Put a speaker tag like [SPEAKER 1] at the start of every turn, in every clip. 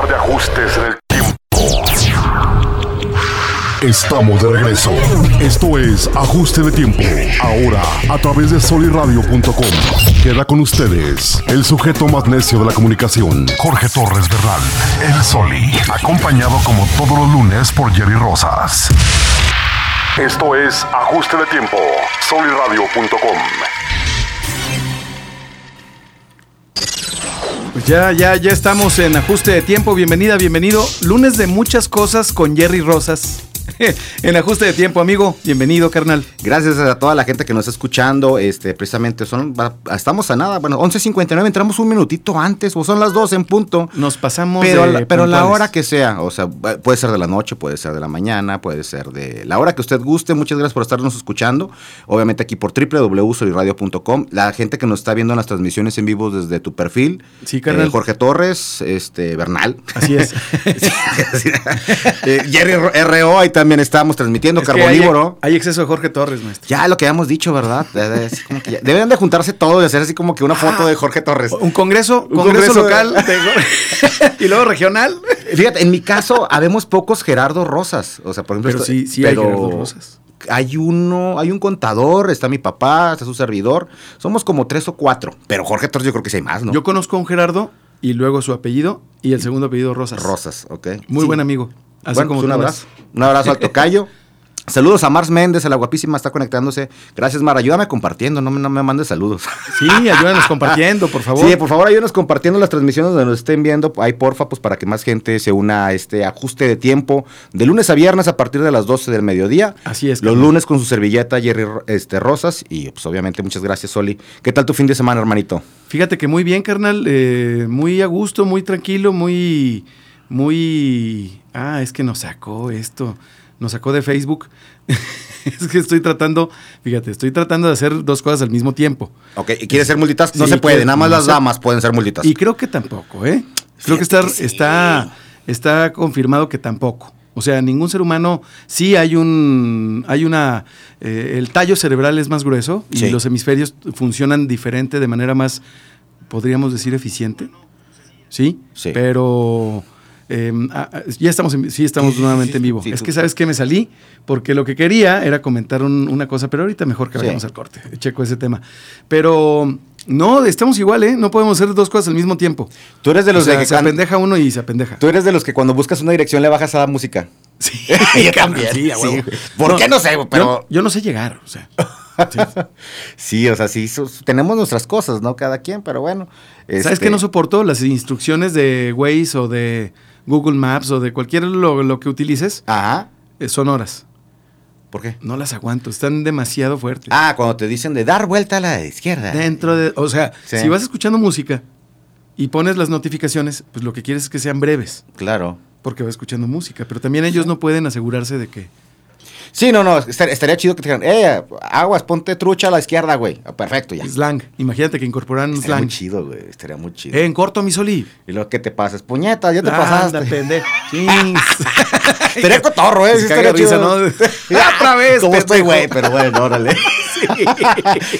[SPEAKER 1] ajustes del tiempo. Estamos de regreso. Esto es Ajuste de Tiempo. Ahora, a través de soliradio.com. Queda con ustedes el sujeto más necio de la comunicación, Jorge Torres Bernal, el Soli, acompañado como todos los lunes por Jerry Rosas. Esto es Ajuste de Tiempo, soliradio.com.
[SPEAKER 2] Pues ya, ya, ya estamos en ajuste de tiempo. Bienvenida, bienvenido. Lunes de muchas cosas con Jerry Rosas. en ajuste de tiempo, amigo. Bienvenido, carnal.
[SPEAKER 3] Gracias a toda la gente que nos está escuchando. Este, precisamente son, va- estamos a nada. Bueno, 11.59, entramos un minutito antes, o son las 2 en punto.
[SPEAKER 2] Nos pasamos.
[SPEAKER 3] Pero,
[SPEAKER 2] de
[SPEAKER 3] la, pero la
[SPEAKER 2] puntuales.
[SPEAKER 3] hora que sea, o sea, va- puede ser de la noche, puede ser de la mañana, puede ser de la hora que usted guste. Muchas gracias por estarnos escuchando. Obviamente aquí por www.soliradio.com. La gente que nos está viendo en las transmisiones en vivo desde tu perfil.
[SPEAKER 2] Sí, carnal.
[SPEAKER 3] eh, Jorge Torres, este, Bernal.
[SPEAKER 2] Así es.
[SPEAKER 3] Eh, Jerry R.O. ahí también estamos transmitiendo,
[SPEAKER 2] Es que
[SPEAKER 3] Carbonívoro.
[SPEAKER 2] Hay, hay exceso de Jorge Torres, maestro.
[SPEAKER 3] Ya lo que habíamos dicho, ¿verdad? Es como que ya- Deberían de juntarse todos y hacer así como que una foto de Jorge Torres.
[SPEAKER 2] Un congreso,
[SPEAKER 3] Un
[SPEAKER 2] congreso,
[SPEAKER 3] congreso de-
[SPEAKER 2] local de Jorge- y luego regional.
[SPEAKER 3] Fíjate, en mi caso, habemos pocos Gerardo Rosas. O sea, por ejemplo,
[SPEAKER 2] Pero
[SPEAKER 3] esto-
[SPEAKER 2] sí, sí hay
[SPEAKER 3] pero
[SPEAKER 2] Gerardo Rosas.
[SPEAKER 3] Hay uno, hay un contador, está mi papá, está su servidor. Somos como tres o cuatro. Pero Jorge Torres yo creo que sí hay más, ¿no?
[SPEAKER 2] Yo conozco a un Gerardo y luego su apellido y el segundo apellido Rosas.
[SPEAKER 3] Rosas, ok.
[SPEAKER 2] Muy
[SPEAKER 3] Sí.
[SPEAKER 2] buen amigo. Así
[SPEAKER 3] Bueno,
[SPEAKER 2] como
[SPEAKER 3] pues un
[SPEAKER 2] tú lo
[SPEAKER 3] abrazo. Un abrazo al tocayo. Saludos a Mars Méndez, a la guapísima, está conectándose. Gracias, Mar. Ayúdame compartiendo, no me, no me mandes saludos.
[SPEAKER 2] ves. Sí, ayúdanos compartiendo, por favor.
[SPEAKER 3] Sí, por favor, ayúdenos compartiendo las transmisiones donde nos estén viendo. Ahí, porfa, pues para que más gente se una a este ajuste de tiempo de lunes a viernes a partir de las 12 del mediodía.
[SPEAKER 2] Así es,
[SPEAKER 3] Los
[SPEAKER 2] carnal.
[SPEAKER 3] lunes con su servilleta Jerry Ro- este, Rosas. Y pues obviamente muchas gracias, Oli. ¿Qué tal tu fin de semana, hermanito?
[SPEAKER 2] Fíjate que muy bien, carnal. eh, muy a gusto, muy tranquilo, muy. Muy. Ah, es que nos sacó esto. Nos sacó de Facebook. es que estoy tratando. Fíjate, estoy tratando de hacer dos cosas al mismo tiempo.
[SPEAKER 3] Ok, ¿y ¿quieres ser multitask? No
[SPEAKER 2] Sí,
[SPEAKER 3] se puede,
[SPEAKER 2] quiero-
[SPEAKER 3] nada más
[SPEAKER 2] no
[SPEAKER 3] las
[SPEAKER 2] se-
[SPEAKER 3] damas pueden ser multitask.
[SPEAKER 2] Y creo que tampoco, ¿eh? Creo que
[SPEAKER 3] Fíjate
[SPEAKER 2] está,
[SPEAKER 3] que sí.
[SPEAKER 2] está, está confirmado que tampoco. O sea, ningún ser humano, sí hay un, hay una, eh, el tallo cerebral es más grueso y
[SPEAKER 3] Sí.
[SPEAKER 2] los hemisferios funcionan diferente, de manera más, podríamos decir, eficiente. ¿Sí?
[SPEAKER 3] Sí.
[SPEAKER 2] Pero eh, ah, ah, ya estamos, en- sí estamos
[SPEAKER 3] Sí, sí,
[SPEAKER 2] nuevamente
[SPEAKER 3] sí,
[SPEAKER 2] en vivo.
[SPEAKER 3] sí,
[SPEAKER 2] es
[SPEAKER 3] tú-
[SPEAKER 2] que, ¿sabes qué? Me salí porque lo que quería era comentar un- una cosa, pero ahorita mejor que
[SPEAKER 3] Sí.
[SPEAKER 2] vayamos al corte. Checo ese tema. Pero no, estamos igual, ¿eh? No podemos hacer dos cosas al mismo tiempo.
[SPEAKER 3] Tú eres de
[SPEAKER 2] O
[SPEAKER 3] los
[SPEAKER 2] sea,
[SPEAKER 3] de que
[SPEAKER 2] se
[SPEAKER 3] can-
[SPEAKER 2] apendeja uno y se apendeja.
[SPEAKER 3] Tú eres de los que cuando buscas una dirección le bajas a la música.
[SPEAKER 2] Sí,
[SPEAKER 3] Yo
[SPEAKER 2] cabrón,
[SPEAKER 3] también,
[SPEAKER 2] sí, a
[SPEAKER 3] sí.
[SPEAKER 2] huevo.
[SPEAKER 3] ¿Por qué? No sé,
[SPEAKER 2] yo-
[SPEAKER 3] pero-
[SPEAKER 2] Yo, no sé llegar, o sea. sí.
[SPEAKER 3] Sí, o sea, sí, sus- tenemos nuestras cosas, ¿no? Cada quien, pero bueno.
[SPEAKER 2] ¿Sabes
[SPEAKER 3] este,
[SPEAKER 2] qué no soporto? Las instrucciones de Waze o de Google Maps o de cualquier lo, lo que utilices
[SPEAKER 3] Ajá.
[SPEAKER 2] eh, son horas.
[SPEAKER 3] ¿Por qué?
[SPEAKER 2] No las aguanto, están demasiado fuertes.
[SPEAKER 3] Ah, cuando te dicen de dar vuelta a la izquierda.
[SPEAKER 2] Dentro de. O sea,
[SPEAKER 3] Sí.
[SPEAKER 2] si vas escuchando música y pones las notificaciones, pues lo que quieres es que sean breves,
[SPEAKER 3] Claro.
[SPEAKER 2] porque vas escuchando música. Pero también ellos no pueden asegurarse de que.
[SPEAKER 3] Sí, no, no, estar- estaría chido que te dijeran, eh, aguas, ponte trucha a la izquierda, güey. Ah, Perfecto, ya.
[SPEAKER 2] Slang. Imagínate que incorporaran
[SPEAKER 3] Estaría muy
[SPEAKER 2] slang.
[SPEAKER 3] chido, güey, estaría muy chido.
[SPEAKER 2] Eh, en corto, mi soli.
[SPEAKER 3] Y lo que te pasas, puñeta, ya te
[SPEAKER 2] Ah,
[SPEAKER 3] pasaste.
[SPEAKER 2] anda, pendejo. Chings.
[SPEAKER 3] Estaría cotorro, eh,
[SPEAKER 2] Se
[SPEAKER 3] sí
[SPEAKER 2] caga
[SPEAKER 3] estaría
[SPEAKER 2] de risa,
[SPEAKER 3] chido.
[SPEAKER 2] ¿no? Ya otra vez,
[SPEAKER 3] Como estoy,
[SPEAKER 2] pendejo.
[SPEAKER 3] güey, pero bueno, órale.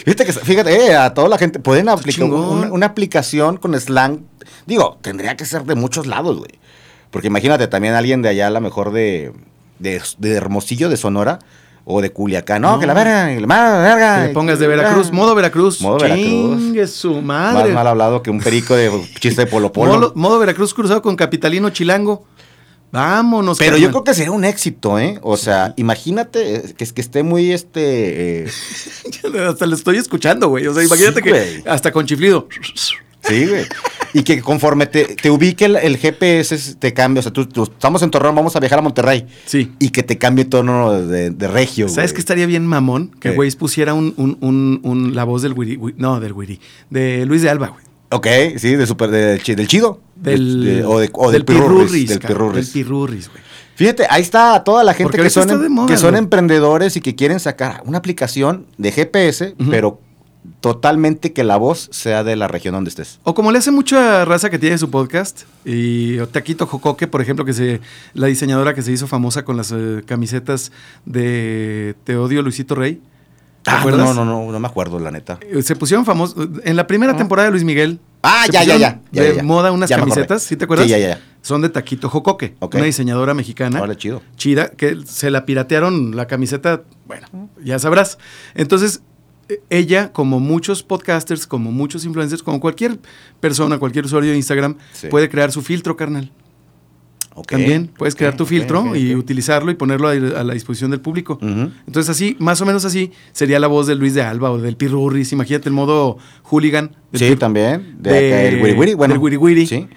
[SPEAKER 3] Viste que, fíjate, eh, a toda la gente, pueden aplicar
[SPEAKER 2] chingón.
[SPEAKER 3] una, una aplicación con slang. Digo, tendría que ser de muchos lados, güey. Porque imagínate, también alguien de allá, a lo mejor de, de, de Hermosillo, de Sonora, o de Culiacán. No,
[SPEAKER 2] No.
[SPEAKER 3] que la verga, que la madre, verga.
[SPEAKER 2] Que le pongas de Veracruz, modo Veracruz.
[SPEAKER 3] Modo Veracruz.
[SPEAKER 2] Chingue su
[SPEAKER 3] Más
[SPEAKER 2] madre.
[SPEAKER 3] mal hablado que un perico de chiste de Polo Polo.
[SPEAKER 2] Modo, modo Veracruz cruzado con capitalino chilango. Vámonos.
[SPEAKER 3] Pero yo
[SPEAKER 2] carnal.
[SPEAKER 3] creo que sería un éxito, ¿eh? O sea, imagínate eh, que, que esté muy este. eh,
[SPEAKER 2] Hasta lo estoy escuchando, güey. O sea, imagínate
[SPEAKER 3] Sí,
[SPEAKER 2] que
[SPEAKER 3] güey.
[SPEAKER 2] hasta con chiflido.
[SPEAKER 3] Sí, güey. Y que conforme te, te ubique el, el GPS, es- te cambia. O sea, tú, tú- estamos en Torreón, vamos a viajar a Monterrey.
[SPEAKER 2] Sí.
[SPEAKER 3] Y que te cambie tono de, de regio, güey.
[SPEAKER 2] ¿Sabes qué estaría bien mamón? Que
[SPEAKER 3] ¿Qué?
[SPEAKER 2] Waze pusiera un, un, un, un- la voz del Wiri. Wi- No, del Wiri. De Luis de Alba, güey.
[SPEAKER 3] Ok, sí, de super, de chi- del chido.
[SPEAKER 2] Del,
[SPEAKER 3] De- de- o de- o
[SPEAKER 2] del
[SPEAKER 3] del, pirurris, Del
[SPEAKER 2] cabrón,
[SPEAKER 3] pirurris.
[SPEAKER 2] Del pirurris, güey.
[SPEAKER 3] Fíjate, ahí está a toda la gente
[SPEAKER 2] Porque
[SPEAKER 3] que
[SPEAKER 2] ahorita
[SPEAKER 3] son,
[SPEAKER 2] está
[SPEAKER 3] em-
[SPEAKER 2] de moda,
[SPEAKER 3] que son
[SPEAKER 2] ¿no?
[SPEAKER 3] emprendedores y que quieren sacar una aplicación de GPS,
[SPEAKER 2] Ujú.
[SPEAKER 3] pero totalmente que la voz sea de la región donde estés.
[SPEAKER 2] O como le hace mucha raza que tiene su podcast, y o Taquito Jocoque, por ejemplo, que se la diseñadora que se hizo famosa con las eh, camisetas de Te odio Luisito Rey. ¿Te
[SPEAKER 3] Ah,
[SPEAKER 2] acuerdas?
[SPEAKER 3] no, no, no, no me acuerdo, la neta.
[SPEAKER 2] Eh, Se pusieron famosos en la primera temporada de Luis Miguel.
[SPEAKER 3] Ah,
[SPEAKER 2] se
[SPEAKER 3] ya, ya,
[SPEAKER 2] pusieron
[SPEAKER 3] ya, ya,
[SPEAKER 2] De
[SPEAKER 3] ya, ya.
[SPEAKER 2] moda unas
[SPEAKER 3] Ya me acordé.
[SPEAKER 2] camisetas, ¿sí te acuerdas?
[SPEAKER 3] Sí, ya, ya, ya.
[SPEAKER 2] Son de Taquito Jocoque,
[SPEAKER 3] Ok.
[SPEAKER 2] una diseñadora mexicana.
[SPEAKER 3] Órale, chido.
[SPEAKER 2] Chida, que se la piratearon la camiseta, bueno, ya sabrás. Entonces, e- ella, como muchos podcasters, como muchos influencers, como cualquier persona, cualquier usuario de Instagram,
[SPEAKER 3] Sí.
[SPEAKER 2] puede crear su filtro, carnal.
[SPEAKER 3] Ok.
[SPEAKER 2] También puedes
[SPEAKER 3] Ok,
[SPEAKER 2] crear tu
[SPEAKER 3] ok,
[SPEAKER 2] filtro
[SPEAKER 3] ok, Mm.
[SPEAKER 2] y
[SPEAKER 3] ok.
[SPEAKER 2] utilizarlo y ponerlo a, a la disposición del público.
[SPEAKER 3] Ujú.
[SPEAKER 2] Entonces, así, más o menos así, sería la voz de Luis de Alba o del Pirurris. Imagínate el modo hooligan. del
[SPEAKER 3] Sí,
[SPEAKER 2] Pir-
[SPEAKER 3] también. De,
[SPEAKER 2] de-
[SPEAKER 3] acá, el wiri wiri, bueno.
[SPEAKER 2] del wiri wiri.
[SPEAKER 3] Sí.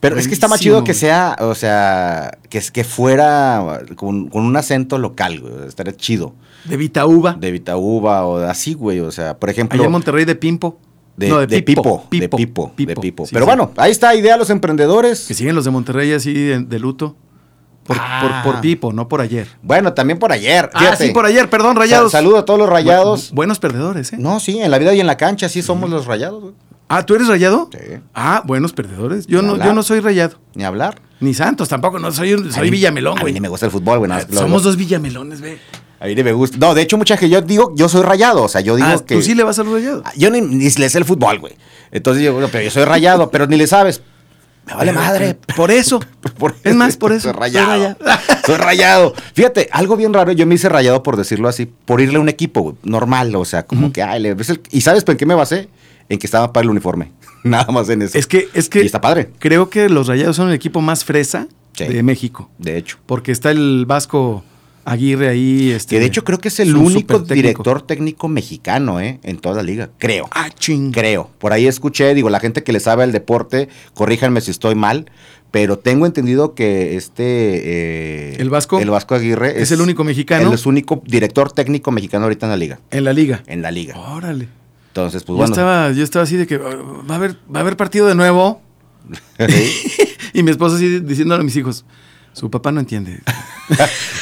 [SPEAKER 3] Pero es que está más
[SPEAKER 2] Buenísimo,
[SPEAKER 3] chido que
[SPEAKER 2] güey.
[SPEAKER 3] sea, o sea, que, es- que fuera con, con un acento local, güey. Estaría chido.
[SPEAKER 2] De Vitauba.
[SPEAKER 3] De Vitauba o de así, güey. O sea, por ejemplo.
[SPEAKER 2] allá en Monterrey de Pimpo.
[SPEAKER 3] De,
[SPEAKER 2] No,
[SPEAKER 3] de
[SPEAKER 2] Pipo.
[SPEAKER 3] pipo, De pipo. De pipo.
[SPEAKER 2] Sí,
[SPEAKER 3] Pero
[SPEAKER 2] sí.
[SPEAKER 3] bueno, ahí está idea a los emprendedores.
[SPEAKER 2] Que siguen los de Monterrey así de, de luto. Por,
[SPEAKER 3] Ah.
[SPEAKER 2] por, por Pipo, no por ayer.
[SPEAKER 3] Bueno, también por ayer.
[SPEAKER 2] Ah, sí, por ayer, perdón, rayados.
[SPEAKER 3] saludo a todos los rayados.
[SPEAKER 2] Bu- buenos perdedores, ¿eh?
[SPEAKER 3] No, sí, en la vida y en la cancha sí somos
[SPEAKER 2] Mm.
[SPEAKER 3] los rayados, güey.
[SPEAKER 2] Ah, ¿tú eres rayado?
[SPEAKER 3] Sí.
[SPEAKER 2] Ah, buenos perdedores. Yo
[SPEAKER 3] Ni
[SPEAKER 2] no,
[SPEAKER 3] hablar.
[SPEAKER 2] yo no soy rayado.
[SPEAKER 3] Ni hablar.
[SPEAKER 2] Ni Santos tampoco, no soy, un-
[SPEAKER 3] A
[SPEAKER 2] soy
[SPEAKER 3] mí-
[SPEAKER 2] Villamelón,
[SPEAKER 3] A mí
[SPEAKER 2] güey. Ah,
[SPEAKER 3] ni me gusta el fútbol, güey. nada más lo-
[SPEAKER 2] Somos dos Villamelones, ve.
[SPEAKER 3] A mí ni me gusta. No, de hecho, mucha gente, yo digo, yo soy rayado. O sea, yo digo
[SPEAKER 2] Ah,
[SPEAKER 3] que.
[SPEAKER 2] tú sí le vas al rayado.
[SPEAKER 3] Yo ni, ni le sé el fútbol, güey. Entonces yo, bueno, pero yo soy rayado, pero ni le sabes. Me vale madre.
[SPEAKER 2] Ah, Por eso.
[SPEAKER 3] Por-
[SPEAKER 2] es más, por eso.
[SPEAKER 3] Soy rayado.
[SPEAKER 2] Soy rayado.
[SPEAKER 3] Soy rayado. Fíjate, algo bien raro, yo me hice rayado por decirlo así, por irle a un equipo güey, normal, o sea, como que, ay, le ves el- ¿y sabes en qué me basé? En que estaba para el uniforme. Nada más en eso.
[SPEAKER 2] Es que, es que
[SPEAKER 3] Y está padre,
[SPEAKER 2] creo que los rayados son el equipo más fresa
[SPEAKER 3] Sí.
[SPEAKER 2] de México.
[SPEAKER 3] de hecho.
[SPEAKER 2] Porque está el Vasco Aguirre ahí. Este,
[SPEAKER 3] Que de hecho creo que es el
[SPEAKER 2] un
[SPEAKER 3] único
[SPEAKER 2] supertécnico.
[SPEAKER 3] director técnico mexicano, ¿eh? En toda la liga, creo.
[SPEAKER 2] Ah, ching.
[SPEAKER 3] Creo. Por ahí escuché, digo, la gente que le sabe al deporte, corríjanme si estoy mal, pero tengo entendido que este. eh,
[SPEAKER 2] ¿El Vasco?
[SPEAKER 3] El Vasco Aguirre.
[SPEAKER 2] Es el único mexicano.
[SPEAKER 3] Él es único director técnico mexicano ahorita en la liga.
[SPEAKER 2] En la liga.
[SPEAKER 3] En la liga.
[SPEAKER 2] Órale.
[SPEAKER 3] Entonces, pues
[SPEAKER 2] Oh. yo,
[SPEAKER 3] bueno.
[SPEAKER 2] estaba, yo estaba así de que "Ah, va a haber, va a haber partido de nuevo.
[SPEAKER 3] Sí.
[SPEAKER 2] Y mi esposa así diciéndole a mis hijos, su papá no entiende.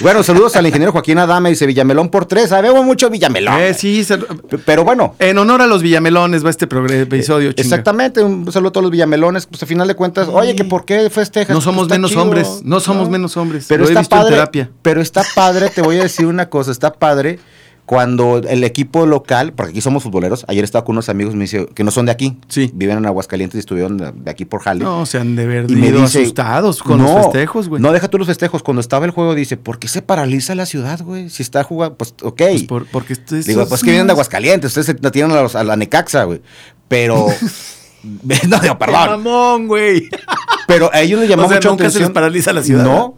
[SPEAKER 3] bueno, saludos al ingeniero Joaquín Adame, dice Villamelón por tres. Sabemos mucho Villamelón.
[SPEAKER 2] Eh, sí, sal-
[SPEAKER 3] P- Pero bueno.
[SPEAKER 2] en honor a los villamelones va este progre- episodio. chinga.
[SPEAKER 3] Eh, Exactamente, un saludo a todos los villamelones. Pues a final de cuentas, oye, que por qué festejas.
[SPEAKER 2] No somos
[SPEAKER 3] Pues, está
[SPEAKER 2] menos
[SPEAKER 3] chido,
[SPEAKER 2] hombres, no somos menos hombres.
[SPEAKER 3] Pero
[SPEAKER 2] Lo he
[SPEAKER 3] está
[SPEAKER 2] visto en
[SPEAKER 3] padre,
[SPEAKER 2] terapia.
[SPEAKER 3] Pero está padre, te voy a decir una cosa, está padre cuando el equipo local, porque aquí somos futboleros, ayer estaba con unos amigos me dice, que no son de aquí,
[SPEAKER 2] Sí.
[SPEAKER 3] viven en Aguascalientes y estuvieron de, de aquí por Jale.
[SPEAKER 2] No, se han de ver
[SPEAKER 3] Y me
[SPEAKER 2] ido
[SPEAKER 3] dice,
[SPEAKER 2] asustados con
[SPEAKER 3] "No,
[SPEAKER 2] los festejos, güey.
[SPEAKER 3] No, deja tú los festejos. Cuando estaba el juego, dice, ¿por qué se paraliza la ciudad, güey? Si está jugando, pues, ok.
[SPEAKER 2] Pues por- porque esto es-
[SPEAKER 3] Digo, pues que vienen de Aguascalientes, ustedes se tienen a, los- a la Necaxa, güey. Pero. no, digo,
[SPEAKER 2] ¡Qué
[SPEAKER 3] perdón.
[SPEAKER 2] Mamón, güey.
[SPEAKER 3] Pero a ellos les llamó
[SPEAKER 2] O sea,
[SPEAKER 3] mucho
[SPEAKER 2] nunca se
[SPEAKER 3] atención.
[SPEAKER 2] les paraliza la ciudad,
[SPEAKER 3] No.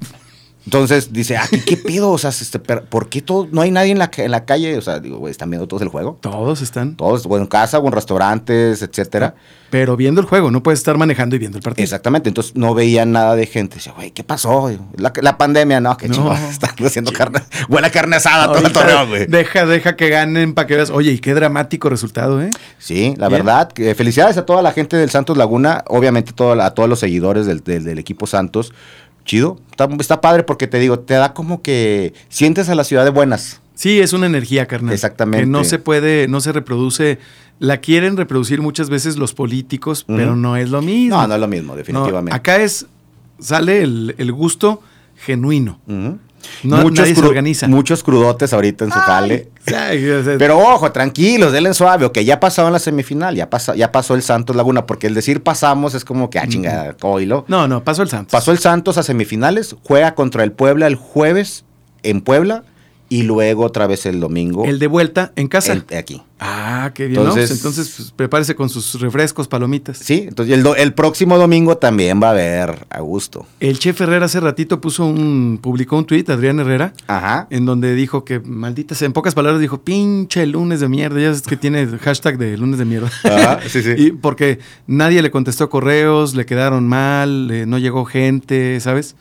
[SPEAKER 3] Entonces dice, aquí qué pedo, o sea, este, pero, ¿por qué todo, no hay nadie en la, ca- en la calle? O sea, digo, güey, están viendo todos el juego.
[SPEAKER 2] Todos están.
[SPEAKER 3] Todos, o en casa, o en restaurantes, etcétera.
[SPEAKER 2] Pero viendo el juego, no puedes estar manejando y viendo el partido.
[SPEAKER 3] Exactamente, entonces no veía nada de gente. Dice, güey, ¿qué pasó? La, la pandemia, no, qué
[SPEAKER 2] No.
[SPEAKER 3] chingón. Están haciendo carne, buena carne asada todo el
[SPEAKER 2] Ahorita
[SPEAKER 3] torneo, güey.
[SPEAKER 2] Deja, deja que ganen para que veas. Oye, y qué dramático resultado, ¿eh?
[SPEAKER 3] Sí, la
[SPEAKER 2] Bien.
[SPEAKER 3] verdad, que felicidades a toda la gente del Santos Laguna, obviamente todo, la- a todos los seguidores del, del- del equipo Santos. Chido, está, está padre porque te digo, te da como que sientes a la ciudad de buenas.
[SPEAKER 2] Sí, es una energía, carnal.
[SPEAKER 3] Exactamente.
[SPEAKER 2] Que no se puede, no se reproduce. La quieren reproducir muchas veces los políticos,
[SPEAKER 3] Ujú.
[SPEAKER 2] pero no es lo mismo.
[SPEAKER 3] No, no es lo mismo,
[SPEAKER 2] No,
[SPEAKER 3] definitivamente.
[SPEAKER 2] acá es, sale el, el gusto genuino.
[SPEAKER 3] Ujú.
[SPEAKER 2] No, nadie se
[SPEAKER 3] cru-
[SPEAKER 2] organiza.
[SPEAKER 3] Muchos crudotes ahorita en su jale.
[SPEAKER 2] Ay, o sea,
[SPEAKER 3] Pero ojo, tranquilos, denle suave, ok, ya pasó en la semifinal, ya, pasa, ya pasó el Santos Laguna, porque el decir pasamos es como que, ah, chingada, coilo.
[SPEAKER 2] no, no, pasó el Santos.
[SPEAKER 3] Pasó el Santos a semifinales, juega contra el Puebla el jueves en Puebla y luego otra vez el domingo
[SPEAKER 2] el de vuelta en casa.
[SPEAKER 3] el- aquí.
[SPEAKER 2] Ah, qué bien. ¿no?
[SPEAKER 3] Entonces-
[SPEAKER 2] Pues Entonces, pues, prepárese con sus refrescos, palomitas.
[SPEAKER 3] Sí, entonces el, do- el próximo domingo también va a haber a gusto.
[SPEAKER 2] El chef Herrera hace ratito puso un, publicó un tuit, Adrián Herrera,
[SPEAKER 3] Ajá.
[SPEAKER 2] en donde dijo que, maldita sea, en pocas palabras dijo, pinche lunes de mierda, ya es que tiene el hashtag de lunes de mierda.
[SPEAKER 3] Ajá, Ah, sí, sí.
[SPEAKER 2] Y porque nadie le contestó correos, le quedaron mal, eh, no llegó gente, ¿sabes?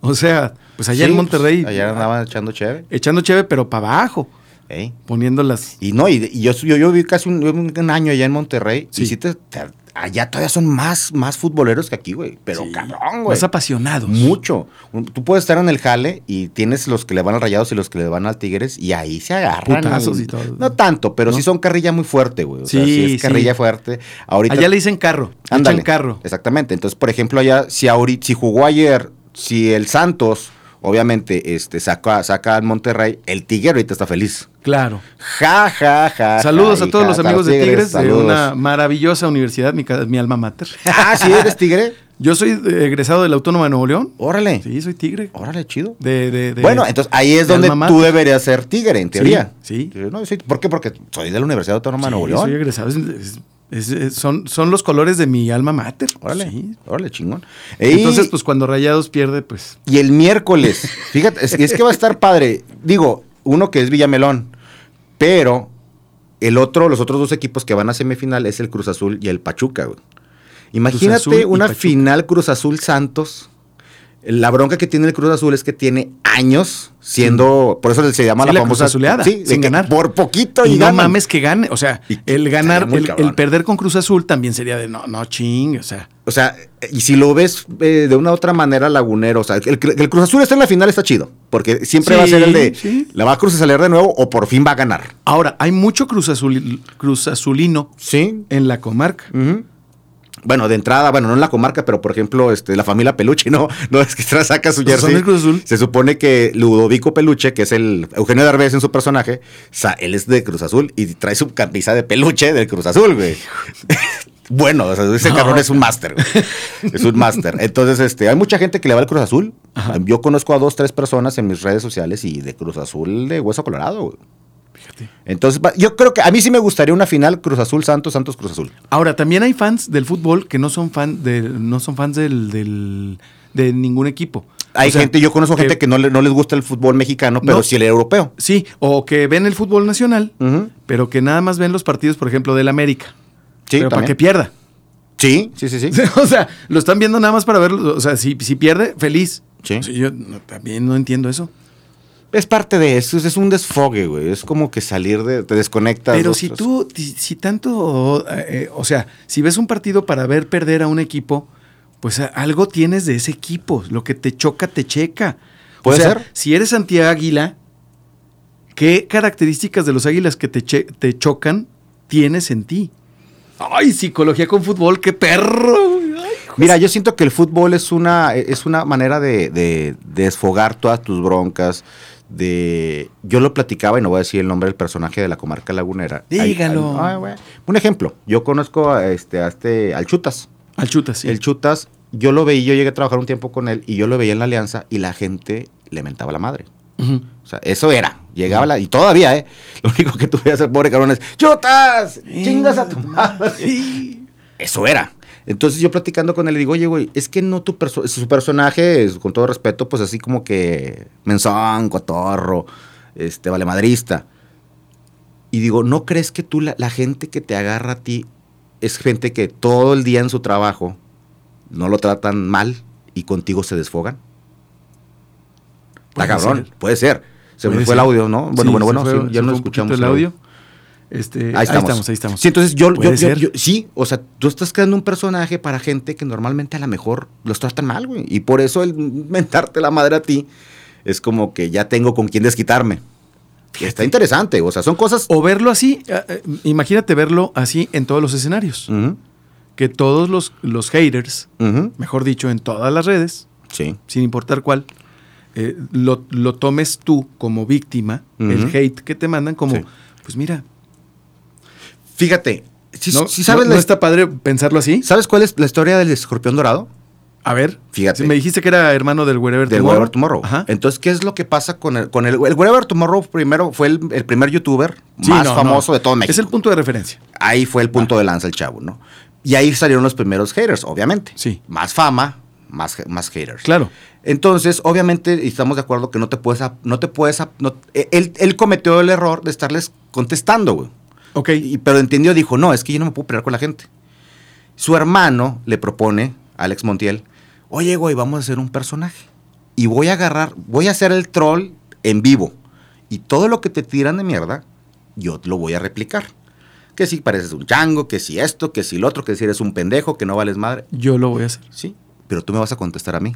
[SPEAKER 2] O sea, pues allá
[SPEAKER 3] Sí,
[SPEAKER 2] en
[SPEAKER 3] pues,
[SPEAKER 2] Monterrey,
[SPEAKER 3] Allá andaban echando chévere.
[SPEAKER 2] echando cheve, pero para abajo,
[SPEAKER 3] ey.
[SPEAKER 2] poniendo las...
[SPEAKER 3] Y no, y, y yo, yo, yo vi casi un, yo vi un año allá en Monterrey.
[SPEAKER 2] Sí.
[SPEAKER 3] Y sí te- te- allá todavía son más, más futboleros que aquí, güey. Pero cabrón, güey.
[SPEAKER 2] Más apasionados.
[SPEAKER 3] Mucho. Un- Tú puedes estar en el jale y tienes los que le van al Rayados y los que le van al Tigres y ahí se agarran.
[SPEAKER 2] Putazos
[SPEAKER 3] y-
[SPEAKER 2] y todo.
[SPEAKER 3] No tanto, pero
[SPEAKER 2] ¿No?
[SPEAKER 3] sí son carrilla muy fuerte, güey. O sea,
[SPEAKER 2] Sí,
[SPEAKER 3] sí es
[SPEAKER 2] sí.
[SPEAKER 3] carrilla fuerte. Ahorita
[SPEAKER 2] Allá le dicen carro, le
[SPEAKER 3] Ándale.
[SPEAKER 2] echan carro.
[SPEAKER 3] Exactamente. Entonces, por ejemplo, allá, si ahorita, si jugó ayer, si el Santos, obviamente, este, saca, saca al Monterrey, el Tigre ahorita está feliz.
[SPEAKER 2] Claro.
[SPEAKER 3] Ja, ja, ja.
[SPEAKER 2] Saludos
[SPEAKER 3] ja,
[SPEAKER 2] a todos
[SPEAKER 3] ja,
[SPEAKER 2] los amigos de Tigres, de
[SPEAKER 3] saludos.
[SPEAKER 2] una maravillosa universidad, mi, ca- mi alma mater.
[SPEAKER 3] Ah, sí, eres tigre.
[SPEAKER 2] Yo soy eh, egresado de la Autónoma de Nuevo León.
[SPEAKER 3] Órale.
[SPEAKER 2] Sí, soy tigre.
[SPEAKER 3] Órale, chido.
[SPEAKER 2] De, de- de-
[SPEAKER 3] bueno, entonces ahí es
[SPEAKER 2] de
[SPEAKER 3] donde
[SPEAKER 2] alma
[SPEAKER 3] tú
[SPEAKER 2] mater.
[SPEAKER 3] deberías ser tigre, en teoría.
[SPEAKER 2] sí.
[SPEAKER 3] Yo, no, sí, ¿Por qué? Porque soy de la Universidad Autónoma de Nuevo
[SPEAKER 2] Sí, soy
[SPEAKER 3] León.
[SPEAKER 2] egresado. Es- es- es- es- son, son los colores de mi alma mater.
[SPEAKER 3] Órale,
[SPEAKER 2] Sí.
[SPEAKER 3] órale, chingón. Y-
[SPEAKER 2] Entonces, pues cuando Rayados pierde, pues.
[SPEAKER 3] Y el miércoles, fíjate, es, es que va a estar padre. Digo, uno que es Villamelón, pero el otro, los otros dos equipos que van a semifinal es el Cruz Azul y el Pachuca, güey.
[SPEAKER 2] Azul y
[SPEAKER 3] Imagínate una
[SPEAKER 2] Pachuca.
[SPEAKER 3] final Cruz Azul Santos. La bronca que tiene el Cruz Azul es que tiene años siendo, por eso se llama
[SPEAKER 2] Sí,
[SPEAKER 3] la,
[SPEAKER 2] la
[SPEAKER 3] famosa
[SPEAKER 2] cruzazuleada,
[SPEAKER 3] sí, de
[SPEAKER 2] sin
[SPEAKER 3] que
[SPEAKER 2] ganar.
[SPEAKER 3] Por poquito y,
[SPEAKER 2] Y no
[SPEAKER 3] ganan.
[SPEAKER 2] mames que gane. O sea,
[SPEAKER 3] Y-
[SPEAKER 2] el ganar,
[SPEAKER 3] estaría muy
[SPEAKER 2] el- el,
[SPEAKER 3] cabrón.
[SPEAKER 2] perder con Cruz Azul también sería de no, no ching. O sea,
[SPEAKER 3] O sea, y si lo ves eh, de una u otra manera lagunero, o sea, el, el Cruz Azul está en la final está chido, porque siempre
[SPEAKER 2] Sí,
[SPEAKER 3] va a ser el de
[SPEAKER 2] sí.
[SPEAKER 3] la va a Cruz Azul de nuevo o por fin va a ganar.
[SPEAKER 2] ahora hay mucho Cruz, Azul, Cruz Azulino
[SPEAKER 3] Sí.
[SPEAKER 2] en la comarca.
[SPEAKER 3] Bueno, de entrada, bueno, no en la comarca, pero por ejemplo, este, la familia Peluche, ¿no? No es que tra- saca su
[SPEAKER 2] Los
[SPEAKER 3] jersey.
[SPEAKER 2] hombres Pues, Cruz Azul.
[SPEAKER 3] Se supone que Ludovico Peluche, que es el Eugenio Derbez en su personaje, sa- él es de Cruz Azul y trae su camisa de peluche del Cruz Azul, güey. bueno, o sea, ese cabrón es un máster, güey. Es un máster. Entonces, este, hay mucha gente que le va al Cruz Azul. Yo conozco a dos, tres personas en mis redes sociales y de Cruz Azul de Hueso Colorado, güey. Entonces, va- yo creo que a mí sí me gustaría una final Cruz Azul Santos, Santos Cruz Azul.
[SPEAKER 2] Ahora, también hay fans del fútbol que no son fan de, no son fans del, del- de ningún equipo.
[SPEAKER 3] Hay
[SPEAKER 2] O sea,
[SPEAKER 3] gente, yo conozco gente que no, le- no les gusta el fútbol mexicano, pero
[SPEAKER 2] No.
[SPEAKER 3] sí el europeo.
[SPEAKER 2] Sí, o que ven el fútbol nacional,
[SPEAKER 3] Ujú.
[SPEAKER 2] pero que nada más ven los partidos, por ejemplo, del América.
[SPEAKER 3] Sí,
[SPEAKER 2] pero para que
[SPEAKER 3] también.
[SPEAKER 2] pierda.
[SPEAKER 3] sí, sí, sí, sí.
[SPEAKER 2] O sea, lo están viendo nada más para verlo. O sea, si, si pierde, feliz.
[SPEAKER 3] Sí.
[SPEAKER 2] O sea, yo no- también no entiendo eso.
[SPEAKER 3] Es parte de eso, es, es un desfogue, güey. Es como que salir de, te desconectas.
[SPEAKER 2] Pero
[SPEAKER 3] dos,
[SPEAKER 2] si
[SPEAKER 3] tres.
[SPEAKER 2] tú, si, si tanto, eh, o sea, si ves un partido para ver perder a un equipo, pues a- algo tienes de ese equipo. Lo que te choca, te checa. O
[SPEAKER 3] Puede
[SPEAKER 2] sea,
[SPEAKER 3] ser.
[SPEAKER 2] Si eres antiáguila, ¿qué características de los águilas que te, che- te chocan tienes en ti? Ay, psicología con fútbol, qué perro. güey. Ay,
[SPEAKER 3] Mira, yo siento que el fútbol es una, es una manera de, de- de desfogar todas tus broncas. De, yo lo platicaba y no voy a decir el nombre del personaje de la comarca lagunera. Ahí-
[SPEAKER 2] Dígalo.
[SPEAKER 3] al- ay, güey. un ejemplo, yo conozco a este, a este, al Chutas.
[SPEAKER 2] Al chuta, sí.
[SPEAKER 3] El Chutas, yo lo veía, yo llegué a trabajar un tiempo con él y yo lo veía en la alianza y la gente le mentaba la madre.
[SPEAKER 2] Ujú.
[SPEAKER 3] O sea, eso era. Llegaba la. Y todavía, ¿eh? Lo único que tú veías al pobre cabrón es: ¡Chutas! ¡Chingas a tu madre!
[SPEAKER 2] Sí.
[SPEAKER 3] Eso era. Entonces yo platicando con él le digo: Oye, güey, es que no tu perso- Su personaje, es, con todo respeto, pues así como que. Menzón, cotorro, este, valemadrista. Y digo: ¿No crees que tú, la, la gente que te agarra a ti, es gente que todo el día en su trabajo no lo tratan mal y contigo se desfogan? Está
[SPEAKER 2] Puede
[SPEAKER 3] cabrón,
[SPEAKER 2] ser.
[SPEAKER 3] puede ser. Se me
[SPEAKER 2] Puede
[SPEAKER 3] fue el
[SPEAKER 2] ser.
[SPEAKER 3] audio, ¿no? Bueno,
[SPEAKER 2] Sí,
[SPEAKER 3] bueno,
[SPEAKER 2] se
[SPEAKER 3] bueno,
[SPEAKER 2] fue- se
[SPEAKER 3] sí, ya no
[SPEAKER 2] fue un poquito
[SPEAKER 3] escuchamos
[SPEAKER 2] el audio. Este, ahí, estamos. ahí estamos,
[SPEAKER 3] Sí, entonces yo, yo,
[SPEAKER 2] Puede
[SPEAKER 3] yo-
[SPEAKER 2] ser.
[SPEAKER 3] yo- sí, o sea, tú estás creando un personaje para gente que normalmente a lo mejor los tratan mal, güey. Y por eso el mentarte la madre a ti es como que ya tengo con quién desquitarme. Está interesante, o sea, son cosas.
[SPEAKER 2] O verlo así, eh, eh, imagínate verlo así en todos los escenarios.
[SPEAKER 3] Ujú,
[SPEAKER 2] Que todos los, los haters,
[SPEAKER 3] ujú,
[SPEAKER 2] mejor dicho, en todas las redes,
[SPEAKER 3] Sí.
[SPEAKER 2] sin importar cuál, eh, lo, lo tomes tú como víctima, el
[SPEAKER 3] Ujú.
[SPEAKER 2] hate que te mandan, como,
[SPEAKER 3] Sí.
[SPEAKER 2] pues mira,
[SPEAKER 3] Fíjate, si,
[SPEAKER 2] no,
[SPEAKER 3] si sabes,
[SPEAKER 2] no-
[SPEAKER 3] la-
[SPEAKER 2] no está padre pensarlo así.
[SPEAKER 3] ¿sabes cuál es la historia del escorpión dorado?
[SPEAKER 2] A ver,
[SPEAKER 3] Fíjate.
[SPEAKER 2] si me dijiste que era hermano del Wherever
[SPEAKER 3] Del
[SPEAKER 2] Tomorrow.
[SPEAKER 3] Wherever Tomorrow.
[SPEAKER 2] Ajá.
[SPEAKER 3] Entonces, ¿qué es lo que pasa con el. Con el, el Wherever Tomorrow primero fue el, el primer youtuber
[SPEAKER 2] Sí,
[SPEAKER 3] más
[SPEAKER 2] no, no.
[SPEAKER 3] famoso de todo México.
[SPEAKER 2] Es el punto de referencia.
[SPEAKER 3] Ahí fue el
[SPEAKER 2] Ah.
[SPEAKER 3] punto de lanza el chavo, ¿no? Y ahí salieron los primeros haters, obviamente.
[SPEAKER 2] Sí.
[SPEAKER 3] Más fama, más, más haters.
[SPEAKER 2] Claro.
[SPEAKER 3] Entonces, obviamente, y estamos de acuerdo que no te puedes. ap- No te puedes ap- no- e, él, él cometió el error de estarles contestando, güey.
[SPEAKER 2] Ok.
[SPEAKER 3] Y- pero entendió, dijo, no, es que yo no me puedo pelear con la gente. Su hermano le propone, Alex Montiel, oye, güey, vamos a hacer un personaje. Y voy a agarrar, voy a hacer el troll en vivo. Y todo lo que te tiran de mierda, yo lo voy a replicar. Que si pareces un chango, que si esto, que si lo otro, que si eres un pendejo, que no vales madre.
[SPEAKER 2] Yo lo voy a hacer.
[SPEAKER 3] Sí, pero tú me vas a contestar a mí,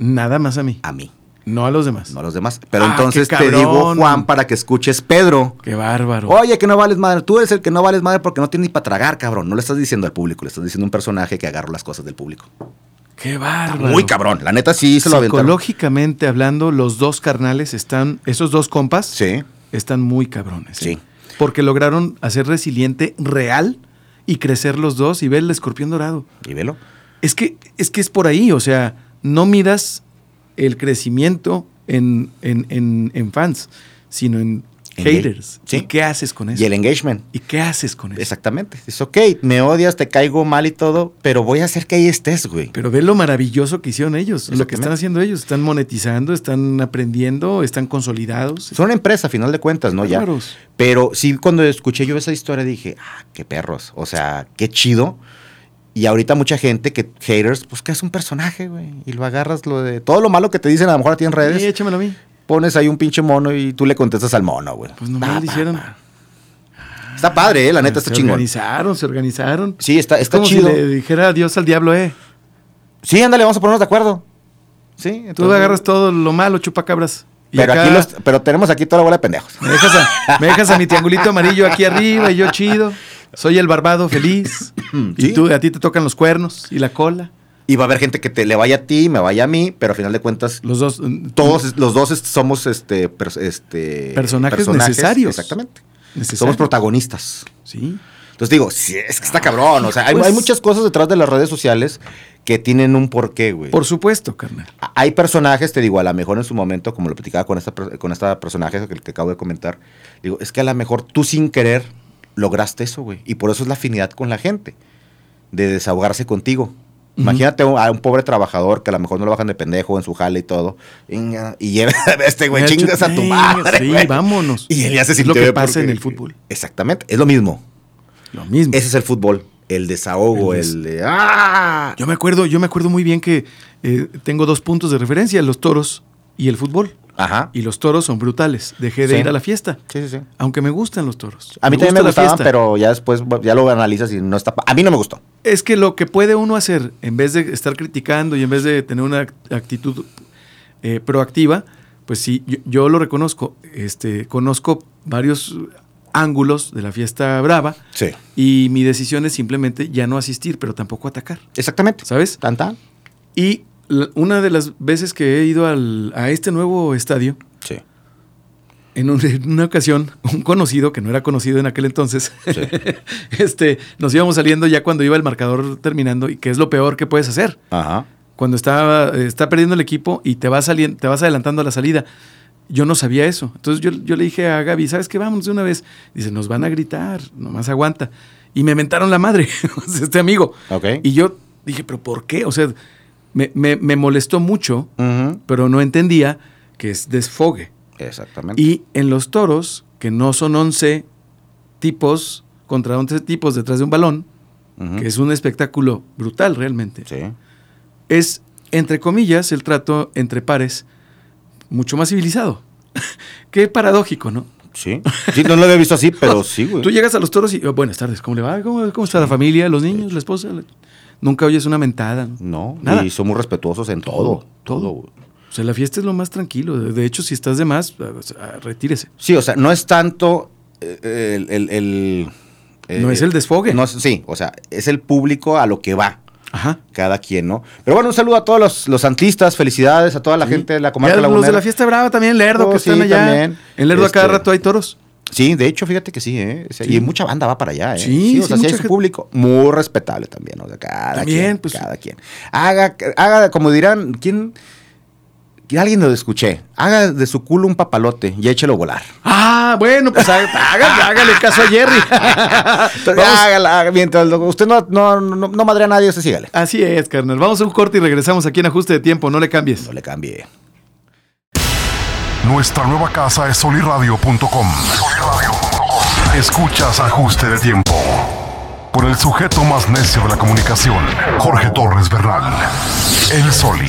[SPEAKER 2] Nada más a mí,
[SPEAKER 3] a mí,
[SPEAKER 2] no a los demás.
[SPEAKER 3] no a los demás. Pero
[SPEAKER 2] Ah,
[SPEAKER 3] entonces
[SPEAKER 2] qué
[SPEAKER 3] te digo,
[SPEAKER 2] cabrón.
[SPEAKER 3] Juan, para que escuches Pedro.
[SPEAKER 2] Qué bárbaro.
[SPEAKER 3] Oye, que no vales madre. Tú eres el que no vales madre porque no tienes ni para tragar, cabrón. No le estás diciendo al público, le estás diciendo a un personaje que agarró las cosas del público.
[SPEAKER 2] Qué bárbaro.
[SPEAKER 3] Muy cabrón. La neta sí se lo aventaron.
[SPEAKER 2] Psicológicamente hablando, los dos carnales están, esos dos compas,
[SPEAKER 3] Sí.
[SPEAKER 2] están muy cabrones. ¿eh?
[SPEAKER 3] Sí.
[SPEAKER 2] Porque lograron hacer resiliente real y crecer los dos y ver el escorpión dorado.
[SPEAKER 3] Y velo.
[SPEAKER 2] Es que, es que es por ahí, o sea, no midas el crecimiento en, en- en- en fans, sino en,
[SPEAKER 3] En
[SPEAKER 2] haters.
[SPEAKER 3] hate, sí.
[SPEAKER 2] ¿Y qué haces con eso?
[SPEAKER 3] Y el engagement.
[SPEAKER 2] ¿Y qué haces con eso?
[SPEAKER 3] Exactamente. Es ok, me odias, te caigo mal y todo, pero voy a hacer que ahí estés, güey.
[SPEAKER 2] Pero ve lo maravilloso que hicieron ellos, lo que
[SPEAKER 3] Exactamente.
[SPEAKER 2] están haciendo ellos. Están monetizando, están aprendiendo, están consolidados.
[SPEAKER 3] Son una empresa, a final de cuentas, ¿no? Ya.
[SPEAKER 2] Bárbaros.
[SPEAKER 3] Pero sí, cuando escuché yo esa historia dije, ah, qué perros, o sea, qué chido. Y ahorita mucha gente que haters, pues que es un personaje, güey. Y lo agarras lo de todo lo malo que te dicen, a lo mejor a ti en redes,
[SPEAKER 2] Sí, échamelo a mí.
[SPEAKER 3] pones ahí un pinche mono y tú le contestas al mono, güey.
[SPEAKER 2] Pues nomás
[SPEAKER 3] Ah,
[SPEAKER 2] lo hicieron.
[SPEAKER 3] pa, pa. Está padre, eh, la neta está
[SPEAKER 2] se
[SPEAKER 3] chingón.
[SPEAKER 2] organizaron, se organizaron.
[SPEAKER 3] Sí, está,
[SPEAKER 2] es
[SPEAKER 3] está
[SPEAKER 2] como
[SPEAKER 3] chido.
[SPEAKER 2] si le dijera adiós al diablo, eh.
[SPEAKER 3] Sí, ándale, vamos a ponernos de acuerdo. Sí, entonces-
[SPEAKER 2] Tú agarras todo lo malo, chupacabras. Y
[SPEAKER 3] Pero,
[SPEAKER 2] acá
[SPEAKER 3] aquí los- pero tenemos aquí toda la bola de pendejos.
[SPEAKER 2] me, dejas a, me dejas a mi triangulito amarillo aquí arriba y yo chido. Soy el barbado feliz.
[SPEAKER 3] Sí.
[SPEAKER 2] Y tú, a ti te tocan los cuernos y la cola.
[SPEAKER 3] Y va a haber gente que te le vaya a ti, me vaya a mí, pero al final de cuentas,
[SPEAKER 2] Los dos. mm,
[SPEAKER 3] todos es- los dos es- somos este, pers- este
[SPEAKER 2] Personajes necesarios.
[SPEAKER 3] Exactamente.
[SPEAKER 2] necesarios.
[SPEAKER 3] Somos protagonistas.
[SPEAKER 2] Sí.
[SPEAKER 3] Entonces digo, sí, es que está cabrón. O sea, hay,
[SPEAKER 2] Pues-
[SPEAKER 3] hay muchas cosas detrás de las redes sociales que tienen un porqué, güey.
[SPEAKER 2] Por supuesto, carnal.
[SPEAKER 3] Hay personajes, te digo, a lo mejor en su momento, como lo platicaba con esta, per- con esta personaje que, que acabo de comentar, digo, es que a lo mejor tú sin querer lograste eso, güey. Y por eso es la afinidad con la gente, de desahogarse contigo.
[SPEAKER 2] Ujú.
[SPEAKER 3] Imagínate a un pobre trabajador que a lo mejor no lo bajan de pendejo en su jale y todo. inga, Y lleva a este güey,
[SPEAKER 2] Me ha hecho-
[SPEAKER 3] chingas a tu
[SPEAKER 2] Ey,
[SPEAKER 3] madre.
[SPEAKER 2] Sí,
[SPEAKER 3] güey.
[SPEAKER 2] vámonos.
[SPEAKER 3] Y él ya se
[SPEAKER 2] Es lo
[SPEAKER 3] sintió
[SPEAKER 2] que
[SPEAKER 3] bien
[SPEAKER 2] pasa en
[SPEAKER 3] porque-
[SPEAKER 2] el fútbol.
[SPEAKER 3] Exactamente, es lo mismo.
[SPEAKER 2] Lo mismo.
[SPEAKER 3] Ese es el fútbol, el desahogo,
[SPEAKER 2] El
[SPEAKER 3] el,
[SPEAKER 2] des-
[SPEAKER 3] de, ¡ah!
[SPEAKER 2] Yo me acuerdo, yo me acuerdo muy bien que eh, tengo dos puntos de referencia, los toros y el fútbol.
[SPEAKER 3] Ajá.
[SPEAKER 2] Y los toros son brutales. Dejé de
[SPEAKER 3] Sí.
[SPEAKER 2] ir a la fiesta.
[SPEAKER 3] Sí, sí, sí.
[SPEAKER 2] Aunque me gustan los toros.
[SPEAKER 3] A mí también me
[SPEAKER 2] gusta la
[SPEAKER 3] gustaban,
[SPEAKER 2] fiesta.
[SPEAKER 3] pero ya después bueno, ya lo analizas y no está. pa- A mí no me gustó.
[SPEAKER 2] Es que lo que puede uno hacer, en vez de estar criticando y en vez de tener una act- actitud eh, proactiva, pues sí, yo, yo lo reconozco. Este, conozco varios ángulos de la fiesta brava
[SPEAKER 3] Sí.
[SPEAKER 2] y mi decisión es simplemente ya no asistir, pero tampoco atacar,
[SPEAKER 3] Exactamente.
[SPEAKER 2] ¿sabes?
[SPEAKER 3] Tan tan.
[SPEAKER 2] Y la- una de las veces que he ido al- a este nuevo estadio,
[SPEAKER 3] Sí.
[SPEAKER 2] en, un- en una ocasión, un conocido, que no era conocido en aquel entonces,
[SPEAKER 3] Sí.
[SPEAKER 2] este, nos íbamos saliendo ya cuando iba el marcador terminando, y que es lo peor que puedes hacer.
[SPEAKER 3] Ajá.
[SPEAKER 2] Cuando está, está perdiendo el equipo y te vas, salien- te vas adelantando a la salida. Yo no sabía eso. Entonces yo, yo le dije a Gaby, ¿sabes qué? Vamos de una vez. Dice, nos van a gritar, nomás aguanta. Y me mentaron la madre, este amigo.
[SPEAKER 3] Ok.
[SPEAKER 2] Y yo dije, ¿pero por qué? O sea, me, me- me molestó mucho,
[SPEAKER 3] Ujú.
[SPEAKER 2] pero no entendía que es desfogue.
[SPEAKER 3] Exactamente.
[SPEAKER 2] Y en los toros, que no son 11 tipos contra 11 tipos detrás de un balón,
[SPEAKER 3] Ujú.
[SPEAKER 2] que es un espectáculo brutal realmente,
[SPEAKER 3] Sí.
[SPEAKER 2] es, entre comillas, el trato entre pares mucho más civilizado. Qué paradójico, ¿no?
[SPEAKER 3] Sí. Sí, no lo había visto así, pero sí, güey.
[SPEAKER 2] Tú llegas a los toros y, oh, buenas tardes, ¿cómo le va? ¿Cómo, cómo está la familia, los niños, la esposa? Nunca oyes una mentada. ¿no?
[SPEAKER 3] No.
[SPEAKER 2] Nada.
[SPEAKER 3] Y son muy respetuosos en todo.
[SPEAKER 2] Todo, todo.
[SPEAKER 3] güey.
[SPEAKER 2] O sea, la fiesta es lo más tranquilo. De de hecho, si estás de más, a- a- retírese.
[SPEAKER 3] Sí, o sea, no es tanto eh, el. el- el- eh,
[SPEAKER 2] No es el desfogue.
[SPEAKER 3] No es- sí, o sea, es el público a lo que va.
[SPEAKER 2] Ajá.
[SPEAKER 3] Cada quien, ¿no? Pero bueno, un saludo a todos los, los antlistas, felicidades a toda la
[SPEAKER 2] Sí.
[SPEAKER 3] gente de la
[SPEAKER 2] Y
[SPEAKER 3] comarca
[SPEAKER 2] a Los
[SPEAKER 3] lagunera.
[SPEAKER 2] de la fiesta brava también, Lerdo,
[SPEAKER 3] Oh,
[SPEAKER 2] que
[SPEAKER 3] sí,
[SPEAKER 2] están allá.
[SPEAKER 3] también.
[SPEAKER 2] En Lerdo a cada
[SPEAKER 3] Este-
[SPEAKER 2] rato hay toros.
[SPEAKER 3] Sí, de hecho, fíjate que sí, ¿eh? O sea,
[SPEAKER 2] Sí.
[SPEAKER 3] Y mucha banda va para allá, ¿eh?
[SPEAKER 2] Sí,
[SPEAKER 3] o
[SPEAKER 2] sí,
[SPEAKER 3] sea, sí hay
[SPEAKER 2] mucha
[SPEAKER 3] su
[SPEAKER 2] gente.
[SPEAKER 3] público. Muy respetable también, o sea, cada
[SPEAKER 2] También,
[SPEAKER 3] quien.
[SPEAKER 2] pues,
[SPEAKER 3] cada quien. Haga, haga, como dirán, ¿quién? que Alguien lo escuché. Haga de su culo un papalote y échelo a volar.
[SPEAKER 2] Ah, bueno, pues haga- hágale, hágale caso a Jerry.
[SPEAKER 3] Entonces,
[SPEAKER 2] Vamos-
[SPEAKER 3] hágala, haga- mientras lo- usted no, no, no, no madre a nadie, usted sígale.
[SPEAKER 2] Así es, carnal. Vamos a un corte y regresamos aquí en ajuste de tiempo. No le cambies.
[SPEAKER 3] No le cambie.
[SPEAKER 1] Nuestra nueva casa es soliradio.com. Escuchas ajuste de tiempo. Con el sujeto más necio de la comunicación, Jorge Torres Bernal. El Soli.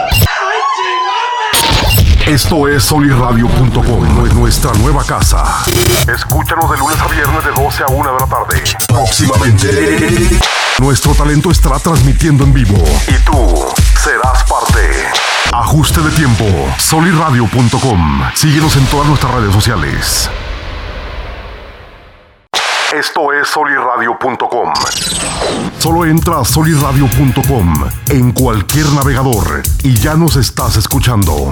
[SPEAKER 1] Esto es solirradio.com, nuestra nueva casa. Escúchanos de lunes a viernes de 12 a 1 de la tarde. Próximamente. Nuestro talento estará transmitiendo en vivo. Y tú serás parte. Ajuste de tiempo. Solirradio.com. Síguenos en todas nuestras redes sociales. Esto es solirradio.com. Solo entra a solirradio.com en cualquier navegador y ya nos estás escuchando.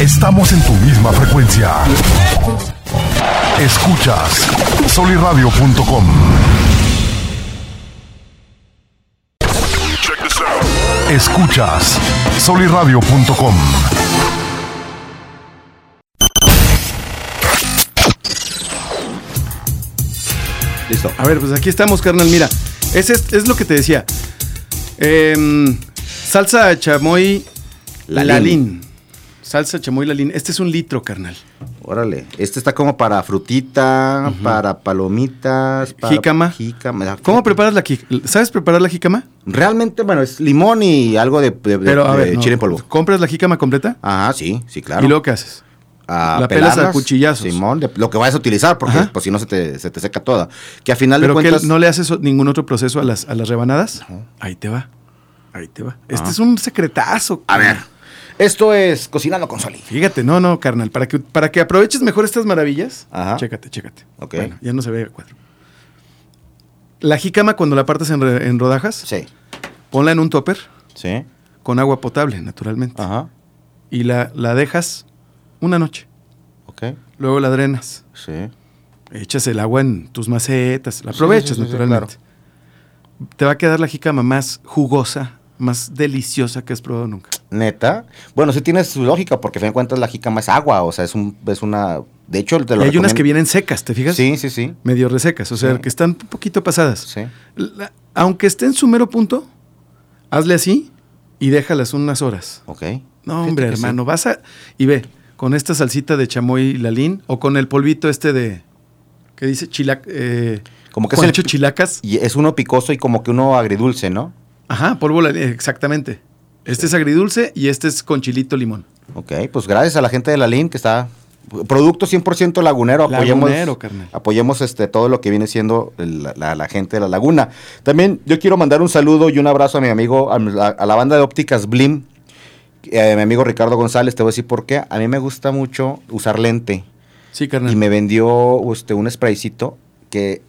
[SPEAKER 1] Estamos en tu misma frecuencia. Escuchas soliradio.com. Escuchas soliradio.com.
[SPEAKER 3] Listo.
[SPEAKER 2] A ver, pues aquí estamos, carnal. Mira, es, es, es lo que te decía. Em, salsa chamoy
[SPEAKER 3] Lalín.
[SPEAKER 2] lalín. Salsa chamoy lalín. Este es un litro, carnal.
[SPEAKER 3] Órale. Este está como para frutita, para palomitas, para
[SPEAKER 2] Jícama.
[SPEAKER 3] jícama.
[SPEAKER 2] ¿Cómo preparas la jícama? ¿Sabes preparar la jícama?
[SPEAKER 3] Realmente, bueno, es limón y algo de, de- de-
[SPEAKER 2] Pero a
[SPEAKER 3] de
[SPEAKER 2] ver, no.
[SPEAKER 3] chile en polvo.
[SPEAKER 2] ¿compras la jícama completa?
[SPEAKER 3] Ajá, sí, sí, claro.
[SPEAKER 2] ¿Y luego qué haces?
[SPEAKER 3] a
[SPEAKER 2] La pelas a
[SPEAKER 3] pelarlas,
[SPEAKER 2] cuchillazos.
[SPEAKER 3] Simón, de- lo que vayas a utilizar, porque
[SPEAKER 2] Ajá.
[SPEAKER 3] pues, si no se te, se te seca toda. Que a final de
[SPEAKER 2] ¿Pero qué,
[SPEAKER 3] cuentas.
[SPEAKER 2] no le haces o- ningún otro proceso a las, a las rebanadas? Ahí te va. Ahí te va. Este es un secretazo.
[SPEAKER 3] A
[SPEAKER 2] carnal.
[SPEAKER 3] ver, esto es cocinando con Soli.
[SPEAKER 2] Fíjate, no, no, carnal. Para que, para que aproveches mejor estas maravillas,
[SPEAKER 3] Ajá.
[SPEAKER 2] chécate, chécate.
[SPEAKER 3] Ok.
[SPEAKER 2] Bueno, ya no se ve el cuadro. La jícama, cuando la partes en, re- en rodajas,
[SPEAKER 3] Sí,
[SPEAKER 2] ponla en un topper
[SPEAKER 3] sí,
[SPEAKER 2] con agua potable, naturalmente.
[SPEAKER 3] ajá,
[SPEAKER 2] Y la, la dejas una noche.
[SPEAKER 3] ok,
[SPEAKER 2] Luego la drenas.
[SPEAKER 3] sí.
[SPEAKER 2] Echas el agua en tus macetas. La aprovechas,
[SPEAKER 3] sí, sí, sí,
[SPEAKER 2] naturalmente. Te va a quedar la jícama más jugosa, más deliciosa que has probado nunca.
[SPEAKER 3] Neta. Bueno, sí tiene su lógica, porque a fin de cuentas la jícama es agua, o sea, es, un, es una. De hecho, te lo
[SPEAKER 2] Y hay unas que
[SPEAKER 3] recomiendo.
[SPEAKER 2] vienen secas, ¿te fijas?
[SPEAKER 3] Sí, sí, sí.
[SPEAKER 2] Medio resecas, o sea,
[SPEAKER 3] Sí.
[SPEAKER 2] que están un poquito pasadas.
[SPEAKER 3] Sí.
[SPEAKER 2] La- aunque esté en su mero punto, hazle así y déjalas unas horas.
[SPEAKER 3] Ok.
[SPEAKER 2] No,
[SPEAKER 3] Fíjate
[SPEAKER 2] hombre,
[SPEAKER 3] que sí.
[SPEAKER 2] hermano, vas a. Y ve, con esta salsita de chamoy lalín o con el polvito este de. ¿Qué dice? Chilac. Eh,
[SPEAKER 3] Como que es
[SPEAKER 2] Juancho
[SPEAKER 3] el-
[SPEAKER 2] Chilacas.
[SPEAKER 3] Y es uno picoso y como que uno agridulce, ¿no?
[SPEAKER 2] Ajá, polvo lalín, exactamente. Este es agridulce y este es con chilito limón.
[SPEAKER 3] Ok, pues gracias a la gente de la LIN que está. Producto 100% lagunero, apoyemos,
[SPEAKER 2] Lagunero, carnal.
[SPEAKER 3] apoyemos este, todo lo que viene siendo el- la, la- la gente de la laguna. También yo quiero mandar un saludo y un abrazo a mi amigo, a, la- a la banda de ópticas Blim, eh, a mi amigo Ricardo González, te voy a decir por qué. A mí me gusta mucho usar lente
[SPEAKER 2] Sí, carnal.
[SPEAKER 3] y me vendió este, un spraycito que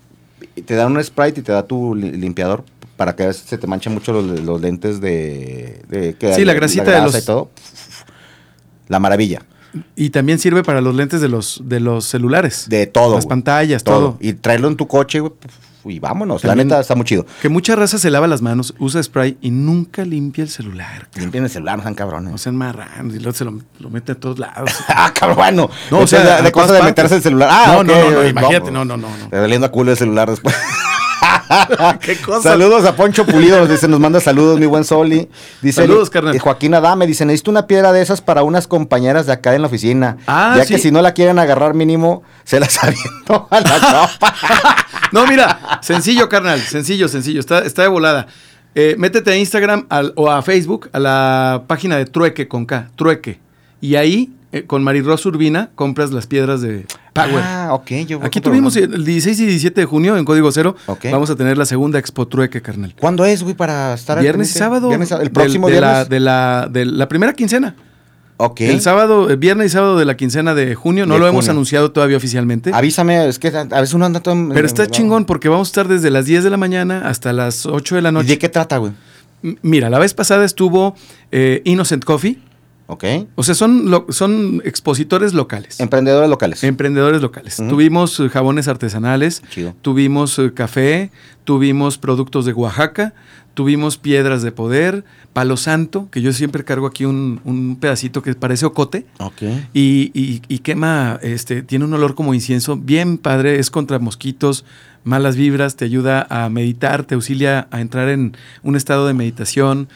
[SPEAKER 3] te dan un sprite y te da tu li- limpiador para que a veces se te manchan mucho los, los lentes de, de- que-
[SPEAKER 2] Sí, la grasita de los-
[SPEAKER 3] y todo. La maravilla.
[SPEAKER 2] Y también sirve para los lentes de los, de los celulares.
[SPEAKER 3] De todo.
[SPEAKER 2] Las
[SPEAKER 3] güey.
[SPEAKER 2] pantallas, todo.
[SPEAKER 3] Y traerlo en tu coche, güey, y vámonos.
[SPEAKER 2] También-
[SPEAKER 3] La neta está muy chido.
[SPEAKER 2] Que mucha raza se lava las manos, usa spray y nunca limpia el celular.
[SPEAKER 3] Limpien el celular, no sean cabrones.
[SPEAKER 2] No sean marranos y luego se lo, lo mete a todos lados.
[SPEAKER 3] ah, cabrón. No,
[SPEAKER 2] No, o
[SPEAKER 3] o sea,
[SPEAKER 2] sea,
[SPEAKER 3] de,
[SPEAKER 2] a todas
[SPEAKER 3] de cosas de
[SPEAKER 2] partes.
[SPEAKER 3] meterse el celular. Ah,
[SPEAKER 2] No,
[SPEAKER 3] ok,
[SPEAKER 2] no, no, no,
[SPEAKER 3] güey,
[SPEAKER 2] imagínate,
[SPEAKER 3] vamos.
[SPEAKER 2] no, no, no, no.
[SPEAKER 3] Te doliendo a culo el celular después.
[SPEAKER 2] ¿Qué cosa?
[SPEAKER 3] Saludos a Poncho Pulido, nos dice, nos manda saludos, mi buen Soli. Dice,
[SPEAKER 2] Saludos, carnal.
[SPEAKER 3] eh, Joaquín Adame dice, necesito una piedra de esas para unas compañeras de acá en la oficina.
[SPEAKER 2] Ah,
[SPEAKER 3] ya
[SPEAKER 2] sí.
[SPEAKER 3] que si no la quieren agarrar mínimo, se las aviento a la
[SPEAKER 2] Ah,
[SPEAKER 3] tropa.
[SPEAKER 2] No, mira, sencillo, carnal, sencillo, sencillo, está, está de volada. Eh, métete a Instagram al- o a Facebook, a la página de Trueque con K, Trueque. Y ahí, eh, con Marirros Urbina, compras las piedras de Power.
[SPEAKER 3] Ah, ok. Yo voy
[SPEAKER 2] Aquí
[SPEAKER 3] a
[SPEAKER 2] tuvimos
[SPEAKER 3] probar.
[SPEAKER 2] el 16 y 17 de junio en Código Cero.
[SPEAKER 3] Ok.
[SPEAKER 2] Vamos a tener la segunda Expo Trueque, carnal.
[SPEAKER 3] ¿Cuándo es, güey, para estar al
[SPEAKER 2] Viernes y
[SPEAKER 3] pendiente?
[SPEAKER 2] sábado.
[SPEAKER 3] Viernes, el
[SPEAKER 2] del-
[SPEAKER 3] próximo
[SPEAKER 2] de
[SPEAKER 3] viernes.
[SPEAKER 2] La, de, la, de la primera quincena.
[SPEAKER 3] ok.
[SPEAKER 2] El sábado, el viernes y sábado de la quincena de junio. No
[SPEAKER 3] De
[SPEAKER 2] lo hemos
[SPEAKER 3] junio.
[SPEAKER 2] anunciado todavía oficialmente.
[SPEAKER 3] Avísame, es que a a veces uno anda todo...
[SPEAKER 2] Pero está chingón porque vamos a estar desde las 10 de la mañana hasta las 8 de la
[SPEAKER 3] ¿Y
[SPEAKER 2] noche.
[SPEAKER 3] de qué trata, güey?
[SPEAKER 2] M- Mira, la vez pasada estuvo eh, Innocent Coffee,
[SPEAKER 3] Ok.
[SPEAKER 2] O sea, son, lo- son expositores locales,
[SPEAKER 3] Emprendedores locales.
[SPEAKER 2] emprendedores locales.
[SPEAKER 3] Em, Ujú.
[SPEAKER 2] Tuvimos eh, jabones artesanales,
[SPEAKER 3] Chido.
[SPEAKER 2] tuvimos eh, café, tuvimos productos de Oaxaca, tuvimos piedras de poder, palo santo, que yo siempre cargo aquí un, un pedacito que parece ocote.
[SPEAKER 3] Ok.
[SPEAKER 2] Y, y- y quema, este, tiene un olor como incienso, bien padre, es contra mosquitos, malas vibras, te ayuda a meditar, te auxilia a entrar en un estado de meditación,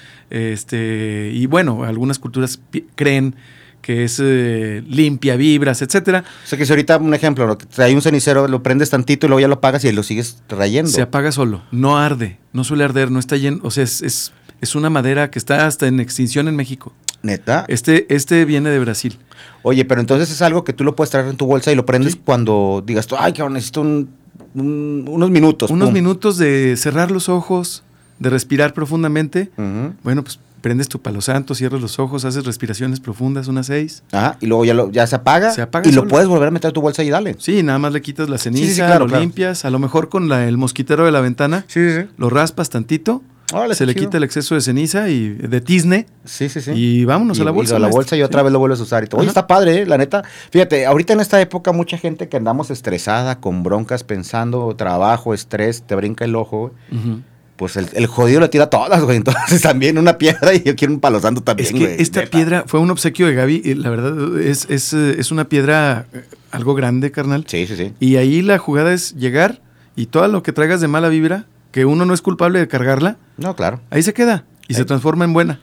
[SPEAKER 2] este, y bueno, algunas culturas pi- creen que es eh, limpia vibras, etcétera,
[SPEAKER 3] O sea que si ahorita, un ejemplo, lo que trae un cenicero, lo prendes tantito y luego ya lo apagas y lo sigues trayendo.
[SPEAKER 2] se apaga solo, no arde, no suele arder, no está lleno, o sea, es, es, es una madera que está hasta en extinción en México.
[SPEAKER 3] Neta.
[SPEAKER 2] Este, este viene de Brasil.
[SPEAKER 3] Oye, pero entonces es algo que tú lo puedes traer en tu bolsa y lo prendes cuando digas tú, ay, cabrón, necesito un- un- unos minutos.
[SPEAKER 2] Unos
[SPEAKER 3] pum".
[SPEAKER 2] minutos de cerrar los ojos, de respirar profundamente.
[SPEAKER 3] Ujú.
[SPEAKER 2] Bueno, pues prendes tu palo santo, cierras los ojos, haces respiraciones profundas, unas seis.
[SPEAKER 3] Ajá, y luego ya, lo- ya se apaga.
[SPEAKER 2] Se apaga
[SPEAKER 3] Y lo
[SPEAKER 2] solo.
[SPEAKER 3] puedes volver a meter a tu bolsa y dale.
[SPEAKER 2] Sí, nada más le quitas la ceniza,
[SPEAKER 3] claro,
[SPEAKER 2] lo
[SPEAKER 3] claro.
[SPEAKER 2] limpias, a lo mejor con la- el mosquitero de la ventana,
[SPEAKER 3] Sí, sí, sí.
[SPEAKER 2] lo raspas tantito,
[SPEAKER 3] Órale,
[SPEAKER 2] se
[SPEAKER 3] qué
[SPEAKER 2] le
[SPEAKER 3] chido.
[SPEAKER 2] quita el exceso de ceniza y de tizne
[SPEAKER 3] Sí, sí, sí.
[SPEAKER 2] y vámonos
[SPEAKER 3] Y-
[SPEAKER 2] a la bolsa.
[SPEAKER 3] Y, a la
[SPEAKER 2] maestro.
[SPEAKER 3] bolsa y otra
[SPEAKER 2] Sí.
[SPEAKER 3] vez lo vuelves a usar. Y todo. Oye,
[SPEAKER 2] Ajá.
[SPEAKER 3] está padre, ¿eh? la neta. Fíjate, ahorita en esta época mucha gente que andamos estresada, con broncas, pensando, trabajo, estrés, te brinca el ojo.
[SPEAKER 2] Ujú.
[SPEAKER 3] Pues el, el jodido le tira todas, güey. Entonces también una piedra y yo quiero un palo santo también,
[SPEAKER 2] Es que
[SPEAKER 3] güey,
[SPEAKER 2] esta
[SPEAKER 3] neta.
[SPEAKER 2] piedra fue un obsequio de Gaby, y la verdad es, es, eh, es una piedra eh, algo grande, carnal.
[SPEAKER 3] Sí, sí, sí.
[SPEAKER 2] Y ahí la jugada es llegar y todo lo que traigas de mala vibra, que uno no es culpable de cargarla,
[SPEAKER 3] No, claro.
[SPEAKER 2] ahí se queda y se
[SPEAKER 3] Ahí.
[SPEAKER 2] transforma en buena.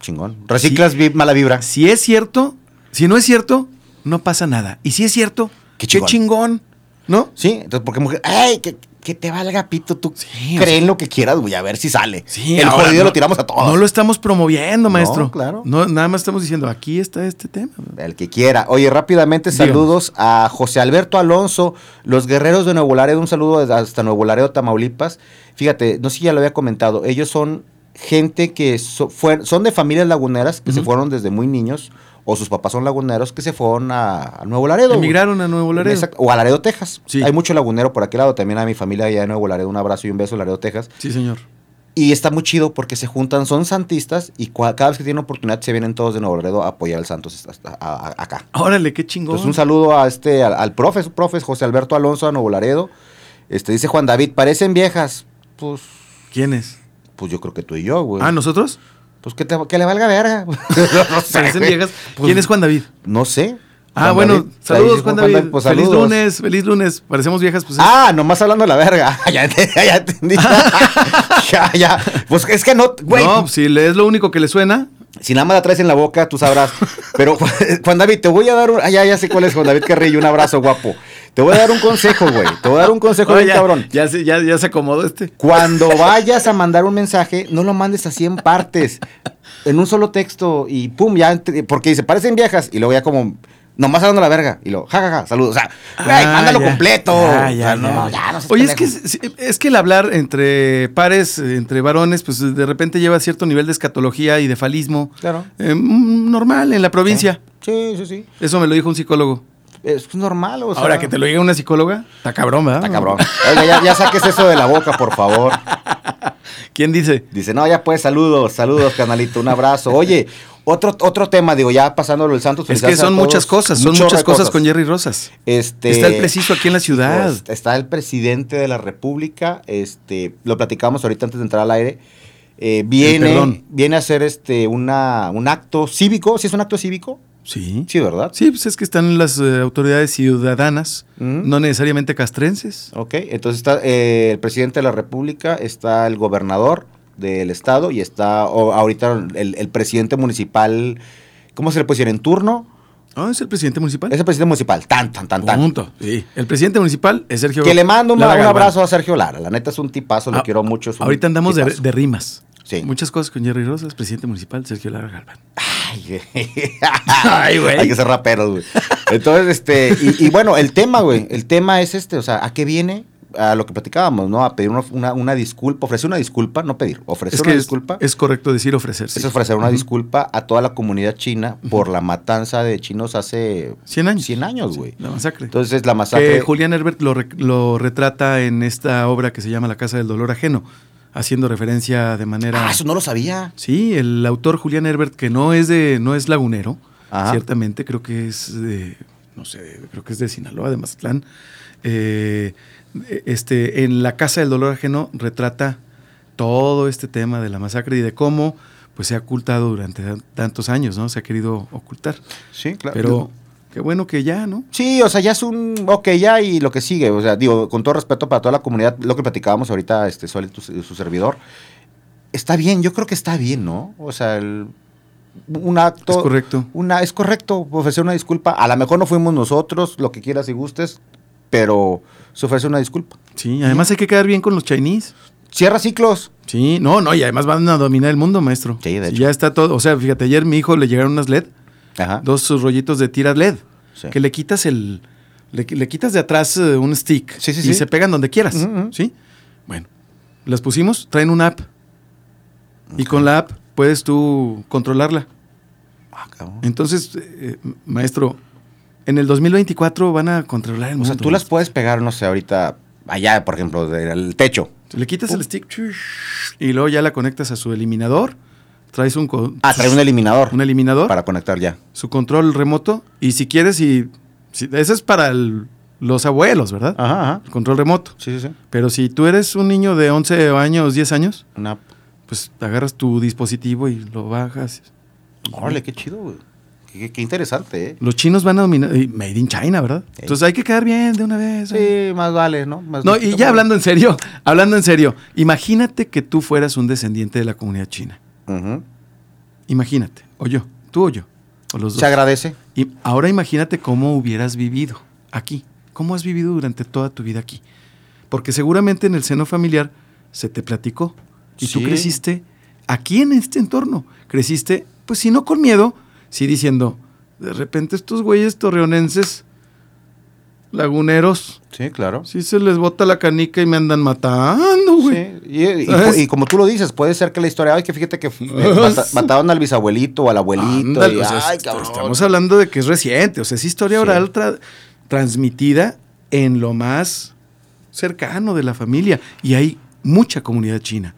[SPEAKER 3] Chingón. Reciclas vi- mala vibra.
[SPEAKER 2] Si es cierto, si no es cierto, no pasa nada. Y si es cierto, qué
[SPEAKER 3] Qué chingón.
[SPEAKER 2] chingón, ¿no?
[SPEAKER 3] Sí, entonces, porque mujer, ¡ay! Que, que te valga pito, tú
[SPEAKER 2] Sí,
[SPEAKER 3] creen lo que quieras, güey, a ver si sale.
[SPEAKER 2] Sí,
[SPEAKER 3] el
[SPEAKER 2] ahora
[SPEAKER 3] jodido
[SPEAKER 2] no-
[SPEAKER 3] lo tiramos a todos.
[SPEAKER 2] No lo estamos promoviendo,
[SPEAKER 3] No,
[SPEAKER 2] maestro.
[SPEAKER 3] claro.
[SPEAKER 2] No, nada más estamos diciendo, aquí está este tema.
[SPEAKER 3] El que quiera. Oye, rápidamente
[SPEAKER 2] Dígame.
[SPEAKER 3] saludos a José Alberto Alonso, los guerreros de Nuevo Laredo. Un saludo desde- hasta Nuevo Laredo, Tamaulipas. Fíjate, no sé si ya lo había comentado, ellos son gente que so- fue- son de familias laguneras que se
[SPEAKER 2] Ujú.
[SPEAKER 3] fueron desde muy niños, o sus papás son laguneros que se fueron a, a Nuevo Laredo. güey.
[SPEAKER 2] Emigraron a Nuevo Laredo.
[SPEAKER 3] Exacto, O a Laredo, Texas.
[SPEAKER 2] Sí.
[SPEAKER 3] Hay mucho lagunero por aquel lado. También a mi familia allá de Nuevo Laredo. Un abrazo y un beso, Laredo, Texas.
[SPEAKER 2] Sí, señor.
[SPEAKER 3] Y está muy chido porque se juntan, son santistas y cua- cada vez que tienen oportunidad se vienen todos de Nuevo Laredo a apoyar al Santos hasta- a- a- acá.
[SPEAKER 2] Órale, qué chingón.
[SPEAKER 3] Entonces, un saludo a este, al, al profe, su profe, José Alberto Alonso de Nuevo Laredo. Este, dice Juan David, parecen viejas. Pues,
[SPEAKER 2] ¿Quién es?
[SPEAKER 3] pues yo creo que tú y yo, güey.
[SPEAKER 2] Ah, ¿nosotros?
[SPEAKER 3] Pues que, te- que le valga verga. no, sé,
[SPEAKER 2] Parecen
[SPEAKER 3] güey.
[SPEAKER 2] viejas.
[SPEAKER 3] Pues,
[SPEAKER 2] ¿Quién es Juan David?
[SPEAKER 3] No sé.
[SPEAKER 2] Ah,
[SPEAKER 3] Juan
[SPEAKER 2] bueno,
[SPEAKER 3] David. Ahí
[SPEAKER 2] saludos
[SPEAKER 3] dice
[SPEAKER 2] Juan David.
[SPEAKER 3] pues,
[SPEAKER 2] feliz
[SPEAKER 3] saludos.
[SPEAKER 2] lunes, feliz lunes. Parecemos viejas, pues. es-
[SPEAKER 3] Ah, nomás hablando de la verga. ya, ent- ya entendí. ya, ya. Pues es que no, güey.
[SPEAKER 2] no, si le es lo único que le suena.
[SPEAKER 3] Si nada más la traes en la boca, tú sabrás. Pero, Juan- Juan David, te voy a dar un. Ah, ya, ya sé cuál es Juan David Carrillo. Un abrazo, guapo. Te voy a dar un consejo, güey. Te voy a dar un consejo,
[SPEAKER 2] Ahora
[SPEAKER 3] bien
[SPEAKER 2] Ah, ya,
[SPEAKER 3] cabrón.
[SPEAKER 2] Ya, se- ya, ya se acomodó este.
[SPEAKER 3] Cuando vayas a mandar un mensaje, no lo mandes así en partes, en un solo texto y pum, ya, entre- porque dice, parecen viejas, y luego ya como, nomás hablando la verga, y lo, jajaja, saludos, o sea, güey,
[SPEAKER 2] Ah,
[SPEAKER 3] mándalo
[SPEAKER 2] ya.
[SPEAKER 3] completo.
[SPEAKER 2] Ya,
[SPEAKER 3] O sea,
[SPEAKER 2] ya,
[SPEAKER 3] no,
[SPEAKER 2] ya.
[SPEAKER 3] ya, no seas
[SPEAKER 2] Oye, es que,
[SPEAKER 3] pendejo.
[SPEAKER 2] es es que el hablar entre pares, eh, entre varones, pues de repente lleva cierto nivel de escatología y de falismo.
[SPEAKER 3] Claro.
[SPEAKER 2] Eh, mm, normal en la provincia.
[SPEAKER 3] Sí, sí, sí.
[SPEAKER 2] Eso me lo dijo un psicólogo.
[SPEAKER 3] Es normal, o sea.
[SPEAKER 2] Ahora que te lo diga una psicóloga, está cabrón, ¿verdad?
[SPEAKER 3] Está cabrón. Oiga, ya, ya saques eso de la boca, por favor.
[SPEAKER 2] ¿Quién dice?
[SPEAKER 3] Dice, no, ya pues, saludos, saludos, canalito, un abrazo. Oye, otro, otro tema, digo, Pues ya pasándolo el Santos.
[SPEAKER 2] Es que
[SPEAKER 3] felicidades a
[SPEAKER 2] son
[SPEAKER 3] todos.
[SPEAKER 2] muchas cosas,
[SPEAKER 3] Un
[SPEAKER 2] son
[SPEAKER 3] chorro
[SPEAKER 2] muchas
[SPEAKER 3] de
[SPEAKER 2] cosas con Jerry Rosas.
[SPEAKER 3] Este,
[SPEAKER 2] Está el preciso aquí en la ciudad.
[SPEAKER 3] Pues, está el presidente de la República, este, lo platicamos ahorita antes de entrar al aire. eh, viene,
[SPEAKER 2] perdón.
[SPEAKER 3] viene a hacer este una, un acto cívico, ¿sí es un acto cívico?
[SPEAKER 2] Sí.
[SPEAKER 3] Sí, ¿verdad?
[SPEAKER 2] Sí, pues es que están las eh, autoridades ciudadanas,
[SPEAKER 3] Ujú.
[SPEAKER 2] no necesariamente castrenses.
[SPEAKER 3] Ok, entonces está eh, el presidente de la República, está el gobernador del estado y está o- ahorita el, el presidente municipal, ¿cómo se le puede decir? ¿En turno?
[SPEAKER 2] Ah, es el presidente municipal.
[SPEAKER 3] Es el presidente municipal, tan, tan, tan, tan.
[SPEAKER 2] Punto. Sí. El presidente municipal es Sergio.
[SPEAKER 3] Que le mando un,
[SPEAKER 2] Lara
[SPEAKER 3] un
[SPEAKER 2] Galván.
[SPEAKER 3] abrazo a Sergio Lara, la neta es un tipazo, lo
[SPEAKER 2] Ah,
[SPEAKER 3] quiero mucho. es un
[SPEAKER 2] Ahorita andamos de,
[SPEAKER 3] tipazo.
[SPEAKER 2] de rimas.
[SPEAKER 3] Sí.
[SPEAKER 2] Muchas cosas con Jerry Rosas, presidente municipal, Sergio Lara Galván.
[SPEAKER 3] Ay, güey.
[SPEAKER 2] Ay, güey.
[SPEAKER 3] Hay que ser raperos, güey. Entonces, este, y, y bueno, el tema, güey, el tema es este, o sea, ¿a qué viene? A lo que platicábamos, ¿no? A pedir una, una- una disculpa, ofrecer una disculpa, no pedir, ofrecer
[SPEAKER 2] es
[SPEAKER 3] una
[SPEAKER 2] que es,
[SPEAKER 3] disculpa. Es,
[SPEAKER 2] es correcto decir ofrecerse.
[SPEAKER 3] ofrecer una disculpa a toda la comunidad china por la matanza de chinos hace
[SPEAKER 2] 100 años.
[SPEAKER 3] 100 años, güey.
[SPEAKER 2] La masacre.
[SPEAKER 3] Entonces, la
[SPEAKER 2] que
[SPEAKER 3] masacre...
[SPEAKER 2] Julián Herbert lo, re- lo retrata en esta obra que se llama La Casa del Dolor Ajeno. haciendo referencia de manera...
[SPEAKER 3] Ah, eso no lo sabía.
[SPEAKER 2] Sí, el autor Julián Herbert, que no es de, no es lagunero,
[SPEAKER 3] Ajá.
[SPEAKER 2] ciertamente, creo que es de, no sé, creo que es de Sinaloa, de Mazatlán. eh, este, en La Casa del Dolor Ajeno retrata todo este tema de la masacre y de cómo pues se ha ocultado durante tan- tantos años, ¿no? Se ha querido ocultar.
[SPEAKER 3] Sí, claro.
[SPEAKER 2] Pero qué bueno que ya, ¿no?
[SPEAKER 3] Sí, o sea, ya es un ok, ya y lo que sigue, o sea, digo, con todo respeto para toda la comunidad, lo que platicábamos ahorita, este, Sol y tu- su servidor, está bien, yo creo que está bien, ¿no? O sea, el- un acto...
[SPEAKER 2] Es correcto.
[SPEAKER 3] Una, es correcto, ofrecer una disculpa, a lo mejor no fuimos nosotros, lo que quieras y gustes, pero se ofrece una disculpa.
[SPEAKER 2] Sí, además hay que quedar bien con los chinese.
[SPEAKER 3] Cierra ciclos.
[SPEAKER 2] Sí, no, no, y además van a dominar el mundo, maestro.
[SPEAKER 3] Sí, de hecho.
[SPEAKER 2] Ya está todo. O sea, fíjate, ayer mi hijo le llegaron unas E LED,
[SPEAKER 3] Ajá.
[SPEAKER 2] dos sus rollitos de tiras LED,
[SPEAKER 3] Sí.
[SPEAKER 2] que le quitas el. Le, le quitas de atrás eh, un stick
[SPEAKER 3] Sí, sí,
[SPEAKER 2] y
[SPEAKER 3] sí. Mm,
[SPEAKER 2] se pegan donde quieras.
[SPEAKER 3] Ujú, ujú.
[SPEAKER 2] ¿Sí? Bueno, las pusimos, traen una app. Y con la app puedes tú controlarla.
[SPEAKER 3] Ah, cabrón.
[SPEAKER 2] Entonces, eh, eh, maestro, en el 2024 van a controlar el
[SPEAKER 3] O
[SPEAKER 2] mundo.
[SPEAKER 3] sea, tú las puedes pegar, no sé, ahorita, allá, por ejemplo, del techo.
[SPEAKER 2] Le quitas el stick chush, y luego ya la conectas a su eliminador. Traes un, co-
[SPEAKER 3] Ah, trae un eliminador.
[SPEAKER 2] un eliminador,
[SPEAKER 3] Para conectar ya.
[SPEAKER 2] su control remoto. Y si quieres, y, si- ese es para el- los abuelos, ¿verdad?
[SPEAKER 3] Ajá, ajá.
[SPEAKER 2] El control remoto.
[SPEAKER 3] Sí, sí, sí.
[SPEAKER 2] Pero si tú eres un niño de 11 años, 10 años,
[SPEAKER 3] Una.
[SPEAKER 2] pues agarras tu dispositivo y lo bajas.
[SPEAKER 3] Órale, qué chido, güey. Qué, qué- qué interesante, ¿eh?
[SPEAKER 2] Los chinos van a dominar. y Made in China, ¿verdad? Entonces hay que quedar bien de una vez. ¿eh?
[SPEAKER 3] Sí, más vale, ¿no? Más
[SPEAKER 2] No, y
[SPEAKER 3] poquito
[SPEAKER 2] ya
[SPEAKER 3] más.
[SPEAKER 2] hablando en serio, hablando en serio, imagínate que tú fueras un descendiente de la comunidad china.
[SPEAKER 3] Ujú.
[SPEAKER 2] Imagínate, o yo, tú o yo, o los
[SPEAKER 3] Se
[SPEAKER 2] dos.
[SPEAKER 3] agradece.
[SPEAKER 2] Y ahora imagínate cómo hubieras vivido aquí, cómo has vivido durante toda tu vida aquí. Porque seguramente en el seno familiar se te platicó y tú
[SPEAKER 3] Sí.
[SPEAKER 2] creciste aquí en este entorno. Creciste, pues si no con miedo, sí diciendo, de repente estos güeyes torreonenses, laguneros,
[SPEAKER 3] Sí, claro.
[SPEAKER 2] si se les bota la canica y me andan matando, güey.
[SPEAKER 3] Sí, Y, y-
[SPEAKER 2] ¿Sabes?
[SPEAKER 3] y como tú lo dices, puede ser que la historia, ay, que fíjate que eh, mata- mataron al bisabuelito o al abuelito.
[SPEAKER 2] Ándale,
[SPEAKER 3] y,
[SPEAKER 2] o sea,
[SPEAKER 3] ay,
[SPEAKER 2] est-
[SPEAKER 3] cabrón.
[SPEAKER 2] Estamos hablando de que es reciente, o sea, es historia
[SPEAKER 3] Sí.
[SPEAKER 2] oral tra- transmitida en lo más cercano de la familia. Y hay mucha comunidad china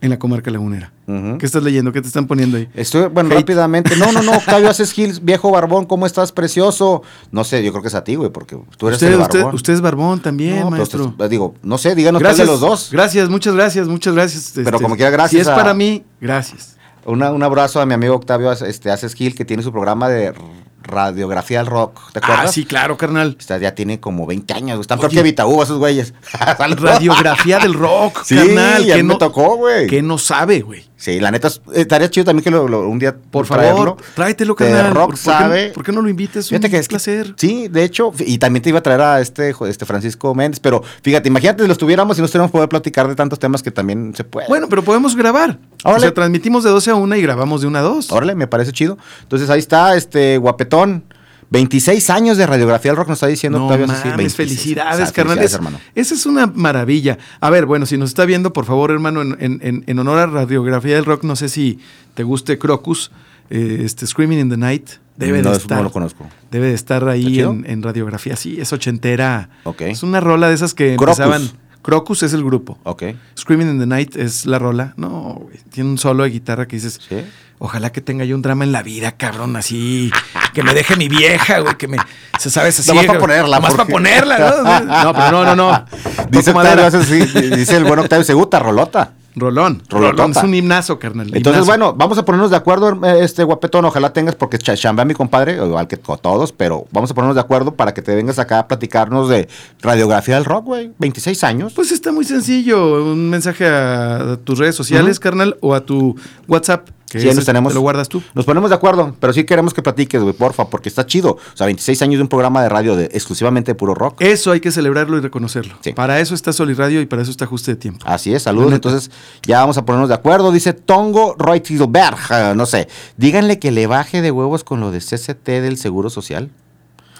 [SPEAKER 2] en la comarca lagunera.
[SPEAKER 3] Ujú.
[SPEAKER 2] ¿Qué estás leyendo? ¿Qué te están poniendo ahí?
[SPEAKER 3] Estoy, bueno,
[SPEAKER 2] Hate.
[SPEAKER 3] rápidamente. No, no, no, Octavio Haces Gil, viejo barbón, ¿cómo estás, precioso? No sé, yo creo que es a ti, güey, porque tú eres
[SPEAKER 2] Usted,
[SPEAKER 3] el
[SPEAKER 2] usted,
[SPEAKER 3] barbón.
[SPEAKER 2] usted es barbón también,
[SPEAKER 3] No, pero
[SPEAKER 2] maestro.
[SPEAKER 3] usted- digo, no sé, díganos cuál de
[SPEAKER 2] Gracias,
[SPEAKER 3] los dos.
[SPEAKER 2] gracias, muchas gracias, muchas gracias. este,
[SPEAKER 3] Pero como quiera, gracias
[SPEAKER 2] Si es
[SPEAKER 3] a-
[SPEAKER 2] para mí, gracias.
[SPEAKER 3] Una- un abrazo a mi amigo Octavio este, Haces Gil, que tiene su programa de r- radiografía al rock. ¿Te acuerdas?
[SPEAKER 2] Ah, sí, claro, carnal.
[SPEAKER 3] Está- ya tiene como 20 años. güey. Están
[SPEAKER 2] Oye.
[SPEAKER 3] peor que Vitaú, esos güeyes. Saludos.
[SPEAKER 2] Radiografía del rock,
[SPEAKER 3] Sí,
[SPEAKER 2] carnal.
[SPEAKER 3] a
[SPEAKER 2] Que
[SPEAKER 3] mí me
[SPEAKER 2] no,
[SPEAKER 3] tocó, güey.
[SPEAKER 2] que no sabe, güey.
[SPEAKER 3] Sí, la neta, es- estaría chido también que lo, lo- un día
[SPEAKER 2] Por
[SPEAKER 3] traerlo.
[SPEAKER 2] favor, tráetelo,
[SPEAKER 3] De
[SPEAKER 2] carnal. ¿Por,
[SPEAKER 3] rock
[SPEAKER 2] por qué no-
[SPEAKER 3] sabe.
[SPEAKER 2] ¿Por qué no lo invites? Un
[SPEAKER 3] Fíjate que es que-
[SPEAKER 2] placer.
[SPEAKER 3] sí, de hecho, f- y también te iba a traer a este, jo- este Francisco Méndez, pero fíjate, imagínate si los tuviéramos y no tenemos poder platicar de tantos temas que también se puede.
[SPEAKER 2] Bueno, pero podemos grabar. O
[SPEAKER 3] Órale.
[SPEAKER 2] sea, transmitimos de 12 a 1 y grabamos de 1 a 2.
[SPEAKER 3] Órale, me parece chido. Entonces ahí está, este guapetón. 26 años de radiografía del rock nos está diciendo
[SPEAKER 2] No
[SPEAKER 3] Octavio
[SPEAKER 2] mames,
[SPEAKER 3] Cecil, 26.
[SPEAKER 2] felicidades,
[SPEAKER 3] O sea,
[SPEAKER 2] carnal.
[SPEAKER 3] Ah, felicidades,
[SPEAKER 2] Es-
[SPEAKER 3] hermano.
[SPEAKER 2] Esa es una maravilla. A ver, bueno, si nos está viendo, por favor, hermano, en, en- en- en honor a Radiografía del Rock, no sé si te guste Crocus, eh, este Screaming in the Night. Debe
[SPEAKER 3] no,
[SPEAKER 2] de
[SPEAKER 3] es-
[SPEAKER 2] estar.
[SPEAKER 3] no lo conozco.
[SPEAKER 2] Debe de estar ahí
[SPEAKER 3] ¿Está chido?
[SPEAKER 2] en, en radiografía. Sí, es ochentera.
[SPEAKER 3] Ok.
[SPEAKER 2] Es una rola de esas que
[SPEAKER 3] Crocus.
[SPEAKER 2] empezaban. Crocus es el grupo.
[SPEAKER 3] Ok.
[SPEAKER 2] Screaming in the Night es la rola. No, güey, tiene un solo de guitarra que dices,
[SPEAKER 3] Sí.
[SPEAKER 2] ojalá que tenga yo un drama en la vida, cabrón, así, que me deje mi vieja, güey, que me, se sabes así.
[SPEAKER 3] Nomás
[SPEAKER 2] eh,
[SPEAKER 3] para ponerla,
[SPEAKER 2] Nomás para
[SPEAKER 3] porque-
[SPEAKER 2] ponerla, ¿no? No, pero no, no, no.
[SPEAKER 3] Dice,
[SPEAKER 2] Toco
[SPEAKER 3] Octavio,
[SPEAKER 2] madera.
[SPEAKER 3] hace así, dice el buen Octavio Seguta, Rolota.
[SPEAKER 2] Rolón,
[SPEAKER 3] Rolotota.
[SPEAKER 2] Rolón, es un himnazo, carnal.
[SPEAKER 3] Entonces,
[SPEAKER 2] himnazo.
[SPEAKER 3] bueno, vamos a ponernos de acuerdo, herm- eh, este guapetón. Ojalá tengas, porque cha- chambea mi compadre, igual que con todos, pero vamos a ponernos de acuerdo para que te vengas acá a platicarnos de radiografía del rock, güey. 26 años.
[SPEAKER 2] Pues está muy sencillo, un mensaje a, a tus redes sociales, carnal, o a tu WhatsApp, que
[SPEAKER 3] Sí, ahí
[SPEAKER 2] ese
[SPEAKER 3] nos tenemos.
[SPEAKER 2] te lo guardas tú.
[SPEAKER 3] Nos ponemos de acuerdo, pero sí queremos que platiques, güey, porfa, porque está chido. O sea, 26 años de un programa de radio de, exclusivamente de puro rock.
[SPEAKER 2] Eso hay que celebrarlo y reconocerlo.
[SPEAKER 3] Sí.
[SPEAKER 2] Para eso está Sol y Radio y para eso está Ajuste de Tiempo.
[SPEAKER 3] Así es, saludos.
[SPEAKER 2] La neta.
[SPEAKER 3] Entonces, ya vamos a ponernos de acuerdo. Dice Tongo Reutilberg, eh, no sé. Díganle que le baje de huevos con lo de CCT del Seguro Social.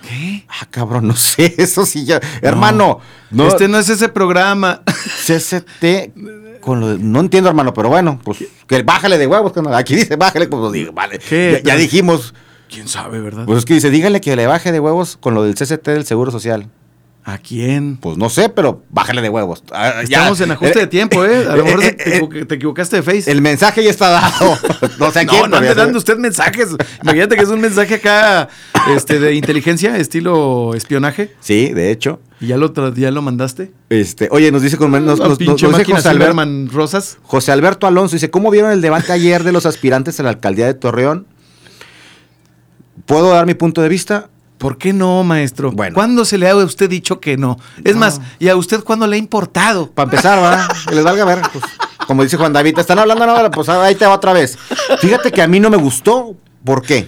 [SPEAKER 2] ¿Qué?
[SPEAKER 3] Ah, cabrón, no sé, eso sí ya. Hermano, no,
[SPEAKER 2] Este no es ese programa.
[SPEAKER 3] CCT con lo de- no entiendo, hermano, pero bueno, pues que bájale de huevos, carnal. aquí dice bájale, como digo, vale.
[SPEAKER 2] ¿Qué?
[SPEAKER 3] Ya, ya
[SPEAKER 2] Pero-
[SPEAKER 3] dijimos,
[SPEAKER 2] ¿Quién sabe, verdad?
[SPEAKER 3] pues es que dice, dígale que le baje de huevos con lo del CCT del Seguro Social.
[SPEAKER 2] ¿A quién?
[SPEAKER 3] Pues no sé, pero bájale de huevos. Ah, ya.
[SPEAKER 2] Estamos en ajuste
[SPEAKER 3] Eh,
[SPEAKER 2] de tiempo, ¿eh? A lo mejor
[SPEAKER 3] eh,
[SPEAKER 2] te, equivo- te equivocaste de Face.
[SPEAKER 3] El mensaje ya está dado. No sé a quién.
[SPEAKER 2] no, no
[SPEAKER 3] pero ya
[SPEAKER 2] ande
[SPEAKER 3] se-
[SPEAKER 2] dando usted mensajes. Imagínate que es un mensaje acá este, de inteligencia, estilo espionaje.
[SPEAKER 3] Sí, de hecho.
[SPEAKER 2] Y ya lo, tra- ya lo mandaste.
[SPEAKER 3] Este, oye, nos dice con nos, nos-
[SPEAKER 2] La
[SPEAKER 3] nos-
[SPEAKER 2] Ah, pinche
[SPEAKER 3] nos dice
[SPEAKER 2] máquina
[SPEAKER 3] José Alberto,
[SPEAKER 2] Silverman Rosas.
[SPEAKER 3] José Alberto Alonso dice, ¿cómo vieron el debate ayer de los aspirantes a la alcaldía de Torreón? ¿Puedo dar mi punto de vista?
[SPEAKER 2] ¿Por qué no, maestro?
[SPEAKER 3] Bueno.
[SPEAKER 2] ¿Cuándo se le ha a usted dicho que no? Es más, ¿y a usted cuándo le ha importado?
[SPEAKER 3] Para empezar, ¿verdad? Que les valga ver. pues, como dice Juan David, te están hablando nada, pues ahí te va otra vez. Fíjate que a mí no me gustó. ¿Por qué?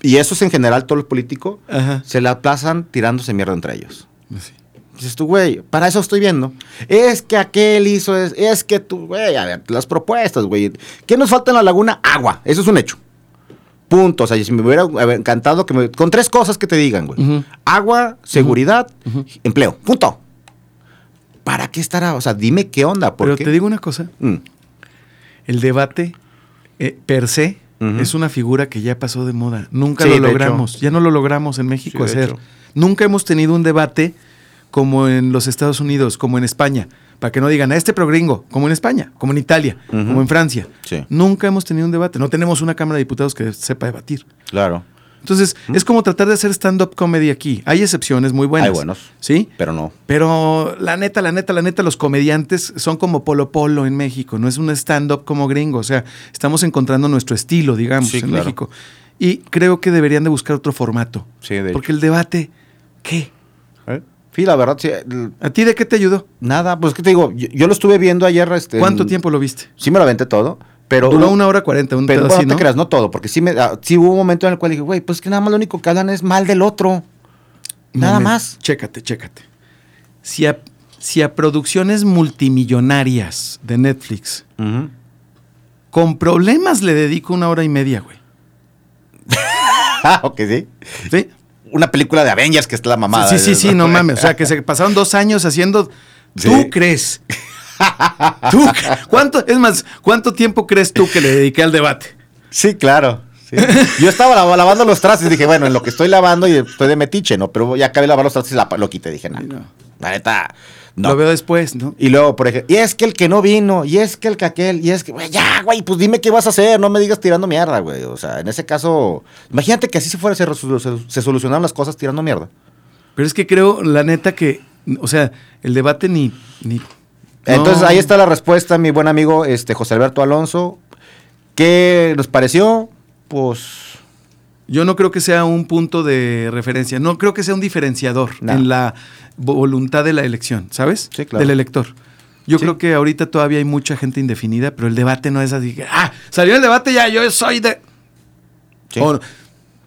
[SPEAKER 3] Y eso es en general todo el político.
[SPEAKER 2] Ajá.
[SPEAKER 3] Se la aplazan tirándose mierda entre ellos.
[SPEAKER 2] Sí.
[SPEAKER 3] Dices tú, güey, para eso estoy viendo. Es que aquel hizo, es, es que tú, güey, a ver, las propuestas, güey. ¿Qué nos falta en la laguna? Agua, eso es un hecho. Punto, o sea, y si me hubiera a ver, encantado que me... Con tres cosas que te digan, güey.
[SPEAKER 2] Ujú.
[SPEAKER 3] Agua, seguridad, empleo, punto. ¿Para qué estará? O sea, dime qué Mm. onda,
[SPEAKER 2] Pero
[SPEAKER 3] porque...
[SPEAKER 2] te digo una cosa. El debate eh, per se
[SPEAKER 3] Ujú.
[SPEAKER 2] es una figura que ya pasó de moda. Nunca
[SPEAKER 3] Sí,
[SPEAKER 2] lo
[SPEAKER 3] de
[SPEAKER 2] logramos. Ya no lo logramos en México
[SPEAKER 3] Sí, de
[SPEAKER 2] hacer.
[SPEAKER 3] hecho.
[SPEAKER 2] Nunca hemos tenido un debate como en los Estados Unidos, como en España. Para que no digan, a este progringo, como en España, como en Italia,
[SPEAKER 3] Ujú.
[SPEAKER 2] como en Francia.
[SPEAKER 3] Sí.
[SPEAKER 2] Nunca hemos tenido un debate. No tenemos una Cámara de Diputados que sepa debatir.
[SPEAKER 3] Claro,
[SPEAKER 2] Entonces, es como tratar de hacer stand-up comedy aquí. Hay excepciones muy buenas.
[SPEAKER 3] Hay buenos.
[SPEAKER 2] ¿Sí?
[SPEAKER 3] pero no.
[SPEAKER 2] Pero la neta, la neta, la neta, los comediantes son como Polo Polo en México, no es un stand-up como gringo, o sea, estamos encontrando nuestro estilo, digamos,
[SPEAKER 3] Sí,
[SPEAKER 2] en
[SPEAKER 3] claro.
[SPEAKER 2] México. Y creo que deberían de buscar otro formato.
[SPEAKER 3] Sí, de
[SPEAKER 2] Porque el debate, ¿qué?
[SPEAKER 3] Sí, la verdad, sí, l-
[SPEAKER 2] ¿A ti de qué te ayudó?
[SPEAKER 3] nada, pues que te digo, yo, yo lo estuve viendo ayer... Este,
[SPEAKER 2] ¿Cuánto
[SPEAKER 3] en-
[SPEAKER 2] tiempo lo viste?
[SPEAKER 3] Sí me lo aventé todo, pero...
[SPEAKER 2] Duró una hora cuarenta, un
[SPEAKER 3] Pero
[SPEAKER 2] pedo
[SPEAKER 3] bueno,
[SPEAKER 2] así,
[SPEAKER 3] no
[SPEAKER 2] ¿no?
[SPEAKER 3] te creas, no todo, porque sí, me, ah, sí hubo un momento en el cual dije, güey, pues que nada más lo único que hablan es mal del otro. Nada
[SPEAKER 2] Mamen,
[SPEAKER 3] más.
[SPEAKER 2] Chécate, chécate. Si a, si a producciones multimillonarias de Netflix con problemas le dedico una hora y media, güey.
[SPEAKER 3] Ah, ok, sí.
[SPEAKER 2] ¿Sí?
[SPEAKER 3] Una película de Avengers que está la mamada.
[SPEAKER 2] Sí, sí, sí, no mames. O sea, que se pasaron dos años haciendo.
[SPEAKER 3] Sí.
[SPEAKER 2] ¿Tú crees? ¿Tú cre- ¿Cuánto, es más, ¿cuánto tiempo crees tú que le dediqué al debate?
[SPEAKER 3] Sí, claro. sí. Yo estaba lava- lavando los trastes y dije, bueno, en lo que estoy lavando y estoy de metiche, ¿no? Pero ya acabé de lavar los trastes y la- lo quité. Dije, nah,
[SPEAKER 2] Sí, no.
[SPEAKER 3] la neta, no.
[SPEAKER 2] Lo veo después, ¿no?
[SPEAKER 3] Y luego, por ejemplo, y es que el que no vino, y es que el que aquel, y es que, güey, ya, güey, pues dime qué vas a hacer, no me digas tirando mierda, güey. O sea, en ese caso, imagínate que así se fuera, se, resol- se- se solucionaron las cosas tirando mierda.
[SPEAKER 2] Pero es que creo, la neta, que. O sea, el debate ni. ni
[SPEAKER 3] Entonces
[SPEAKER 2] No.
[SPEAKER 3] ahí está la respuesta, mi buen amigo este, José Alberto Alonso. ¿Qué nos pareció? Pues
[SPEAKER 2] Yo no creo que sea un punto de referencia, no creo que sea un diferenciador
[SPEAKER 3] No.
[SPEAKER 2] en la voluntad de la elección, ¿sabes?
[SPEAKER 3] Sí, claro.
[SPEAKER 2] Del elector. Yo
[SPEAKER 3] Sí.
[SPEAKER 2] creo que ahorita todavía hay mucha gente indefinida, pero el debate no es así. que, Ah, salió el debate ya, yo soy de...
[SPEAKER 3] Sí.
[SPEAKER 2] O- no.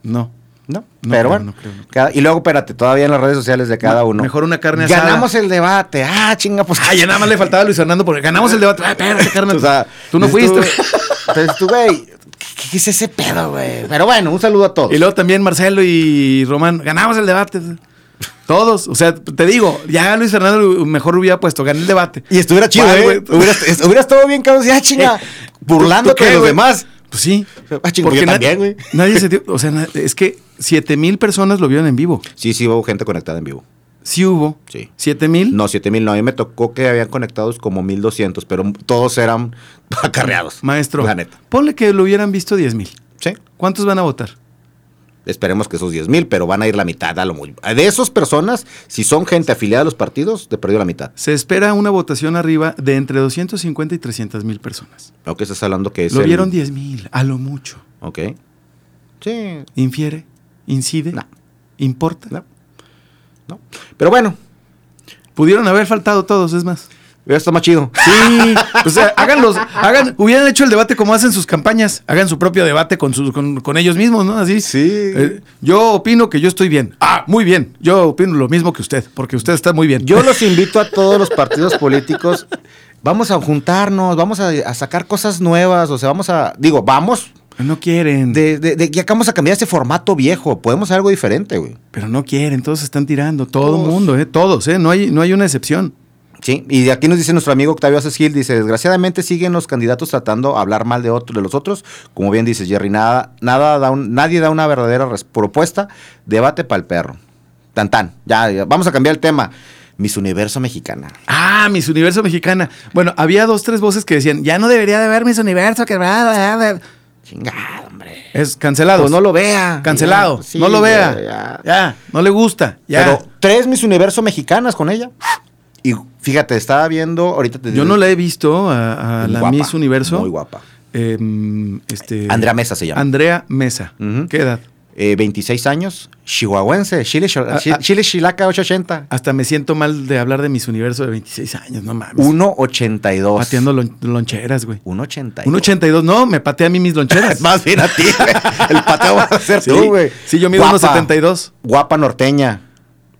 [SPEAKER 3] no,
[SPEAKER 2] Oh, No creo,
[SPEAKER 3] pero bueno.
[SPEAKER 2] no creo, no creo.
[SPEAKER 3] Cada- y luego, espérate, todavía en las redes sociales de cada
[SPEAKER 2] No,
[SPEAKER 3] uno.
[SPEAKER 2] mejor una carne asada.
[SPEAKER 3] Ganamos el debate. Ah, chinga, pues.
[SPEAKER 2] Ah, ya nada más le faltaba a Luis Fernando porque ganamos el debate. Ah, espérate, Carmen.
[SPEAKER 3] O sea,
[SPEAKER 2] tú no
[SPEAKER 3] dices
[SPEAKER 2] fuiste.
[SPEAKER 3] Entonces tú, güey, ¿qué, qué es ese pedo, güey? Pero bueno, un saludo a todos.
[SPEAKER 2] y luego también Marcelo y Román, ganamos el debate. Todos, o sea, te digo, ya Luis Fernando mejor hubiera puesto, gané el debate.
[SPEAKER 3] Y estuviera chido,
[SPEAKER 2] ¿Cuál,
[SPEAKER 3] ¿eh?
[SPEAKER 2] güey?
[SPEAKER 3] Hubieras, est- hubieras estado bien, cabrón. Ah, chinga,
[SPEAKER 2] ¿Tú qué,
[SPEAKER 3] burlándote de los
[SPEAKER 2] güey?
[SPEAKER 3] demás.
[SPEAKER 2] Pues sí.
[SPEAKER 3] Ah, chinga, yo
[SPEAKER 2] na-
[SPEAKER 3] también, güey.
[SPEAKER 2] Nadie se dio. O sea, na- es que 7 mil personas lo vieron en vivo.
[SPEAKER 3] Sí, sí, hubo gente conectada en vivo.
[SPEAKER 2] Sí hubo.
[SPEAKER 3] Sí.
[SPEAKER 2] 7 mil.
[SPEAKER 3] No, 7000 no. A mí me tocó que habían conectados como 1200, pero todos eran acarreados.
[SPEAKER 2] Maestro.
[SPEAKER 3] La neta.
[SPEAKER 2] Ponle que lo hubieran visto 10 mil.
[SPEAKER 3] Sí.
[SPEAKER 2] ¿Cuántos van a votar?
[SPEAKER 3] Esperemos que esos 10000, pero van a ir la mitad a lo muy. De esas personas, si son gente afiliada a los partidos, te perdió la mitad.
[SPEAKER 2] Se espera una votación arriba de entre 250 y 300 mil personas.
[SPEAKER 3] Aunque estás hablando que es.
[SPEAKER 2] lo
[SPEAKER 3] el-
[SPEAKER 2] vieron 10 mil, a lo mucho.
[SPEAKER 3] Ok. Sí.
[SPEAKER 2] ¿Infiere? ¿Incide?
[SPEAKER 3] No.
[SPEAKER 2] ¿Importa?
[SPEAKER 3] No. No. Pero bueno,
[SPEAKER 2] Pudieron haber faltado todos, es más.
[SPEAKER 3] hubiera estado más chido.
[SPEAKER 2] Sí, o sea, háganlos, hagan, hubieran hecho el debate como hacen sus campañas, hagan su propio debate con sus, con, con ellos mismos, ¿no? Así.
[SPEAKER 3] Sí.
[SPEAKER 2] Eh, yo opino que yo estoy bien. Ah, muy bien. Yo opino lo mismo que usted, porque usted está muy bien.
[SPEAKER 3] Yo los invito a todos los partidos políticos. Vamos a juntarnos, vamos a, a sacar cosas nuevas, o sea, vamos a. Digo, vamos.
[SPEAKER 2] no quieren,
[SPEAKER 3] De, de, de- ya que vamos a cambiar ese formato viejo, podemos hacer algo diferente, güey.
[SPEAKER 2] pero no quieren, todos están tirando, todo
[SPEAKER 3] Todos.
[SPEAKER 2] mundo, eh, todos, eh, no hay, no hay una excepción.
[SPEAKER 3] Sí, y de aquí nos dice nuestro amigo Octavio Aces Gil, dice, desgraciadamente siguen los candidatos tratando de hablar mal de, otro, de los otros. Como bien dices, Jerry, nada, nada da un- nadie da una verdadera res- propuesta. Debate para el perro. Tan tan. Ya, ya, vamos a cambiar el tema. Miss Universo Mexicana.
[SPEAKER 2] Ah, Miss Universo Mexicana. Bueno, había dos, tres voces que decían, ya no debería de haber Miss Universo, que bla, bla, bla".
[SPEAKER 3] Chingada, hombre.
[SPEAKER 2] Es cancelado.
[SPEAKER 3] Pues no lo vea.
[SPEAKER 2] Cancelado.
[SPEAKER 3] Ya, sí,
[SPEAKER 2] no lo
[SPEAKER 3] ya,
[SPEAKER 2] vea.
[SPEAKER 3] ya.
[SPEAKER 2] Ya, no le gusta. Ya.
[SPEAKER 3] Pero tres Miss Universo Mexicanas con ella. Y fíjate, estaba viendo, ahorita te
[SPEAKER 2] Yo no la he visto a, a la
[SPEAKER 3] Guapa,
[SPEAKER 2] Miss Universo.
[SPEAKER 3] Muy guapa.
[SPEAKER 2] Em, este,
[SPEAKER 3] Andrea Mesa se llama.
[SPEAKER 2] Andrea Mesa.
[SPEAKER 3] Ujú.
[SPEAKER 2] ¿Qué edad?
[SPEAKER 3] Eh, 26 años, chihuahuense, Chile,
[SPEAKER 2] Ah, ah.
[SPEAKER 3] Chile Chilaca 880.
[SPEAKER 2] Hasta me siento mal de hablar de mis universo de 26 años, no mames.
[SPEAKER 3] 182.
[SPEAKER 2] Pateando lon- loncheras, güey.
[SPEAKER 3] 182.
[SPEAKER 2] Un 82, no, me pateé a mí mis loncheras.
[SPEAKER 3] Más bien a ti, güey. El pateo va a ser
[SPEAKER 2] Sí,
[SPEAKER 3] tú, güey.
[SPEAKER 2] sí, yo mido
[SPEAKER 3] Guapa.
[SPEAKER 2] 1.72.
[SPEAKER 3] Guapa norteña.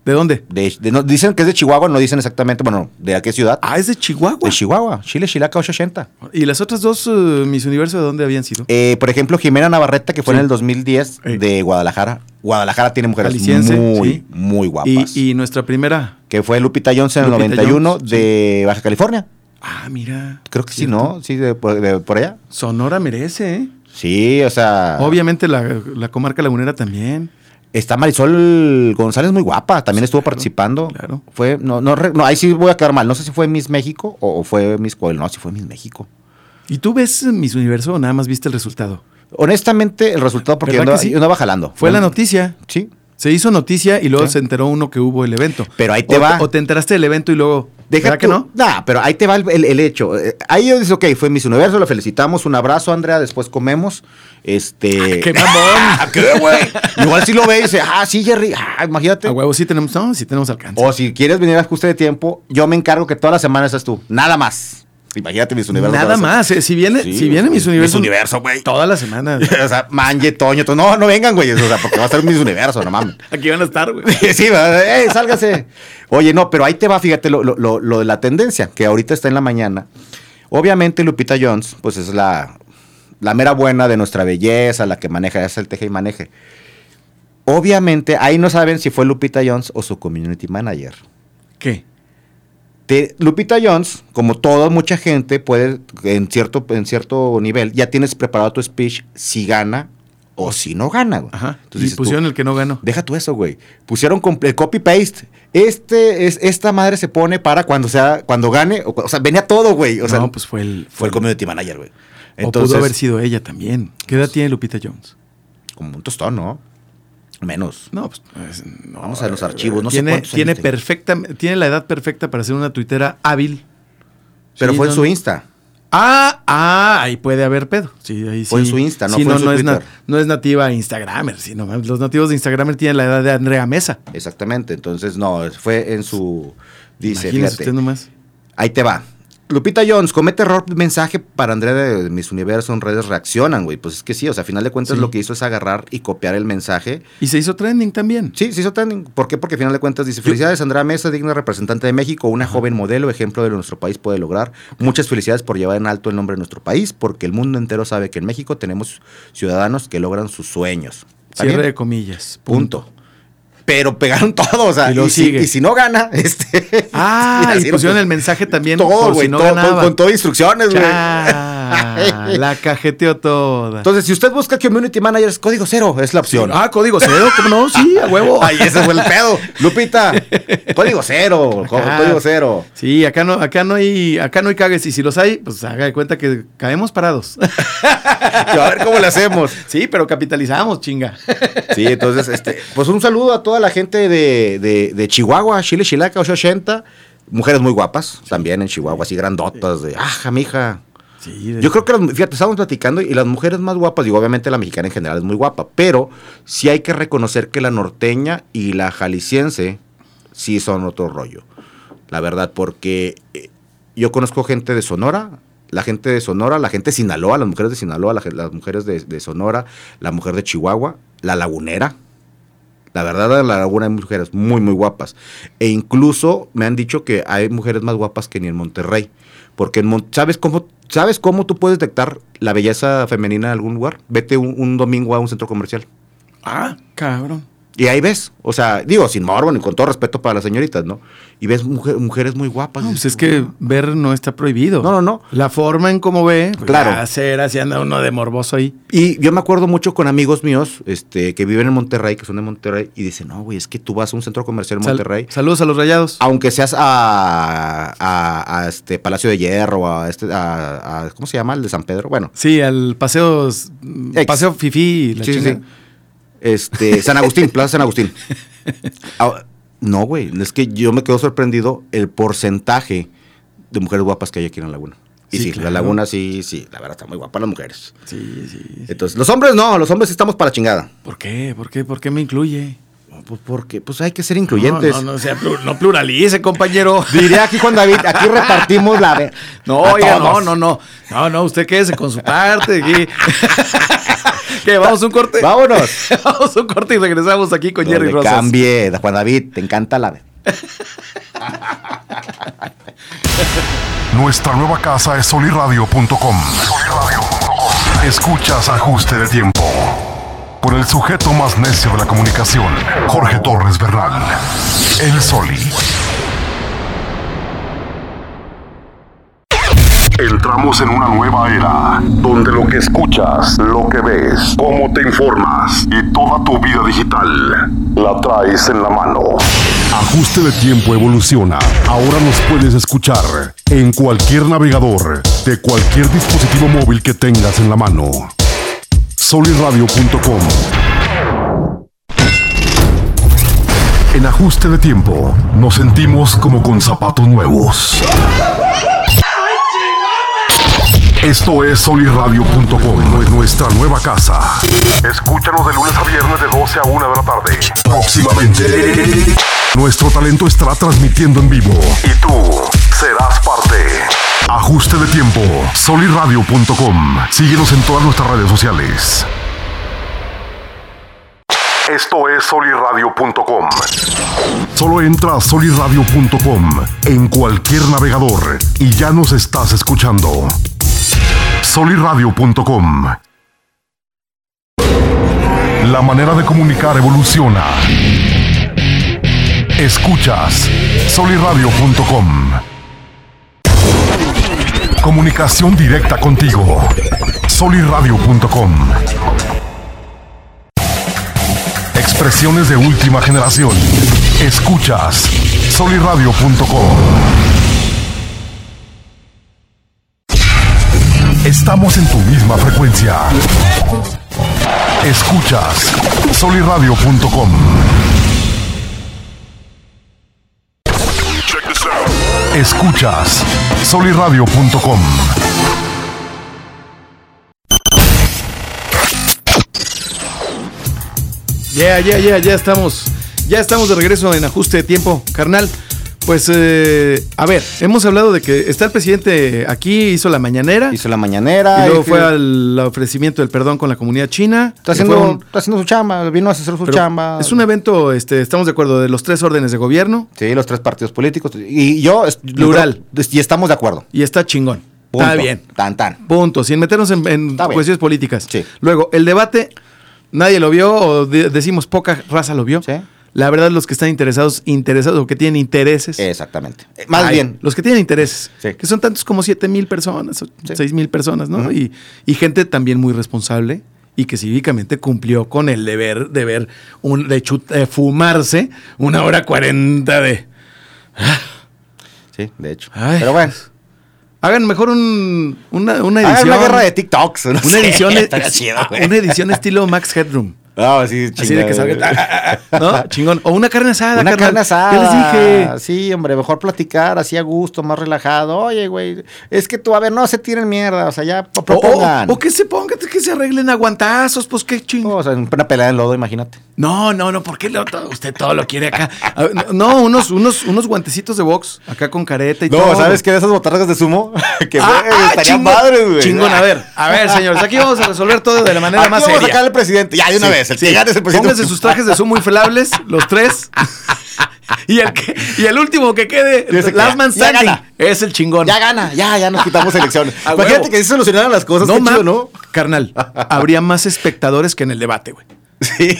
[SPEAKER 2] ¿De dónde?
[SPEAKER 3] De, de- no, dicen que es de Chihuahua, no dicen exactamente, bueno, ¿de a qué ciudad?
[SPEAKER 2] Ah, es de Chihuahua.
[SPEAKER 3] de Chihuahua, Chile Chilaca 880.
[SPEAKER 2] ¿Y las otras dos eh, mis universo de dónde habían sido?
[SPEAKER 3] Eh, por ejemplo, Jimena Navarrete, que fue
[SPEAKER 2] Sí.
[SPEAKER 3] en el 2010
[SPEAKER 2] Ey.
[SPEAKER 3] de Guadalajara. Guadalajara tiene mujeres
[SPEAKER 2] Jalisciense,
[SPEAKER 3] muy,
[SPEAKER 2] sí.
[SPEAKER 3] muy guapas.
[SPEAKER 2] Y, y nuestra primera.
[SPEAKER 3] que fue Lupita Jones en el
[SPEAKER 2] Lupita
[SPEAKER 3] 91
[SPEAKER 2] Jones, sí.
[SPEAKER 3] de Baja California.
[SPEAKER 2] Ah, mira.
[SPEAKER 3] Creo que sí,
[SPEAKER 2] Cierto.
[SPEAKER 3] ¿no? Sí, de, por- de- por allá.
[SPEAKER 2] Sonora merece, ¿eh?
[SPEAKER 3] Sí, o sea.
[SPEAKER 2] Obviamente la, la comarca lagunera también.
[SPEAKER 3] Está Marisol González muy guapa, también estuvo participando.
[SPEAKER 2] claro.
[SPEAKER 3] Fue, no, no, re- no, ahí sí voy a quedar mal. No sé si fue Miss México o, o fue Miss Coel. No, si fue Miss México.
[SPEAKER 2] ¿Y tú ves mis universo o nada más viste el resultado?
[SPEAKER 3] Honestamente, el resultado, porque yo
[SPEAKER 2] ¿Verdad que
[SPEAKER 3] andaba,
[SPEAKER 2] sí?
[SPEAKER 3] yo andaba jalando.
[SPEAKER 2] Fue la
[SPEAKER 3] No,
[SPEAKER 2] noticia.
[SPEAKER 3] Sí.
[SPEAKER 2] Se hizo noticia y luego
[SPEAKER 3] Sí.
[SPEAKER 2] se enteró uno que hubo el evento.
[SPEAKER 3] Pero ahí te
[SPEAKER 2] O-
[SPEAKER 3] va.
[SPEAKER 2] O te enteraste del evento y luego.
[SPEAKER 3] Deja
[SPEAKER 2] ¿Verdad que
[SPEAKER 3] tú-
[SPEAKER 2] no?
[SPEAKER 3] Nah, pero ahí te va el, el- el hecho. Eh, Ahí yo dice, ok, fue Miss Universo, la felicitamos, un abrazo, Andrea, después comemos. Este.
[SPEAKER 2] ¡Qué mamón!
[SPEAKER 3] Ah, ¿Qué, güey? Igual si lo ve y dice, ah, sí, Jerry, ah, imagínate.
[SPEAKER 2] A huevo, sí tenemos. No, sí tenemos alcance.
[SPEAKER 3] O si quieres venir a ajuste de tiempo, yo me encargo que todas las semanas seas tú. Nada más. Imagínate mis universos.
[SPEAKER 2] Nada más. eh, Si viene, si viene mis universos.
[SPEAKER 3] Mis universo, güey.
[SPEAKER 2] Toda la semana.
[SPEAKER 3] o sea, Manje, Toño, todo. No, no vengan, güey. O sea, porque va a ser mis universo, no mames.
[SPEAKER 2] Aquí van a estar, güey.
[SPEAKER 3] Sí, va, eh, sálgase. Oye, no, pero ahí te va, fíjate, lo, lo- lo- lo de la tendencia, que ahorita está en la mañana. Obviamente Lupita Jones, pues es la, la mera buena de nuestra belleza, la que maneja, es el teje y maneje. Obviamente, ahí no saben si fue Lupita Jones o su community manager.
[SPEAKER 2] ¿Qué?
[SPEAKER 3] Te- Lupita Jones, como toda mucha gente, puede, en cierto, en cierto nivel, ya tienes preparado tu speech si gana o si no gana. güey.
[SPEAKER 2] Ajá.
[SPEAKER 3] Entonces
[SPEAKER 2] Y
[SPEAKER 3] dices tú,
[SPEAKER 2] pusieron el que no ganó.
[SPEAKER 3] Deja tú eso, güey. Pusieron com- el copy paste. Este es esta madre se pone para cuando sea cuando gane, o, cu- o sea, venía todo, güey. O sea,
[SPEAKER 2] no, pues fue el.
[SPEAKER 3] fue el community manager, güey.
[SPEAKER 2] o
[SPEAKER 3] Entonces,
[SPEAKER 2] pudo haber sido ella también. ¿Qué edad tiene Lupita Jones?
[SPEAKER 3] como un tostón, ¿no? Menos.
[SPEAKER 2] No, pues. pues, no,
[SPEAKER 3] Vamos a los archivos, no sé
[SPEAKER 2] tiene,
[SPEAKER 3] cuántos años
[SPEAKER 2] tiene
[SPEAKER 3] tenga.
[SPEAKER 2] perfecta, tiene la edad perfecta para ser una tuitera hábil.
[SPEAKER 3] Pero
[SPEAKER 2] Sí,
[SPEAKER 3] fue en
[SPEAKER 2] no-
[SPEAKER 3] su Insta.
[SPEAKER 2] Ah, ah, ahí puede haber pedo. Sí, ahí sí.
[SPEAKER 3] Fue en su Insta, no
[SPEAKER 2] Sí,
[SPEAKER 3] fue en su
[SPEAKER 2] no, es na-
[SPEAKER 3] Twitter.
[SPEAKER 2] no es nativa Instagramer, sí, no mames. Los nativos de Instagramer tienen la edad de Andrea Mesa.
[SPEAKER 3] Exactamente. Entonces, no, fue en su dice,
[SPEAKER 2] Imagínese
[SPEAKER 3] fíjate.
[SPEAKER 2] usted nomás.
[SPEAKER 3] Ahí te va. Lupita Jones, comete error mensaje para Andrea de Miss Universo en redes reaccionan, güey. Pues es que sí, o sea, a final de cuentas
[SPEAKER 2] Sí.
[SPEAKER 3] lo que hizo es agarrar y copiar el mensaje
[SPEAKER 2] Y se hizo trending también.
[SPEAKER 3] Sí, se hizo trending. ¿Por qué? Porque al final de cuentas dice, felicidades Andrea Mesa, digna representante de México, una joven modelo, ejemplo de lo que nuestro país puede lograr. Muchas felicidades por llevar en alto el nombre de nuestro país, porque el mundo entero sabe que en México tenemos ciudadanos que logran sus sueños. ¿Está
[SPEAKER 2] Cierre de
[SPEAKER 3] bien?
[SPEAKER 2] comillas.
[SPEAKER 3] Punto. Pero pegaron todo, o sea,
[SPEAKER 2] Y
[SPEAKER 3] y,
[SPEAKER 2] lo
[SPEAKER 3] si,
[SPEAKER 2] sigue.
[SPEAKER 3] y si no gana, este...
[SPEAKER 2] Ah, y
[SPEAKER 3] así no-
[SPEAKER 2] pusieron el mensaje también
[SPEAKER 3] Todo,
[SPEAKER 2] por
[SPEAKER 3] güey,
[SPEAKER 2] si no
[SPEAKER 3] todo,
[SPEAKER 2] ganaba.
[SPEAKER 3] con, con todo instrucciones, güey.
[SPEAKER 2] Cha, la cajeteó toda.
[SPEAKER 3] Entonces, si usted busca Community Managers, código cero es la opción.
[SPEAKER 2] ah, código cero, ¿cómo no? Sí, a huevo.
[SPEAKER 3] Ay, ese fue el pedo. Lupita, código cero, co-
[SPEAKER 2] Ajá.
[SPEAKER 3] código cero.
[SPEAKER 2] Sí, acá no, acá no hay, acá no hay cagues, y si los hay, pues haga de cuenta que caemos parados.
[SPEAKER 3] Y a ver cómo le hacemos.
[SPEAKER 2] sí, pero capitalizamos, chinga.
[SPEAKER 3] Sí, entonces, este, pues un saludo a toda la gente de, de- de Chihuahua, Chile, Chilaca, 880. Mujeres muy guapas también en Chihuahua, así grandotas, de ¡aja, mija!
[SPEAKER 2] Sí,
[SPEAKER 3] Yo creo que, las- fíjate, estábamos platicando y las mujeres más guapas, digo, obviamente la mexicana en general es muy guapa, pero sí hay que reconocer que la norteña y la jalisciense sí son otro rollo. La verdad, porque eh, yo conozco gente de Sonora, la gente de Sonora, la gente de Sinaloa, las mujeres de Sinaloa, la gen- las mujeres de, de Sonora, la mujer de Chihuahua, la lagunera. La verdad, en la laguna hay mujeres muy, muy guapas. E incluso me han dicho que hay mujeres más guapas que ni en Monterrey. Porque en Mon- ¿sabes, cómo, ¿sabes cómo tú puedes detectar la belleza femenina en algún lugar? Vete un, un domingo a un centro comercial.
[SPEAKER 2] Ah, cabrón.
[SPEAKER 3] Y ahí ves, o sea, digo, sin morbo ni con todo respeto para las señoritas, ¿no? Y ves mujer- mujeres muy guapas.
[SPEAKER 2] No,
[SPEAKER 3] dices,
[SPEAKER 2] pues es que ver no está prohibido.
[SPEAKER 3] No, no, no.
[SPEAKER 2] La forma en cómo ve, pues,
[SPEAKER 3] Claro.
[SPEAKER 2] ya será si anda uno de morboso ahí.
[SPEAKER 3] Y yo me acuerdo mucho con amigos míos este, que viven en Monterrey, que son de Monterrey, y dicen, no, güey, es que tú vas a un centro comercial en
[SPEAKER 2] Sal-
[SPEAKER 3] Monterrey,
[SPEAKER 2] saludos a los rayados.
[SPEAKER 3] aunque seas a, a- a este Palacio de Hierro, a este, a- a- ¿cómo se llama? El de San Pedro, bueno,
[SPEAKER 2] Sí, al paseo. mm,
[SPEAKER 3] Ex.
[SPEAKER 2] Paseo Fifi.
[SPEAKER 3] sí, sí, sí. Este, San Agustín, Plaza San Agustín. Ah, no, güey, es que yo me quedo sorprendido el porcentaje de mujeres guapas que hay aquí en la laguna. Y
[SPEAKER 2] Sí,
[SPEAKER 3] sí,
[SPEAKER 2] claro.
[SPEAKER 3] la laguna sí, sí, la verdad está muy guapa las mujeres.
[SPEAKER 2] Sí, sí.
[SPEAKER 3] Entonces, los hombres no, los hombres sí estamos para la chingada.
[SPEAKER 2] ¿Por qué? ¿Por qué? ¿Por qué me incluye?
[SPEAKER 3] No, Pues porque, pues hay que ser incluyentes.
[SPEAKER 2] No, no, no, sea plur- no pluralice, compañero.
[SPEAKER 3] Diría aquí Juan David, aquí repartimos la. ve-
[SPEAKER 2] No,
[SPEAKER 3] a
[SPEAKER 2] oiga, no,
[SPEAKER 3] todos.
[SPEAKER 2] no, no. No, no, usted quédese con su parte. aquí. que vamos a un corte.
[SPEAKER 3] Vámonos.
[SPEAKER 2] Vamos a un corte y regresamos aquí con
[SPEAKER 3] No
[SPEAKER 2] Jerry
[SPEAKER 3] le
[SPEAKER 2] Rosas.
[SPEAKER 3] Cambie, Juan David, te encanta la. ve-
[SPEAKER 1] Nuestra nueva casa es soliradio.com. Escuchas ajuste de tiempo. Con el sujeto más necio de la comunicación, Jorge Torres Bernal. El Soli. Entramos en una nueva era, donde lo que escuchas, lo que ves, cómo te informas y toda tu vida digital la traes en la mano. Ajuste de tiempo evoluciona. Ahora nos puedes escuchar en cualquier navegador, de cualquier dispositivo móvil que tengas en la mano. Soliradio.com En ajuste de tiempo, nos sentimos como con zapatos nuevos. Esto es solirradio.com, nuestra nueva casa. Escúchanos de lunes a viernes de 12 a 1 de la tarde. Próximamente. Nuestro talento estará transmitiendo en vivo. Y tú serás parte. Ajuste de tiempo. Solirradio.com. Síguenos en todas nuestras redes sociales. Esto es solirradio.com. Solo entra a solirradio.com en cualquier navegador y ya nos estás escuchando. Solirradio.com La manera de comunicar evoluciona. Escuchas solirradio.com Comunicación directa contigo. solirradio.com Expresiones de última generación. Escuchas soliradio.com. Estamos en tu misma frecuencia. Escuchas soliradio.com. Escuchas soliradio.com.
[SPEAKER 2] Ya, ya, ya, ya estamos. Ya estamos de regreso en ajuste de tiempo, carnal. Pues, eh, a ver, hemos hablado de que está el presidente aquí, hizo la mañanera.
[SPEAKER 3] Hizo la mañanera.
[SPEAKER 2] y luego fue
[SPEAKER 3] hizo-
[SPEAKER 2] al ofrecimiento del perdón con la comunidad china.
[SPEAKER 3] Está
[SPEAKER 2] que
[SPEAKER 3] haciendo,
[SPEAKER 2] fueron-
[SPEAKER 3] está haciendo su chamba, vino a hacer su
[SPEAKER 2] pero
[SPEAKER 3] chamba.
[SPEAKER 2] Es un evento, este, estamos de acuerdo, de los tres órdenes de gobierno
[SPEAKER 3] Sí, los tres partidos políticos. Y yo. es-
[SPEAKER 2] Plural.
[SPEAKER 3] Y estamos de acuerdo.
[SPEAKER 2] y está chingón. Está
[SPEAKER 3] Punto.
[SPEAKER 2] bien.
[SPEAKER 3] Tan, tan.
[SPEAKER 2] Punto, sin meternos en, en
[SPEAKER 3] Está bien.
[SPEAKER 2] cuestiones políticas.
[SPEAKER 3] Sí.
[SPEAKER 2] Luego, el debate, nadie lo vio, o de- decimos poca raza lo vio.
[SPEAKER 3] Sí.
[SPEAKER 2] La verdad, los que están interesados, interesados o que tienen intereses.
[SPEAKER 3] Exactamente. Eh, Más
[SPEAKER 2] Ay,
[SPEAKER 3] bien.
[SPEAKER 2] Los que tienen intereses,
[SPEAKER 3] Sí.
[SPEAKER 2] que son tantos como 7 mil personas, o
[SPEAKER 3] Sí.
[SPEAKER 2] 6 mil personas, ¿no?
[SPEAKER 3] Ujú.
[SPEAKER 2] y, y gente también muy responsable y que cívicamente cumplió con el deber de ver, un, de, chut- de fumarse una hora 40 de...
[SPEAKER 3] Sí, de hecho.
[SPEAKER 2] Ay.
[SPEAKER 3] Pero bueno.
[SPEAKER 2] Hagan mejor un, una, una
[SPEAKER 3] hagan
[SPEAKER 2] edición.
[SPEAKER 3] una guerra de TikToks. no
[SPEAKER 2] una
[SPEAKER 3] sé,
[SPEAKER 2] edición, e-
[SPEAKER 3] estaría chido, güey.
[SPEAKER 2] una edición estilo Max Headroom.
[SPEAKER 3] No, sí,
[SPEAKER 2] Así de que
[SPEAKER 3] chingada.
[SPEAKER 2] salga. Ah, ¿No? Chingón. O una carne asada.
[SPEAKER 3] Una
[SPEAKER 2] carnal.
[SPEAKER 3] carne asada.
[SPEAKER 2] Ya les dije.
[SPEAKER 3] Sí, hombre, mejor platicar así a gusto, más relajado. Oye, güey, es que tú, a ver, no se tiren mierda. O sea, ya pro-
[SPEAKER 2] O,
[SPEAKER 3] propongan.
[SPEAKER 2] o- o que se pongan, que se arreglen aguantazos, pues qué chingón.
[SPEAKER 3] O sea, una pelea en lodo, imagínate.
[SPEAKER 2] No, no, no, porque usted todo lo quiere acá? A ver, Ah, no, no, unos, unos, unos guantecitos de box acá con careta y todo.
[SPEAKER 3] que De esas botargas de sumo, que
[SPEAKER 2] Ah,
[SPEAKER 3] güey,
[SPEAKER 2] ah,
[SPEAKER 3] estarían
[SPEAKER 2] chingón,
[SPEAKER 3] padres, güey.
[SPEAKER 2] Chingón, a ver, a ver, señores, aquí vamos a resolver todo de la manera
[SPEAKER 3] Aquí
[SPEAKER 2] más
[SPEAKER 3] vamos a
[SPEAKER 2] seria.
[SPEAKER 3] sacar al presidente. Ya, de una
[SPEAKER 2] Sí,
[SPEAKER 3] vez. El
[SPEAKER 2] sí.
[SPEAKER 3] que gane es el presidente.
[SPEAKER 2] Pónganse sus trajes de sumo inflables, los tres. y, el que- y el último que quede,
[SPEAKER 3] Y ese que
[SPEAKER 2] last man
[SPEAKER 3] ya- ya
[SPEAKER 2] standing,
[SPEAKER 3] gana.
[SPEAKER 2] es el chingón.
[SPEAKER 3] Ya gana, ya, ya nos quitamos elecciones.
[SPEAKER 2] A
[SPEAKER 3] Imagínate
[SPEAKER 2] huevo.
[SPEAKER 3] Pues que sí solucionaran las cosas,
[SPEAKER 2] no,
[SPEAKER 3] qué
[SPEAKER 2] ma-
[SPEAKER 3] chido, ¿no?
[SPEAKER 2] Carnal, habría más espectadores que en el debate, güey.
[SPEAKER 3] Sí.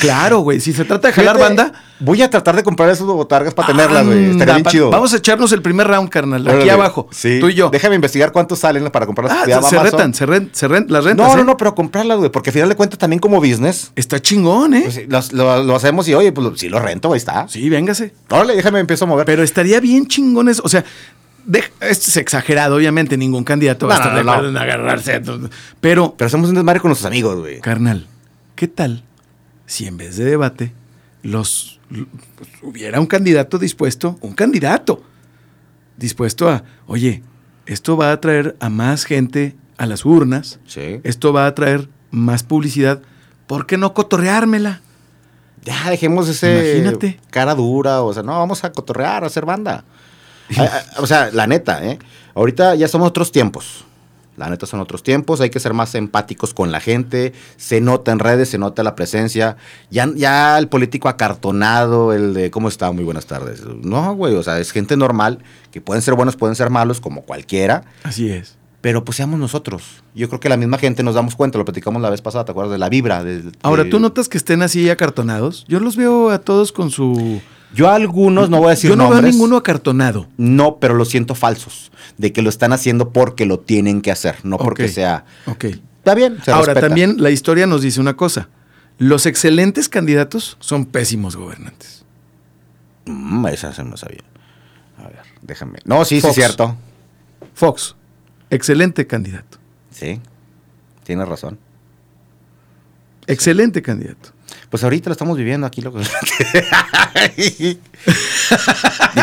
[SPEAKER 2] Claro, güey. Si se trata de jalar
[SPEAKER 3] Fíjate,
[SPEAKER 2] banda.
[SPEAKER 3] Voy a tratar de comprar esas botargas para tenerlas, güey. Estaría
[SPEAKER 2] anda,
[SPEAKER 3] bien
[SPEAKER 2] pa-
[SPEAKER 3] chido.
[SPEAKER 2] Vamos a echarnos el primer round, carnal.
[SPEAKER 3] Órale.
[SPEAKER 2] Aquí abajo.
[SPEAKER 3] Sí.
[SPEAKER 2] Tú y yo.
[SPEAKER 3] Déjame investigar cuántos salen para comprarlas.
[SPEAKER 2] Ah,
[SPEAKER 3] Ya va
[SPEAKER 2] se
[SPEAKER 3] Amazon.
[SPEAKER 2] retan, se, ren- se ren- las rentas.
[SPEAKER 3] No, no,
[SPEAKER 2] ¿eh?
[SPEAKER 3] no, pero comprarlas, güey. Porque al final de cuentas también como business.
[SPEAKER 2] Está chingón, ¿eh?
[SPEAKER 3] pues, sí, los- lo, lo hacemos y oye, pues lo- sí lo rento, ahí está.
[SPEAKER 2] Sí, véngase.
[SPEAKER 3] Órale, déjame empiezo a mover.
[SPEAKER 2] Pero estaría bien chingón eso. O sea, de- esto es exagerado, obviamente. Ningún candidato va a
[SPEAKER 3] No,
[SPEAKER 2] estar
[SPEAKER 3] no,
[SPEAKER 2] de
[SPEAKER 3] no,
[SPEAKER 2] acuerdo
[SPEAKER 3] no.
[SPEAKER 2] en agarrarse. a todo. Pero,
[SPEAKER 3] Pero hacemos un desmadre con nuestros amigos, güey.
[SPEAKER 2] carnal, ¿qué tal si en vez de debate los l- pues, hubiera un candidato dispuesto, un candidato dispuesto a, oye, esto va a atraer a más gente a las urnas,
[SPEAKER 3] Sí.
[SPEAKER 2] esto va a atraer más publicidad, ¿por qué no cotorreármela?
[SPEAKER 3] Ya, dejemos ese
[SPEAKER 2] Imagínate.
[SPEAKER 3] cara dura, o sea, no, vamos a cotorrear, a hacer banda. A- a- o sea, la neta, ¿eh? Ahorita ya son otros tiempos. La neta son otros tiempos, hay que ser más empáticos con la gente, se nota en redes, se nota la presencia. Ya, ya el político acartonado, el de ¿cómo está? Muy buenas tardes. No, güey, o sea, es gente normal, que pueden ser buenos, pueden ser malos, como cualquiera,
[SPEAKER 2] Así es.
[SPEAKER 3] pero pues seamos nosotros. Yo creo que la misma gente nos damos cuenta, lo platicamos la vez pasada, ¿te acuerdas? De la vibra. de- de-
[SPEAKER 2] Ahora, ¿tú notas que estén así acartonados? Yo los veo a todos con su...
[SPEAKER 3] Yo a algunos, no voy a decir
[SPEAKER 2] Yo no veo
[SPEAKER 3] nombres.
[SPEAKER 2] ninguno acartonado.
[SPEAKER 3] No, pero lo siento falsos. De que lo están haciendo porque lo tienen que hacer, no porque
[SPEAKER 2] Ok.
[SPEAKER 3] sea.
[SPEAKER 2] Ok.
[SPEAKER 3] Está bien. se
[SPEAKER 2] Ahora,
[SPEAKER 3] respeta.
[SPEAKER 2] también la historia nos dice una cosa. Los excelentes candidatos son pésimos gobernantes.
[SPEAKER 3] Mm, esa se me sabía. A ver, déjame. No, sí, sí,
[SPEAKER 2] Fox.
[SPEAKER 3] es cierto.
[SPEAKER 2] Fox, excelente candidato.
[SPEAKER 3] Sí. Tienes razón.
[SPEAKER 2] Excelente candidato.
[SPEAKER 3] Pues ahorita lo estamos viviendo aquí, loco. Ni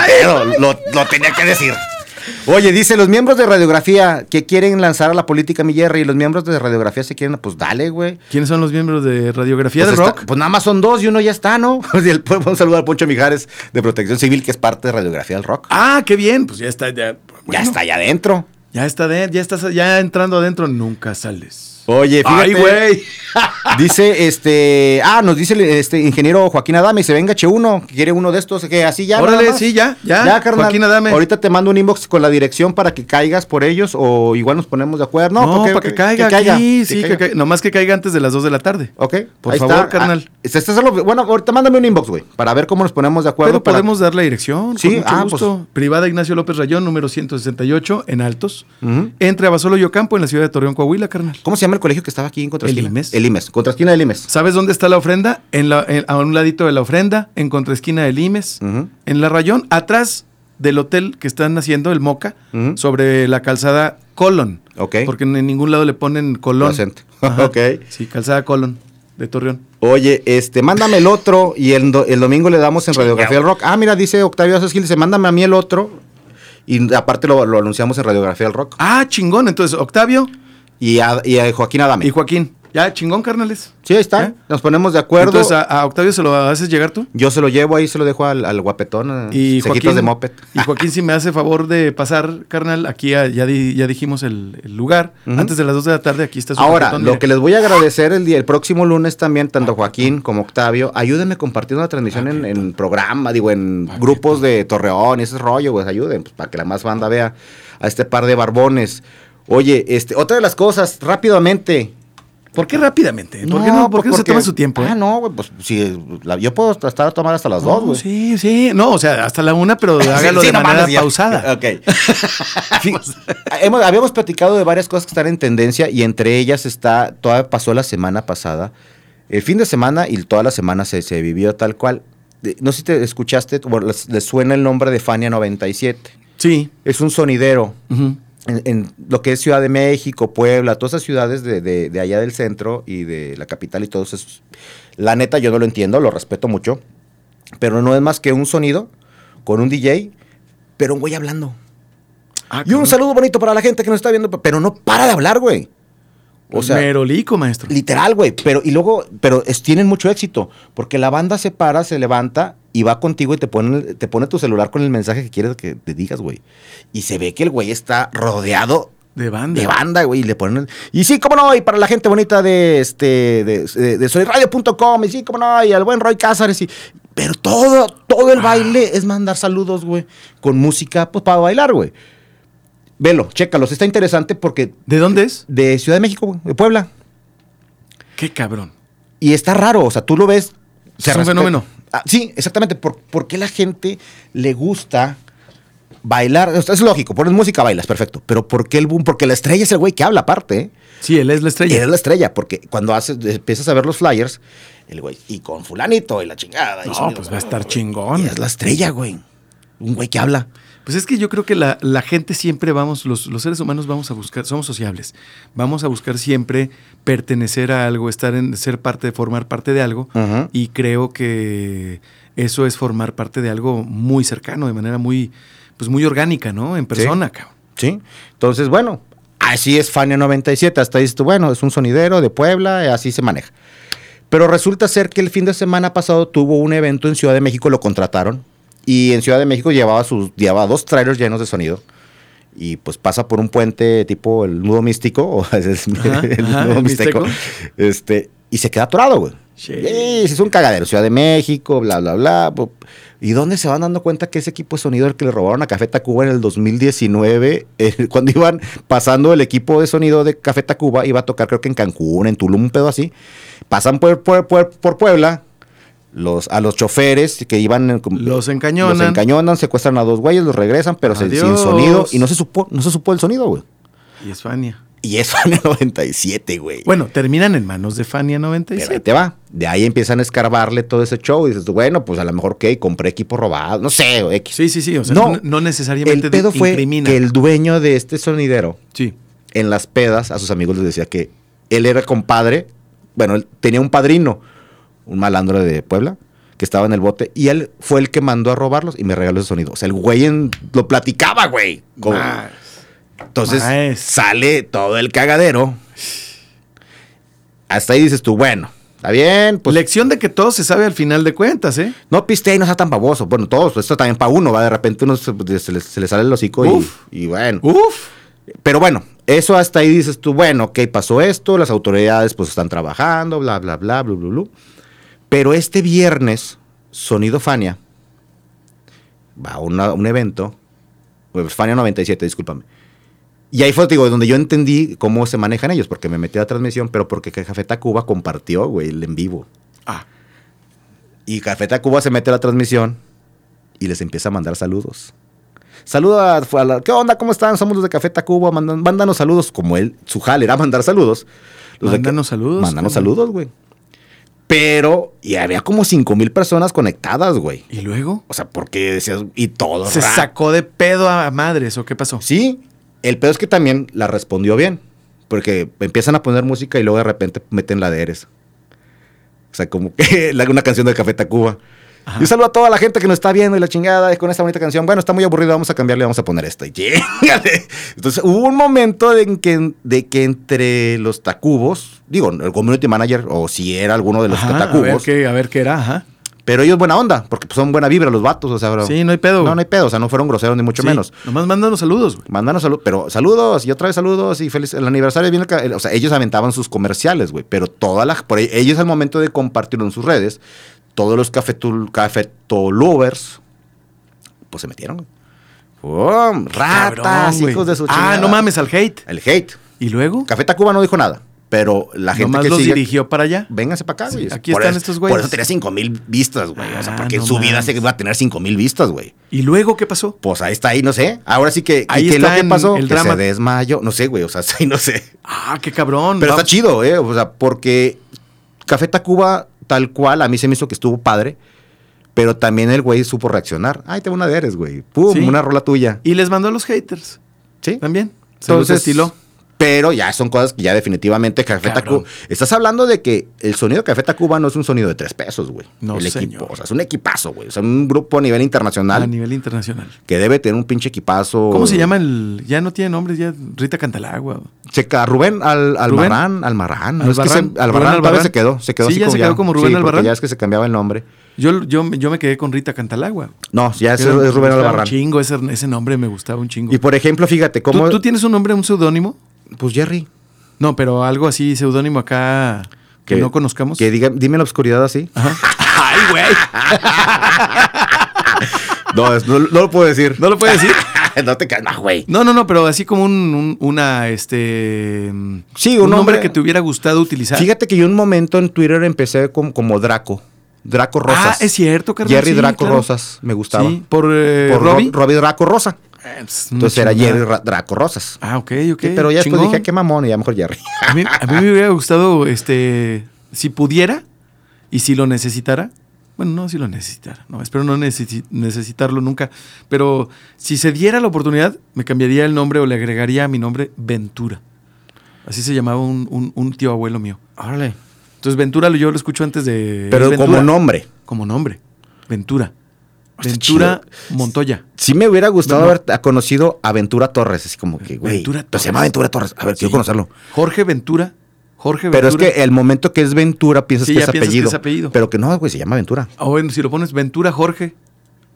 [SPEAKER 3] pedo, lo, lo tenía que decir. Oye, dice, los miembros de radiografía que quieren lanzar a la política, mi Jerry, y los miembros de radiografía se quieren, pues dale, güey.
[SPEAKER 2] ¿Quiénes son los miembros de Radiografía
[SPEAKER 3] pues
[SPEAKER 2] de
[SPEAKER 3] está-
[SPEAKER 2] Rock?
[SPEAKER 3] pues nada más son dos y uno ya está, ¿no? Y el- pues, un saludo al Poncho Mijares de Protección Civil, que es parte de Radiografía del Rock.
[SPEAKER 2] Ah, qué bien. Pues ya está, ya.
[SPEAKER 3] ya
[SPEAKER 2] bueno,
[SPEAKER 3] está allá adentro.
[SPEAKER 2] Ya está, de- ya estás, ya entrando adentro, nunca sales.
[SPEAKER 3] Oye,
[SPEAKER 2] Ay, güey.
[SPEAKER 3] Dice este. Ah, nos dice el este, ingeniero Joaquín Adame. Dice: Venga, che, uno. que Quiere uno de estos. Que así ya.
[SPEAKER 2] Órale,
[SPEAKER 3] nada más.
[SPEAKER 2] sí, ya, ya,
[SPEAKER 3] Ya, carnal.
[SPEAKER 2] Joaquín Adame.
[SPEAKER 3] Ahorita te mando un inbox con la dirección para que caigas por ellos o igual nos ponemos de acuerdo. No,
[SPEAKER 2] No,
[SPEAKER 3] porque-
[SPEAKER 2] para que, caiga aquí, sí, que
[SPEAKER 3] caiga.
[SPEAKER 2] caiga. nomás que caiga antes de las 2 de la tarde.
[SPEAKER 3] Ok,
[SPEAKER 2] Por
[SPEAKER 3] ahí
[SPEAKER 2] favor,
[SPEAKER 3] está.
[SPEAKER 2] carnal.
[SPEAKER 3] Ah, este- este es lo- bueno, ahorita mándame un inbox, güey, para ver cómo nos ponemos de acuerdo.
[SPEAKER 2] Pero
[SPEAKER 3] para-
[SPEAKER 2] podemos dar la dirección.
[SPEAKER 3] Sí,
[SPEAKER 2] con mucho
[SPEAKER 3] ah,
[SPEAKER 2] gusto. pues, Privada Ignacio López Rayón, número 168, en Altos.
[SPEAKER 3] Ujú.
[SPEAKER 2] Entre Abasolo y Ocampo, en la ciudad de Torreón, Coahuila, carnal.
[SPEAKER 3] ¿Cómo se llama el colegio que estaba aquí en Contraesquina?
[SPEAKER 2] El IMES.
[SPEAKER 3] El IMES, Contraesquina del IMES.
[SPEAKER 2] ¿Sabes dónde está la ofrenda? En la- en- a un ladito de la ofrenda, en contraesquina del Limes,
[SPEAKER 3] Ujú.
[SPEAKER 2] en la Rayón, atrás del hotel que están haciendo, el Moca,
[SPEAKER 3] Ujú.
[SPEAKER 2] sobre la calzada Colón.
[SPEAKER 3] Ok.
[SPEAKER 2] Porque en ningún lado le ponen Colón.
[SPEAKER 3] Presente.
[SPEAKER 2] Ajá.
[SPEAKER 3] Ok.
[SPEAKER 2] Sí, calzada Colón, de Torreón.
[SPEAKER 3] Oye, este, mándame el otro y el, do- el domingo le damos en Radiografía del Rock. Ah, mira, dice Octavio Asos Gil, dice, mándame a mí el otro. Y aparte lo, lo anunciamos en Radiografía del Rock.
[SPEAKER 2] Ah, chingón. Entonces, Octavio
[SPEAKER 3] Y a, y a Joaquín Adame.
[SPEAKER 2] y Joaquín. Ya, chingón, carnales.
[SPEAKER 3] sí, ahí está.
[SPEAKER 2] ¿Eh?
[SPEAKER 3] Nos ponemos de acuerdo.
[SPEAKER 2] Entonces, a, a Octavio se lo haces llegar tú.
[SPEAKER 3] Yo se lo llevo ahí, se lo dejo al, al guapetón.
[SPEAKER 2] Y
[SPEAKER 3] Y
[SPEAKER 2] Joaquín,
[SPEAKER 3] de moped.
[SPEAKER 2] y Joaquín, si me hace favor de pasar, carnal, aquí a- ya, di- ya dijimos el, el lugar.
[SPEAKER 3] Ujú.
[SPEAKER 2] Antes de las 2 de la tarde, aquí está su
[SPEAKER 3] Ahora,
[SPEAKER 2] paquetón,
[SPEAKER 3] lo
[SPEAKER 2] mire.
[SPEAKER 3] que les voy a agradecer el, día, el próximo lunes también, tanto Joaquín como Octavio, ayúdenme compartiendo la transmisión en, en programa, digo, en grupos de Torreón y ese rollo, pues ayuden, pues, para que la más banda vea a este par de barbones. Oye, este, otra de las cosas, rápidamente.
[SPEAKER 2] ¿Por qué rápidamente? ¿Por qué no, por qué no se
[SPEAKER 3] porque-
[SPEAKER 2] toma su tiempo? eh?
[SPEAKER 3] Ah, no, güey, pues si, la- yo puedo estar a tomar hasta las dos,
[SPEAKER 2] No,
[SPEAKER 3] güey.
[SPEAKER 2] sí, sí. No, o sea, hasta la una, pero hágalo
[SPEAKER 3] Sí,
[SPEAKER 2] de
[SPEAKER 3] no
[SPEAKER 2] manera
[SPEAKER 3] mames, ya. Ah, pues.
[SPEAKER 2] pausada.
[SPEAKER 3] Ok. Sí, hemos- habíamos platicado de varias cosas que están en tendencia y entre ellas está, todavía pasó la semana pasada, el fin de semana y toda la semana se, se vivió tal cual. De- No sé si te escuchaste, bueno, les, les suena el nombre de Fania 97.
[SPEAKER 2] Sí.
[SPEAKER 3] Es un sonidero
[SPEAKER 2] Ujú.
[SPEAKER 3] en, en lo que es Ciudad de México, Puebla, todas esas ciudades de, de- de allá del centro y de la capital y todos esos. La neta, yo no lo entiendo, lo respeto mucho, pero no es más que un sonido con un DJ, pero un güey hablando.
[SPEAKER 2] Ah,
[SPEAKER 3] Y un saludo bonito para la gente que nos está viendo, pero no para de hablar, güey. O sea,
[SPEAKER 2] Merolico, maestro.
[SPEAKER 3] literal, güey. Pero, y luego, pero es- tienen mucho éxito, porque la banda se para, se levanta y va contigo y te pone, te pone tu celular con el mensaje que quieres que te digas, güey. Y se ve que el güey está rodeado
[SPEAKER 2] De banda.
[SPEAKER 3] de banda, güey, y le ponen... Y sí, cómo no, y para la gente bonita de este de, de- de soyradio.com, y sí, cómo no, y al buen Roy Cázares, y... Pero todo, todo
[SPEAKER 2] Ah.
[SPEAKER 3] el baile es mandar saludos, güey, con música, pues, para bailar, güey. Velo, chécalos, está interesante porque
[SPEAKER 2] ¿De dónde es?
[SPEAKER 3] de Ciudad de México, güey, de Puebla.
[SPEAKER 2] Qué cabrón.
[SPEAKER 3] Y está raro, o sea, tú lo ves. se
[SPEAKER 2] Es un
[SPEAKER 3] respe-
[SPEAKER 2] fenómeno.
[SPEAKER 3] Ah, sí, exactamente. ¿Por, por qué la gente le gusta bailar? O sea, es lógico, pones música, bailas, perfecto. Pero ¿por qué el boom? Porque la estrella es el güey que habla aparte. ¿eh?
[SPEAKER 2] Sí, él es la
[SPEAKER 3] Y
[SPEAKER 2] estrella.
[SPEAKER 3] eres la estrella, porque cuando haces, empiezas a ver los flyers, el güey, y con fulanito y la chingada. y
[SPEAKER 2] No,
[SPEAKER 3] sonido,
[SPEAKER 2] pues va a estar chingón.
[SPEAKER 3] Y es la estrella, güey. Un güey que habla.
[SPEAKER 2] Pues es que yo creo que la, la gente siempre vamos, los, los seres humanos vamos a buscar, somos sociables, vamos a buscar siempre pertenecer a algo, estar en, ser parte, formar parte de algo,
[SPEAKER 3] Ujú.
[SPEAKER 2] y creo que eso es formar parte de algo muy cercano, de manera muy, pues muy orgánica, ¿no? En persona, cabrón.
[SPEAKER 3] ¿Sí? Entonces, bueno, así es Fania 97. Hasta dices tú, bueno, es un sonidero de Puebla, eh, así se maneja. Pero resulta ser que el fin de semana pasado tuvo un evento en Ciudad de México, lo contrataron. Y en Ciudad de México llevaba, sus, llevaba dos trailers llenos de sonido. Y pues pasa por un puente tipo el nudo místico, o es el,
[SPEAKER 2] Ajá,
[SPEAKER 3] el
[SPEAKER 2] ajá,
[SPEAKER 3] nudo
[SPEAKER 2] el
[SPEAKER 3] místico.
[SPEAKER 2] Mixteco.
[SPEAKER 3] Este, y se queda atorado, güey.
[SPEAKER 2] Sí.
[SPEAKER 3] Y es un cagadero. Ciudad de México, bla, bla, bla. bu- ¿Y dónde se van dando cuenta que ese equipo de sonido el que le robaron a Café Tacuba en el 2019, eh, cuando iban pasando el equipo de sonido de Café Tacuba, iba a tocar creo que en Cancún, en Tulum, un pedo así. Pasan por, por, por- por Puebla los, a los choferes que iban... en- como-
[SPEAKER 2] Los encañonan.
[SPEAKER 3] Los encañonan, secuestran a dos güeyes, los regresan, pero se- sin
[SPEAKER 2] Adiós.
[SPEAKER 3] sonido. Y no se supo, no se supo el sonido, güey.
[SPEAKER 2] Y es Fania.
[SPEAKER 3] Y eso en el 97, güey.
[SPEAKER 2] Bueno, terminan en manos de Fania
[SPEAKER 3] Pero ahí
[SPEAKER 2] 97.
[SPEAKER 3] te va. De ahí empiezan a escarbarle todo ese show. Y dices, tú, bueno, pues a lo mejor que compré equipo robado. No sé, o X.
[SPEAKER 2] Sí, sí, sí. O sea,
[SPEAKER 3] No,
[SPEAKER 2] no, no necesariamente
[SPEAKER 3] El pedo fue
[SPEAKER 2] incrimina.
[SPEAKER 3] que el dueño de este sonidero,
[SPEAKER 2] Sí.
[SPEAKER 3] en las pedas, a sus amigos les decía que él era compadre. Bueno, él tenía un padrino, un malandro de Puebla, que estaba en el bote. Y él fue el que mandó a robarlos y me regaló ese sonido. O sea, el güey en- lo platicaba, güey. Como-
[SPEAKER 2] Ah,
[SPEAKER 3] entonces
[SPEAKER 2] Maes.
[SPEAKER 3] sale todo el cagadero. Hasta ahí dices tú, bueno, está bien, pues
[SPEAKER 2] Lección de que todo se sabe al final de cuentas, ¿eh?
[SPEAKER 3] No piste y no sea tan baboso. Bueno, todos, pues, esto también para uno, va. De repente uno se, se le, se le sale el hocico y-
[SPEAKER 2] Uf.
[SPEAKER 3] y, bueno.
[SPEAKER 2] Uf.
[SPEAKER 3] Pero bueno, eso hasta ahí dices tú, bueno, ok, pasó esto, las autoridades pues están trabajando, bla, bla, bla, bla, bla, bla. Pero este viernes, Sonido Fania va a una- un evento, pues, Fania 97, discúlpame. Y ahí fue, te digo, donde yo entendí cómo se manejan ellos, porque me metí a la transmisión, pero porque Café Tacuba compartió, güey, el en vivo.
[SPEAKER 2] Ah.
[SPEAKER 3] Y Café Tacuba se mete a la transmisión y les empieza a mandar saludos. Saluda a la- ¿Qué onda? ¿Cómo están? Somos los de Café Tacuba. Mandan, mándanos saludos. Como él, su jale era mandar saludos. Los de que-
[SPEAKER 2] Mándanos saludos.
[SPEAKER 3] Mándanos
[SPEAKER 2] cabrón.
[SPEAKER 3] saludos, güey. Pero, y había como 5 mil personas conectadas, güey.
[SPEAKER 2] ¿Y luego?
[SPEAKER 3] O sea, porque decías, y todo.
[SPEAKER 2] ¿Se
[SPEAKER 3] rap.
[SPEAKER 2] sacó de pedo a madres o qué pasó?
[SPEAKER 3] Sí, el pedo es que también la respondió bien. Porque empiezan a poner música y luego de repente meten la de Eres. O sea, como que la- una canción de Café Tacuba.
[SPEAKER 2] Ajá.
[SPEAKER 3] Y un saludo a toda la gente que nos está viendo y la chingada y con esta bonita canción. Bueno, está muy aburrida, vamos a cambiarle, vamos a poner esta. Y chingale. Entonces hubo un momento de en que, de que entre los Tacubos, digo, el community manager o si era alguno de los
[SPEAKER 2] Ajá, a, ver
[SPEAKER 3] Tacubos,
[SPEAKER 2] qué, a ver qué era, ajá.
[SPEAKER 3] pero ellos buena onda, porque pues, son buena vibra los vatos, o sea, bro.
[SPEAKER 2] Sí, no hay pedo.
[SPEAKER 3] no,
[SPEAKER 2] güey.
[SPEAKER 3] no hay pedo, o sea, no fueron groseros ni mucho
[SPEAKER 2] Sí,
[SPEAKER 3] menos.
[SPEAKER 2] Nomás mándanos saludos, güey.
[SPEAKER 3] Mandanos saludos, pero saludos y otra vez saludos y feliz el aniversario viene el ca- el- o sea, ellos aventaban sus comerciales, güey, pero todas las por ahí- ellos al momento de compartirlo en sus redes, todos los cafetul, cafetolovers pues se metieron. güey. ¡Oh, ratas,
[SPEAKER 2] Cabrón, güey.
[SPEAKER 3] hijos de su
[SPEAKER 2] Ah,
[SPEAKER 3] chingada.
[SPEAKER 2] no mames al hate.
[SPEAKER 3] El hate.
[SPEAKER 2] ¿Y luego?
[SPEAKER 3] Café Tacuba no dijo nada, pero la gente
[SPEAKER 2] Nomás
[SPEAKER 3] que
[SPEAKER 2] los
[SPEAKER 3] sigue
[SPEAKER 2] dirigió para allá.
[SPEAKER 3] Vénganse para acá,
[SPEAKER 2] Sí,
[SPEAKER 3] güey.
[SPEAKER 2] aquí están
[SPEAKER 3] eso-
[SPEAKER 2] estos güeyes.
[SPEAKER 3] Por eso tenía 5 mil vistas, güey. o sea,
[SPEAKER 2] Ah,
[SPEAKER 3] porque en
[SPEAKER 2] no
[SPEAKER 3] su vida
[SPEAKER 2] mames.
[SPEAKER 3] se va a tener 5 mil vistas, güey
[SPEAKER 2] ¿Y luego qué pasó?
[SPEAKER 3] pues ahí está ahí, no sé. Ahora sí que.
[SPEAKER 2] Ahí
[SPEAKER 3] ¿y qué es lo
[SPEAKER 2] está
[SPEAKER 3] que
[SPEAKER 2] en
[SPEAKER 3] pasó?
[SPEAKER 2] el
[SPEAKER 3] Que
[SPEAKER 2] drama.
[SPEAKER 3] se desmayó. No sé, güey. O sea, sí, no sé.
[SPEAKER 2] Ah, qué cabrón.
[SPEAKER 3] Pero está
[SPEAKER 2] Vamos.
[SPEAKER 3] chido, ¿eh? O sea, porque Café Tacuba, tal cual, a mí se me hizo que estuvo padre. Pero también el güey supo reaccionar. Ay, te una de eres, güey. Pum,
[SPEAKER 2] Sí.
[SPEAKER 3] una rola tuya.
[SPEAKER 2] Y les mandó a los haters
[SPEAKER 3] Sí.
[SPEAKER 2] también. Se los estiló.
[SPEAKER 3] Pero ya son cosas que ya definitivamente Café
[SPEAKER 2] Cabrón.
[SPEAKER 3] Tacuba. Estás hablando de que el sonido de Café Tacuba no es un sonido de tres pesos, güey.
[SPEAKER 2] No,
[SPEAKER 3] el
[SPEAKER 2] señor.
[SPEAKER 3] equipo. O sea, es un equipazo, güey. O sea, un grupo a nivel internacional
[SPEAKER 2] A nivel internacional.
[SPEAKER 3] que debe tener un pinche equipazo.
[SPEAKER 2] ¿Cómo se llama el.? Ya no tiene nombre, ya. Rita Cantalagua.
[SPEAKER 3] Checa, Rubén al,
[SPEAKER 2] Rubén.
[SPEAKER 3] Almarán, Almarán. No, es que se-
[SPEAKER 2] Albarrán.
[SPEAKER 3] Albarrán,
[SPEAKER 2] Rubén
[SPEAKER 3] todavía
[SPEAKER 2] Albarrán.
[SPEAKER 3] se quedó, se quedó
[SPEAKER 2] Sí,
[SPEAKER 3] así
[SPEAKER 2] ya se quedó como Rubén
[SPEAKER 3] porque
[SPEAKER 2] Albarrán.
[SPEAKER 3] Ya es que se cambiaba el nombre.
[SPEAKER 2] Yo, yo, yo me quedé con Rita Cantalagua.
[SPEAKER 3] No, ya es,
[SPEAKER 2] Era-
[SPEAKER 3] es
[SPEAKER 2] me
[SPEAKER 3] Rubén
[SPEAKER 2] gustaba
[SPEAKER 3] Albarrán.
[SPEAKER 2] Un chingo, ese, ese nombre me gustaba un chingo.
[SPEAKER 3] Y por ejemplo, fíjate
[SPEAKER 2] ¿Tú,
[SPEAKER 3] cómo.
[SPEAKER 2] tú tienes un nombre, un seudónimo?
[SPEAKER 3] Pues Jerry.
[SPEAKER 2] No, pero algo así, seudónimo acá que, no conozcamos.
[SPEAKER 3] Que diga, dime la oscuridad así.
[SPEAKER 2] ¡Ay, güey!
[SPEAKER 3] No, es- no, no lo puedo decir.
[SPEAKER 2] ¿No lo puedes decir?
[SPEAKER 3] no te calmas, güey.
[SPEAKER 2] No, no, no, pero así como un, un- una, este... mm,
[SPEAKER 3] Sí,
[SPEAKER 2] un
[SPEAKER 3] un
[SPEAKER 2] nombre,
[SPEAKER 3] nombre-
[SPEAKER 2] que te hubiera gustado utilizar.
[SPEAKER 3] Fíjate que yo un momento en Twitter empecé como, como Draco. Draco Rosas.
[SPEAKER 2] Ah, es cierto, carnal.
[SPEAKER 3] Jerry
[SPEAKER 2] sí,
[SPEAKER 3] Draco
[SPEAKER 2] claro.
[SPEAKER 3] Rosas, me gustaba.
[SPEAKER 2] Sí, por, eh,
[SPEAKER 3] Por Ro-
[SPEAKER 2] Robbie.
[SPEAKER 3] Robbie Draco Rosa.
[SPEAKER 2] Eh, pues,
[SPEAKER 3] Entonces
[SPEAKER 2] una
[SPEAKER 3] era
[SPEAKER 2] chingada.
[SPEAKER 3] Jerry Ra- Draco Rosas.
[SPEAKER 2] Ah, ok, ok.
[SPEAKER 3] Sí, pero ya después
[SPEAKER 2] chingón.
[SPEAKER 3] dije, "Ah, qué mamón, y ya mejor Jerry.
[SPEAKER 2] A mí, a mí me hubiera gustado, este, si pudiera y si lo necesitara. Bueno, no, si lo necesitara. No, espero no necesi- necesitarlo nunca. Pero si se diera la oportunidad, me cambiaría el nombre o le agregaría a mi nombre Ventura. Así se llamaba un, un- un tío abuelo mío.
[SPEAKER 3] Órale.
[SPEAKER 2] Entonces, Ventura lo- yo lo escucho antes de.
[SPEAKER 3] Pero
[SPEAKER 2] es
[SPEAKER 3] como
[SPEAKER 2] Ventura.
[SPEAKER 3] nombre.
[SPEAKER 2] Como nombre. Ventura.
[SPEAKER 3] Está
[SPEAKER 2] Ventura Montoya.
[SPEAKER 3] Sí me hubiera gustado
[SPEAKER 2] No, no.
[SPEAKER 3] haber conocido a Ventura Torres, así como que, güey.
[SPEAKER 2] Ventura
[SPEAKER 3] pues se llama
[SPEAKER 2] Torres.
[SPEAKER 3] Ventura Torres. A ver,
[SPEAKER 2] Sí.
[SPEAKER 3] quiero conocerlo.
[SPEAKER 2] Jorge Ventura. Jorge
[SPEAKER 3] Pero
[SPEAKER 2] Ventura.
[SPEAKER 3] es que eh, el momento que es Ventura piensas,
[SPEAKER 2] Sí,
[SPEAKER 3] que,
[SPEAKER 2] ya
[SPEAKER 3] es
[SPEAKER 2] piensas que
[SPEAKER 3] apellido,
[SPEAKER 2] es apellido.
[SPEAKER 3] Pero que no, güey, se llama Ventura.
[SPEAKER 2] Ah, bueno, si lo pones Ventura Jorge.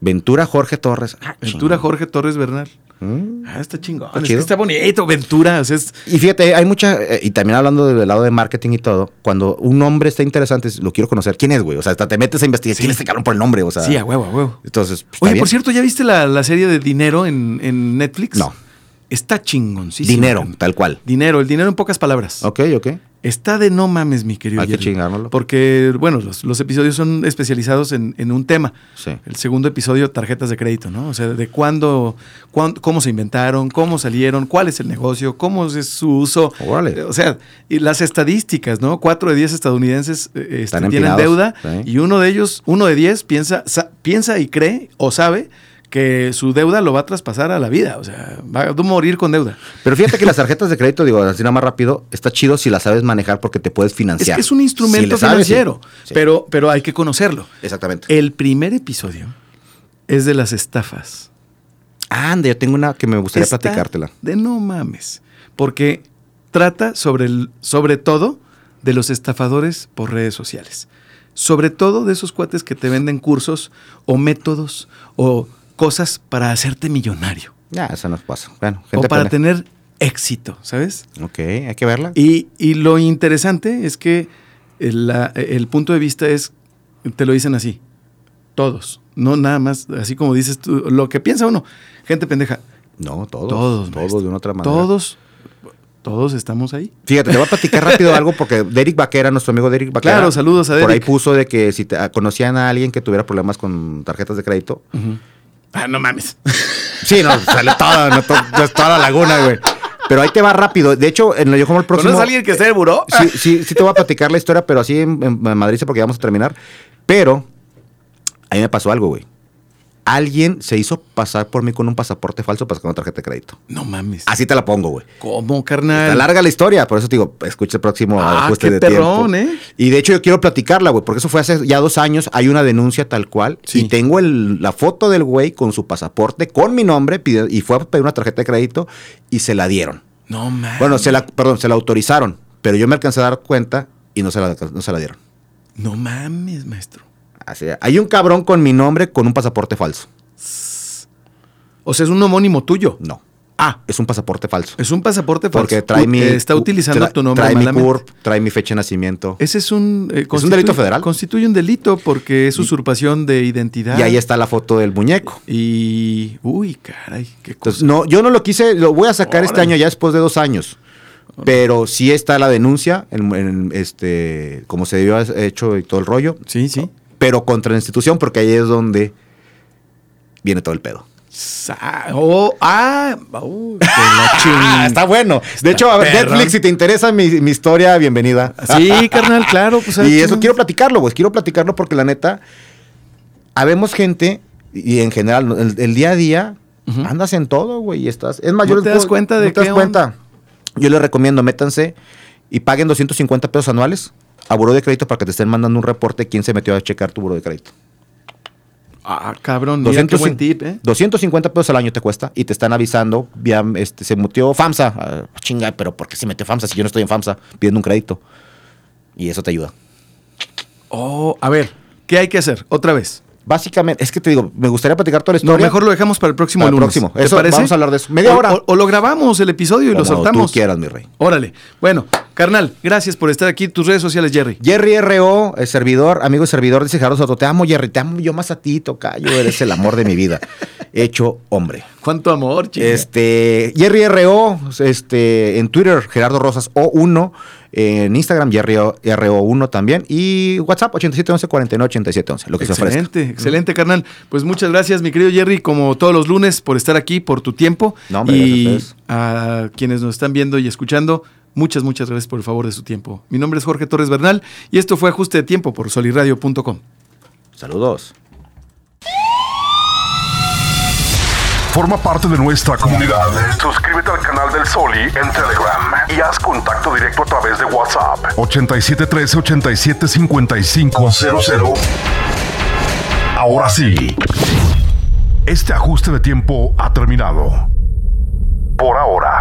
[SPEAKER 3] Ventura Jorge Torres. Ah,
[SPEAKER 2] Ventura Jorge Torres Bernal.
[SPEAKER 3] Mm.
[SPEAKER 2] Ah, está chingón.
[SPEAKER 3] Está
[SPEAKER 2] es que
[SPEAKER 3] chido.
[SPEAKER 2] está bonito, Ventura. o sea, es-
[SPEAKER 3] Y fíjate, hay mucha, eh, y también hablando del lado de marketing y todo, cuando un hombre está interesante, es, lo quiero conocer, ¿quién es, güey? O sea, hasta te metes a investigar, ¿quién es este cabrón por el nombre? O sea,
[SPEAKER 2] sí, a huevo, a huevo.
[SPEAKER 3] entonces, pues, está
[SPEAKER 2] Oye,
[SPEAKER 3] bien.
[SPEAKER 2] por cierto, ¿ya viste la, la serie de Dinero en, en Netflix?
[SPEAKER 3] No.
[SPEAKER 2] Está chingoncísimo.
[SPEAKER 3] dinero,
[SPEAKER 2] cabrón.
[SPEAKER 3] tal cual.
[SPEAKER 2] Dinero, el dinero en pocas palabras.
[SPEAKER 3] Ok, ok.
[SPEAKER 2] Está de no mames, mi querido.
[SPEAKER 3] Hay que
[SPEAKER 2] Jerry.
[SPEAKER 3] chingárnoslo.
[SPEAKER 2] Porque, bueno, los, los episodios son especializados en, en un tema.
[SPEAKER 3] Sí.
[SPEAKER 2] El segundo episodio, tarjetas de crédito, ¿no? O sea, de cuándo, cuán- cómo se inventaron, cómo salieron, cuál es el negocio, cómo es su uso.
[SPEAKER 3] Órale.
[SPEAKER 2] O sea, y las estadísticas, ¿no? Cuatro de diez estadounidenses eh, este,
[SPEAKER 3] Están
[SPEAKER 2] tienen
[SPEAKER 3] empinados,
[SPEAKER 2] deuda
[SPEAKER 3] sí.
[SPEAKER 2] y uno de ellos, uno de diez, piensa, sa- piensa y cree o sabe que su deuda lo va a traspasar a la vida. O sea, va a morir con deuda.
[SPEAKER 3] Pero fíjate que las tarjetas de crédito, digo, así nada más rápido, está chido si las sabes manejar porque te puedes
[SPEAKER 2] Es
[SPEAKER 3] financiar.
[SPEAKER 2] que es un
[SPEAKER 3] Si
[SPEAKER 2] instrumento
[SPEAKER 3] le sabes, sí.
[SPEAKER 2] financiero,
[SPEAKER 3] Sí,
[SPEAKER 2] Pero, eh, pero hay que conocerlo.
[SPEAKER 3] Exactamente.
[SPEAKER 2] El primer episodio es de las estafas.
[SPEAKER 3] Anda, yo tengo una que me gustaría
[SPEAKER 2] Está
[SPEAKER 3] platicártela.
[SPEAKER 2] De no mames. Porque trata sobre, el, sobre todo de los estafadores por redes sociales. Sobre todo de esos cuates que te venden cursos o métodos o cosas para hacerte millonario
[SPEAKER 3] Ya, eso nos pasa. Bueno,
[SPEAKER 2] o para
[SPEAKER 3] pendeja.
[SPEAKER 2] tener éxito, ¿sabes?
[SPEAKER 3] Ok, hay que verla.
[SPEAKER 2] Y, y lo interesante es que el, la- el punto de vista es, te lo dicen así, todos, no nada más, así como dices tú, lo que piensa uno, gente pendeja,
[SPEAKER 3] no, todos.
[SPEAKER 2] todos,
[SPEAKER 3] Todos,
[SPEAKER 2] maestro.
[SPEAKER 3] de una otra manera.
[SPEAKER 2] todos, todos estamos ahí.
[SPEAKER 3] Fíjate, te voy a platicar rápido algo porque Derek Vaquera, nuestro amigo Derek Vaquera.
[SPEAKER 2] Claro, saludos a
[SPEAKER 3] Por ahí
[SPEAKER 2] Derek.
[SPEAKER 3] puso de que si te- ah, conocían a alguien que tuviera problemas con tarjetas de crédito.
[SPEAKER 2] Ah, no mames.
[SPEAKER 3] Sí, no, sale toda, no, to- no es toda la laguna, güey. Pero ahí te va rápido. De hecho, en lo yo como el próximo. Eh,
[SPEAKER 2] ¿Conoces a alguien que esté de buró?
[SPEAKER 3] Sí, sí, sí te voy a platicar la historia, pero así en, en Madrid porque ya vamos a terminar. Pero a mí me pasó algo, güey. Alguien se hizo pasar por mí con un pasaporte falso para sacar una tarjeta de crédito.
[SPEAKER 2] No mames.
[SPEAKER 3] Así te la pongo, güey.
[SPEAKER 2] ¿Cómo,
[SPEAKER 3] Está
[SPEAKER 2] carnal?
[SPEAKER 3] larga la historia, por eso te digo, escucha el próximo
[SPEAKER 2] Ah,
[SPEAKER 3] ajuste
[SPEAKER 2] qué
[SPEAKER 3] de
[SPEAKER 2] perrón,
[SPEAKER 3] tiempo.
[SPEAKER 2] ¿eh?
[SPEAKER 3] Y de hecho yo quiero platicarla, güey, porque eso fue hace ya dos años, hay una denuncia tal cual,
[SPEAKER 2] Sí.
[SPEAKER 3] y tengo el- la foto del güey con su pasaporte, con mi nombre, pide- y fue a pedir una tarjeta de crédito, y se la dieron.
[SPEAKER 2] No mames.
[SPEAKER 3] Bueno, se la, perdón, se la autorizaron, pero yo me alcancé a dar cuenta y no se la, no se la dieron.
[SPEAKER 2] No mames, maestro.
[SPEAKER 3] Así, hay un cabrón con mi nombre con un pasaporte falso.
[SPEAKER 2] O sea, es un homónimo tuyo.
[SPEAKER 3] No,
[SPEAKER 2] Ah,
[SPEAKER 3] es un pasaporte falso.
[SPEAKER 2] es un pasaporte falso.
[SPEAKER 3] Porque trae
[SPEAKER 2] U-
[SPEAKER 3] mi...
[SPEAKER 2] eh, Está
[SPEAKER 3] cu-
[SPEAKER 2] utilizando
[SPEAKER 3] tra-
[SPEAKER 2] tu nombre
[SPEAKER 3] Trae mi
[SPEAKER 2] malamente.
[SPEAKER 3] CURP, trae mi fecha de nacimiento.
[SPEAKER 2] Ese es un... eh,
[SPEAKER 3] un
[SPEAKER 2] constituye-
[SPEAKER 3] delito federal?
[SPEAKER 2] Constituye un delito porque es usurpación de identidad.
[SPEAKER 3] Y ahí está la foto del muñeco.
[SPEAKER 2] Y... Uy, caray, qué cosa.
[SPEAKER 3] Entonces, no, yo no lo quise, lo voy a sacar este
[SPEAKER 2] Órale.
[SPEAKER 3] año ya después de dos años. Pero sí está la denuncia, en, en, este, como se debió haber hecho y todo el rollo,
[SPEAKER 2] sí, sí.
[SPEAKER 3] pero contra la institución, porque ahí es donde viene todo el pedo.
[SPEAKER 2] Sa- oh, ah, oh, que la
[SPEAKER 3] Ah,
[SPEAKER 2] ching-
[SPEAKER 3] está bueno. De hecho, a ver,
[SPEAKER 2] perrón.
[SPEAKER 3] Netflix, si te interesa mi, mi historia, bienvenida.
[SPEAKER 2] Sí, carnal, claro. Pues, ah,
[SPEAKER 3] y eso
[SPEAKER 2] chingón.
[SPEAKER 3] quiero platicarlo, pues quiero platicarlo porque la neta, habemos gente, y en general, el, el día a día,
[SPEAKER 2] Ujú.
[SPEAKER 3] andas en todo, güey, y estás... Es
[SPEAKER 2] No
[SPEAKER 3] mayor
[SPEAKER 2] te das cuenta de
[SPEAKER 3] te das
[SPEAKER 2] qué
[SPEAKER 3] cuenta. Yo les recomiendo, métanse y paguen 250 pesos anuales a buró de crédito para que te estén mandando un reporte de quién se metió a checar tu buró de crédito.
[SPEAKER 2] Ah, cabrón, mira qué buen tip, ¿eh?
[SPEAKER 3] 250 pesos al año te cuesta y te están avisando, ya este, se metió FAMSA. Ah, chinga, pero ¿por qué se metió FAMSA si yo no estoy en FAMSA pidiendo un crédito? Y eso te ayuda.
[SPEAKER 2] Oh, a ver, ¿qué hay que hacer? Otra vez.
[SPEAKER 3] Básicamente, es que te digo, me gustaría platicar toda la
[SPEAKER 2] No,
[SPEAKER 3] historia.
[SPEAKER 2] mejor lo dejamos para el próximo
[SPEAKER 3] Para el
[SPEAKER 2] lunes.
[SPEAKER 3] próximo.
[SPEAKER 2] ¿Te
[SPEAKER 3] Eso,
[SPEAKER 2] parece?
[SPEAKER 3] vamos a hablar de eso. Media
[SPEAKER 2] O-
[SPEAKER 3] hora.
[SPEAKER 2] O, o lo grabamos el episodio y lo
[SPEAKER 3] Como
[SPEAKER 2] soltamos.
[SPEAKER 3] tú quieras, mi rey.
[SPEAKER 2] Órale. Bueno, carnal, gracias por estar aquí. Tus redes sociales, Jerry.
[SPEAKER 3] Jerry R.O., el servidor, amigo y servidor, dice Gerardo Soto, te amo Jerry, te amo yo más a ti, tocayo, eres el amor de mi vida. hecho hombre.
[SPEAKER 2] ¿Cuánto amor, chica?
[SPEAKER 3] Este, Jerry RO, este, en Twitter, Gerardo Rosas O1, en Instagram, Jerry O- RO1 también, y WhatsApp 8711 498711, lo que se ofrezca.
[SPEAKER 2] Excelente, excelente, carnal. Pues muchas gracias, mi querido Jerry, como todos los lunes, por estar aquí, por tu tiempo.
[SPEAKER 3] No, hombre,
[SPEAKER 2] y
[SPEAKER 3] gracias
[SPEAKER 2] a quienes nos están viendo y escuchando, muchas, muchas gracias por el favor de su tiempo. Mi nombre es Jorge Torres Bernal y esto fue Ajuste de Tiempo por soliradio.com.
[SPEAKER 3] Saludos.
[SPEAKER 1] Forma parte de nuestra comunidad. Suscríbete al canal del Soli en Telegram y haz contacto directo a través de WhatsApp. 8713 875500. Ahora sí. Este ajuste de tiempo ha terminado. Por ahora.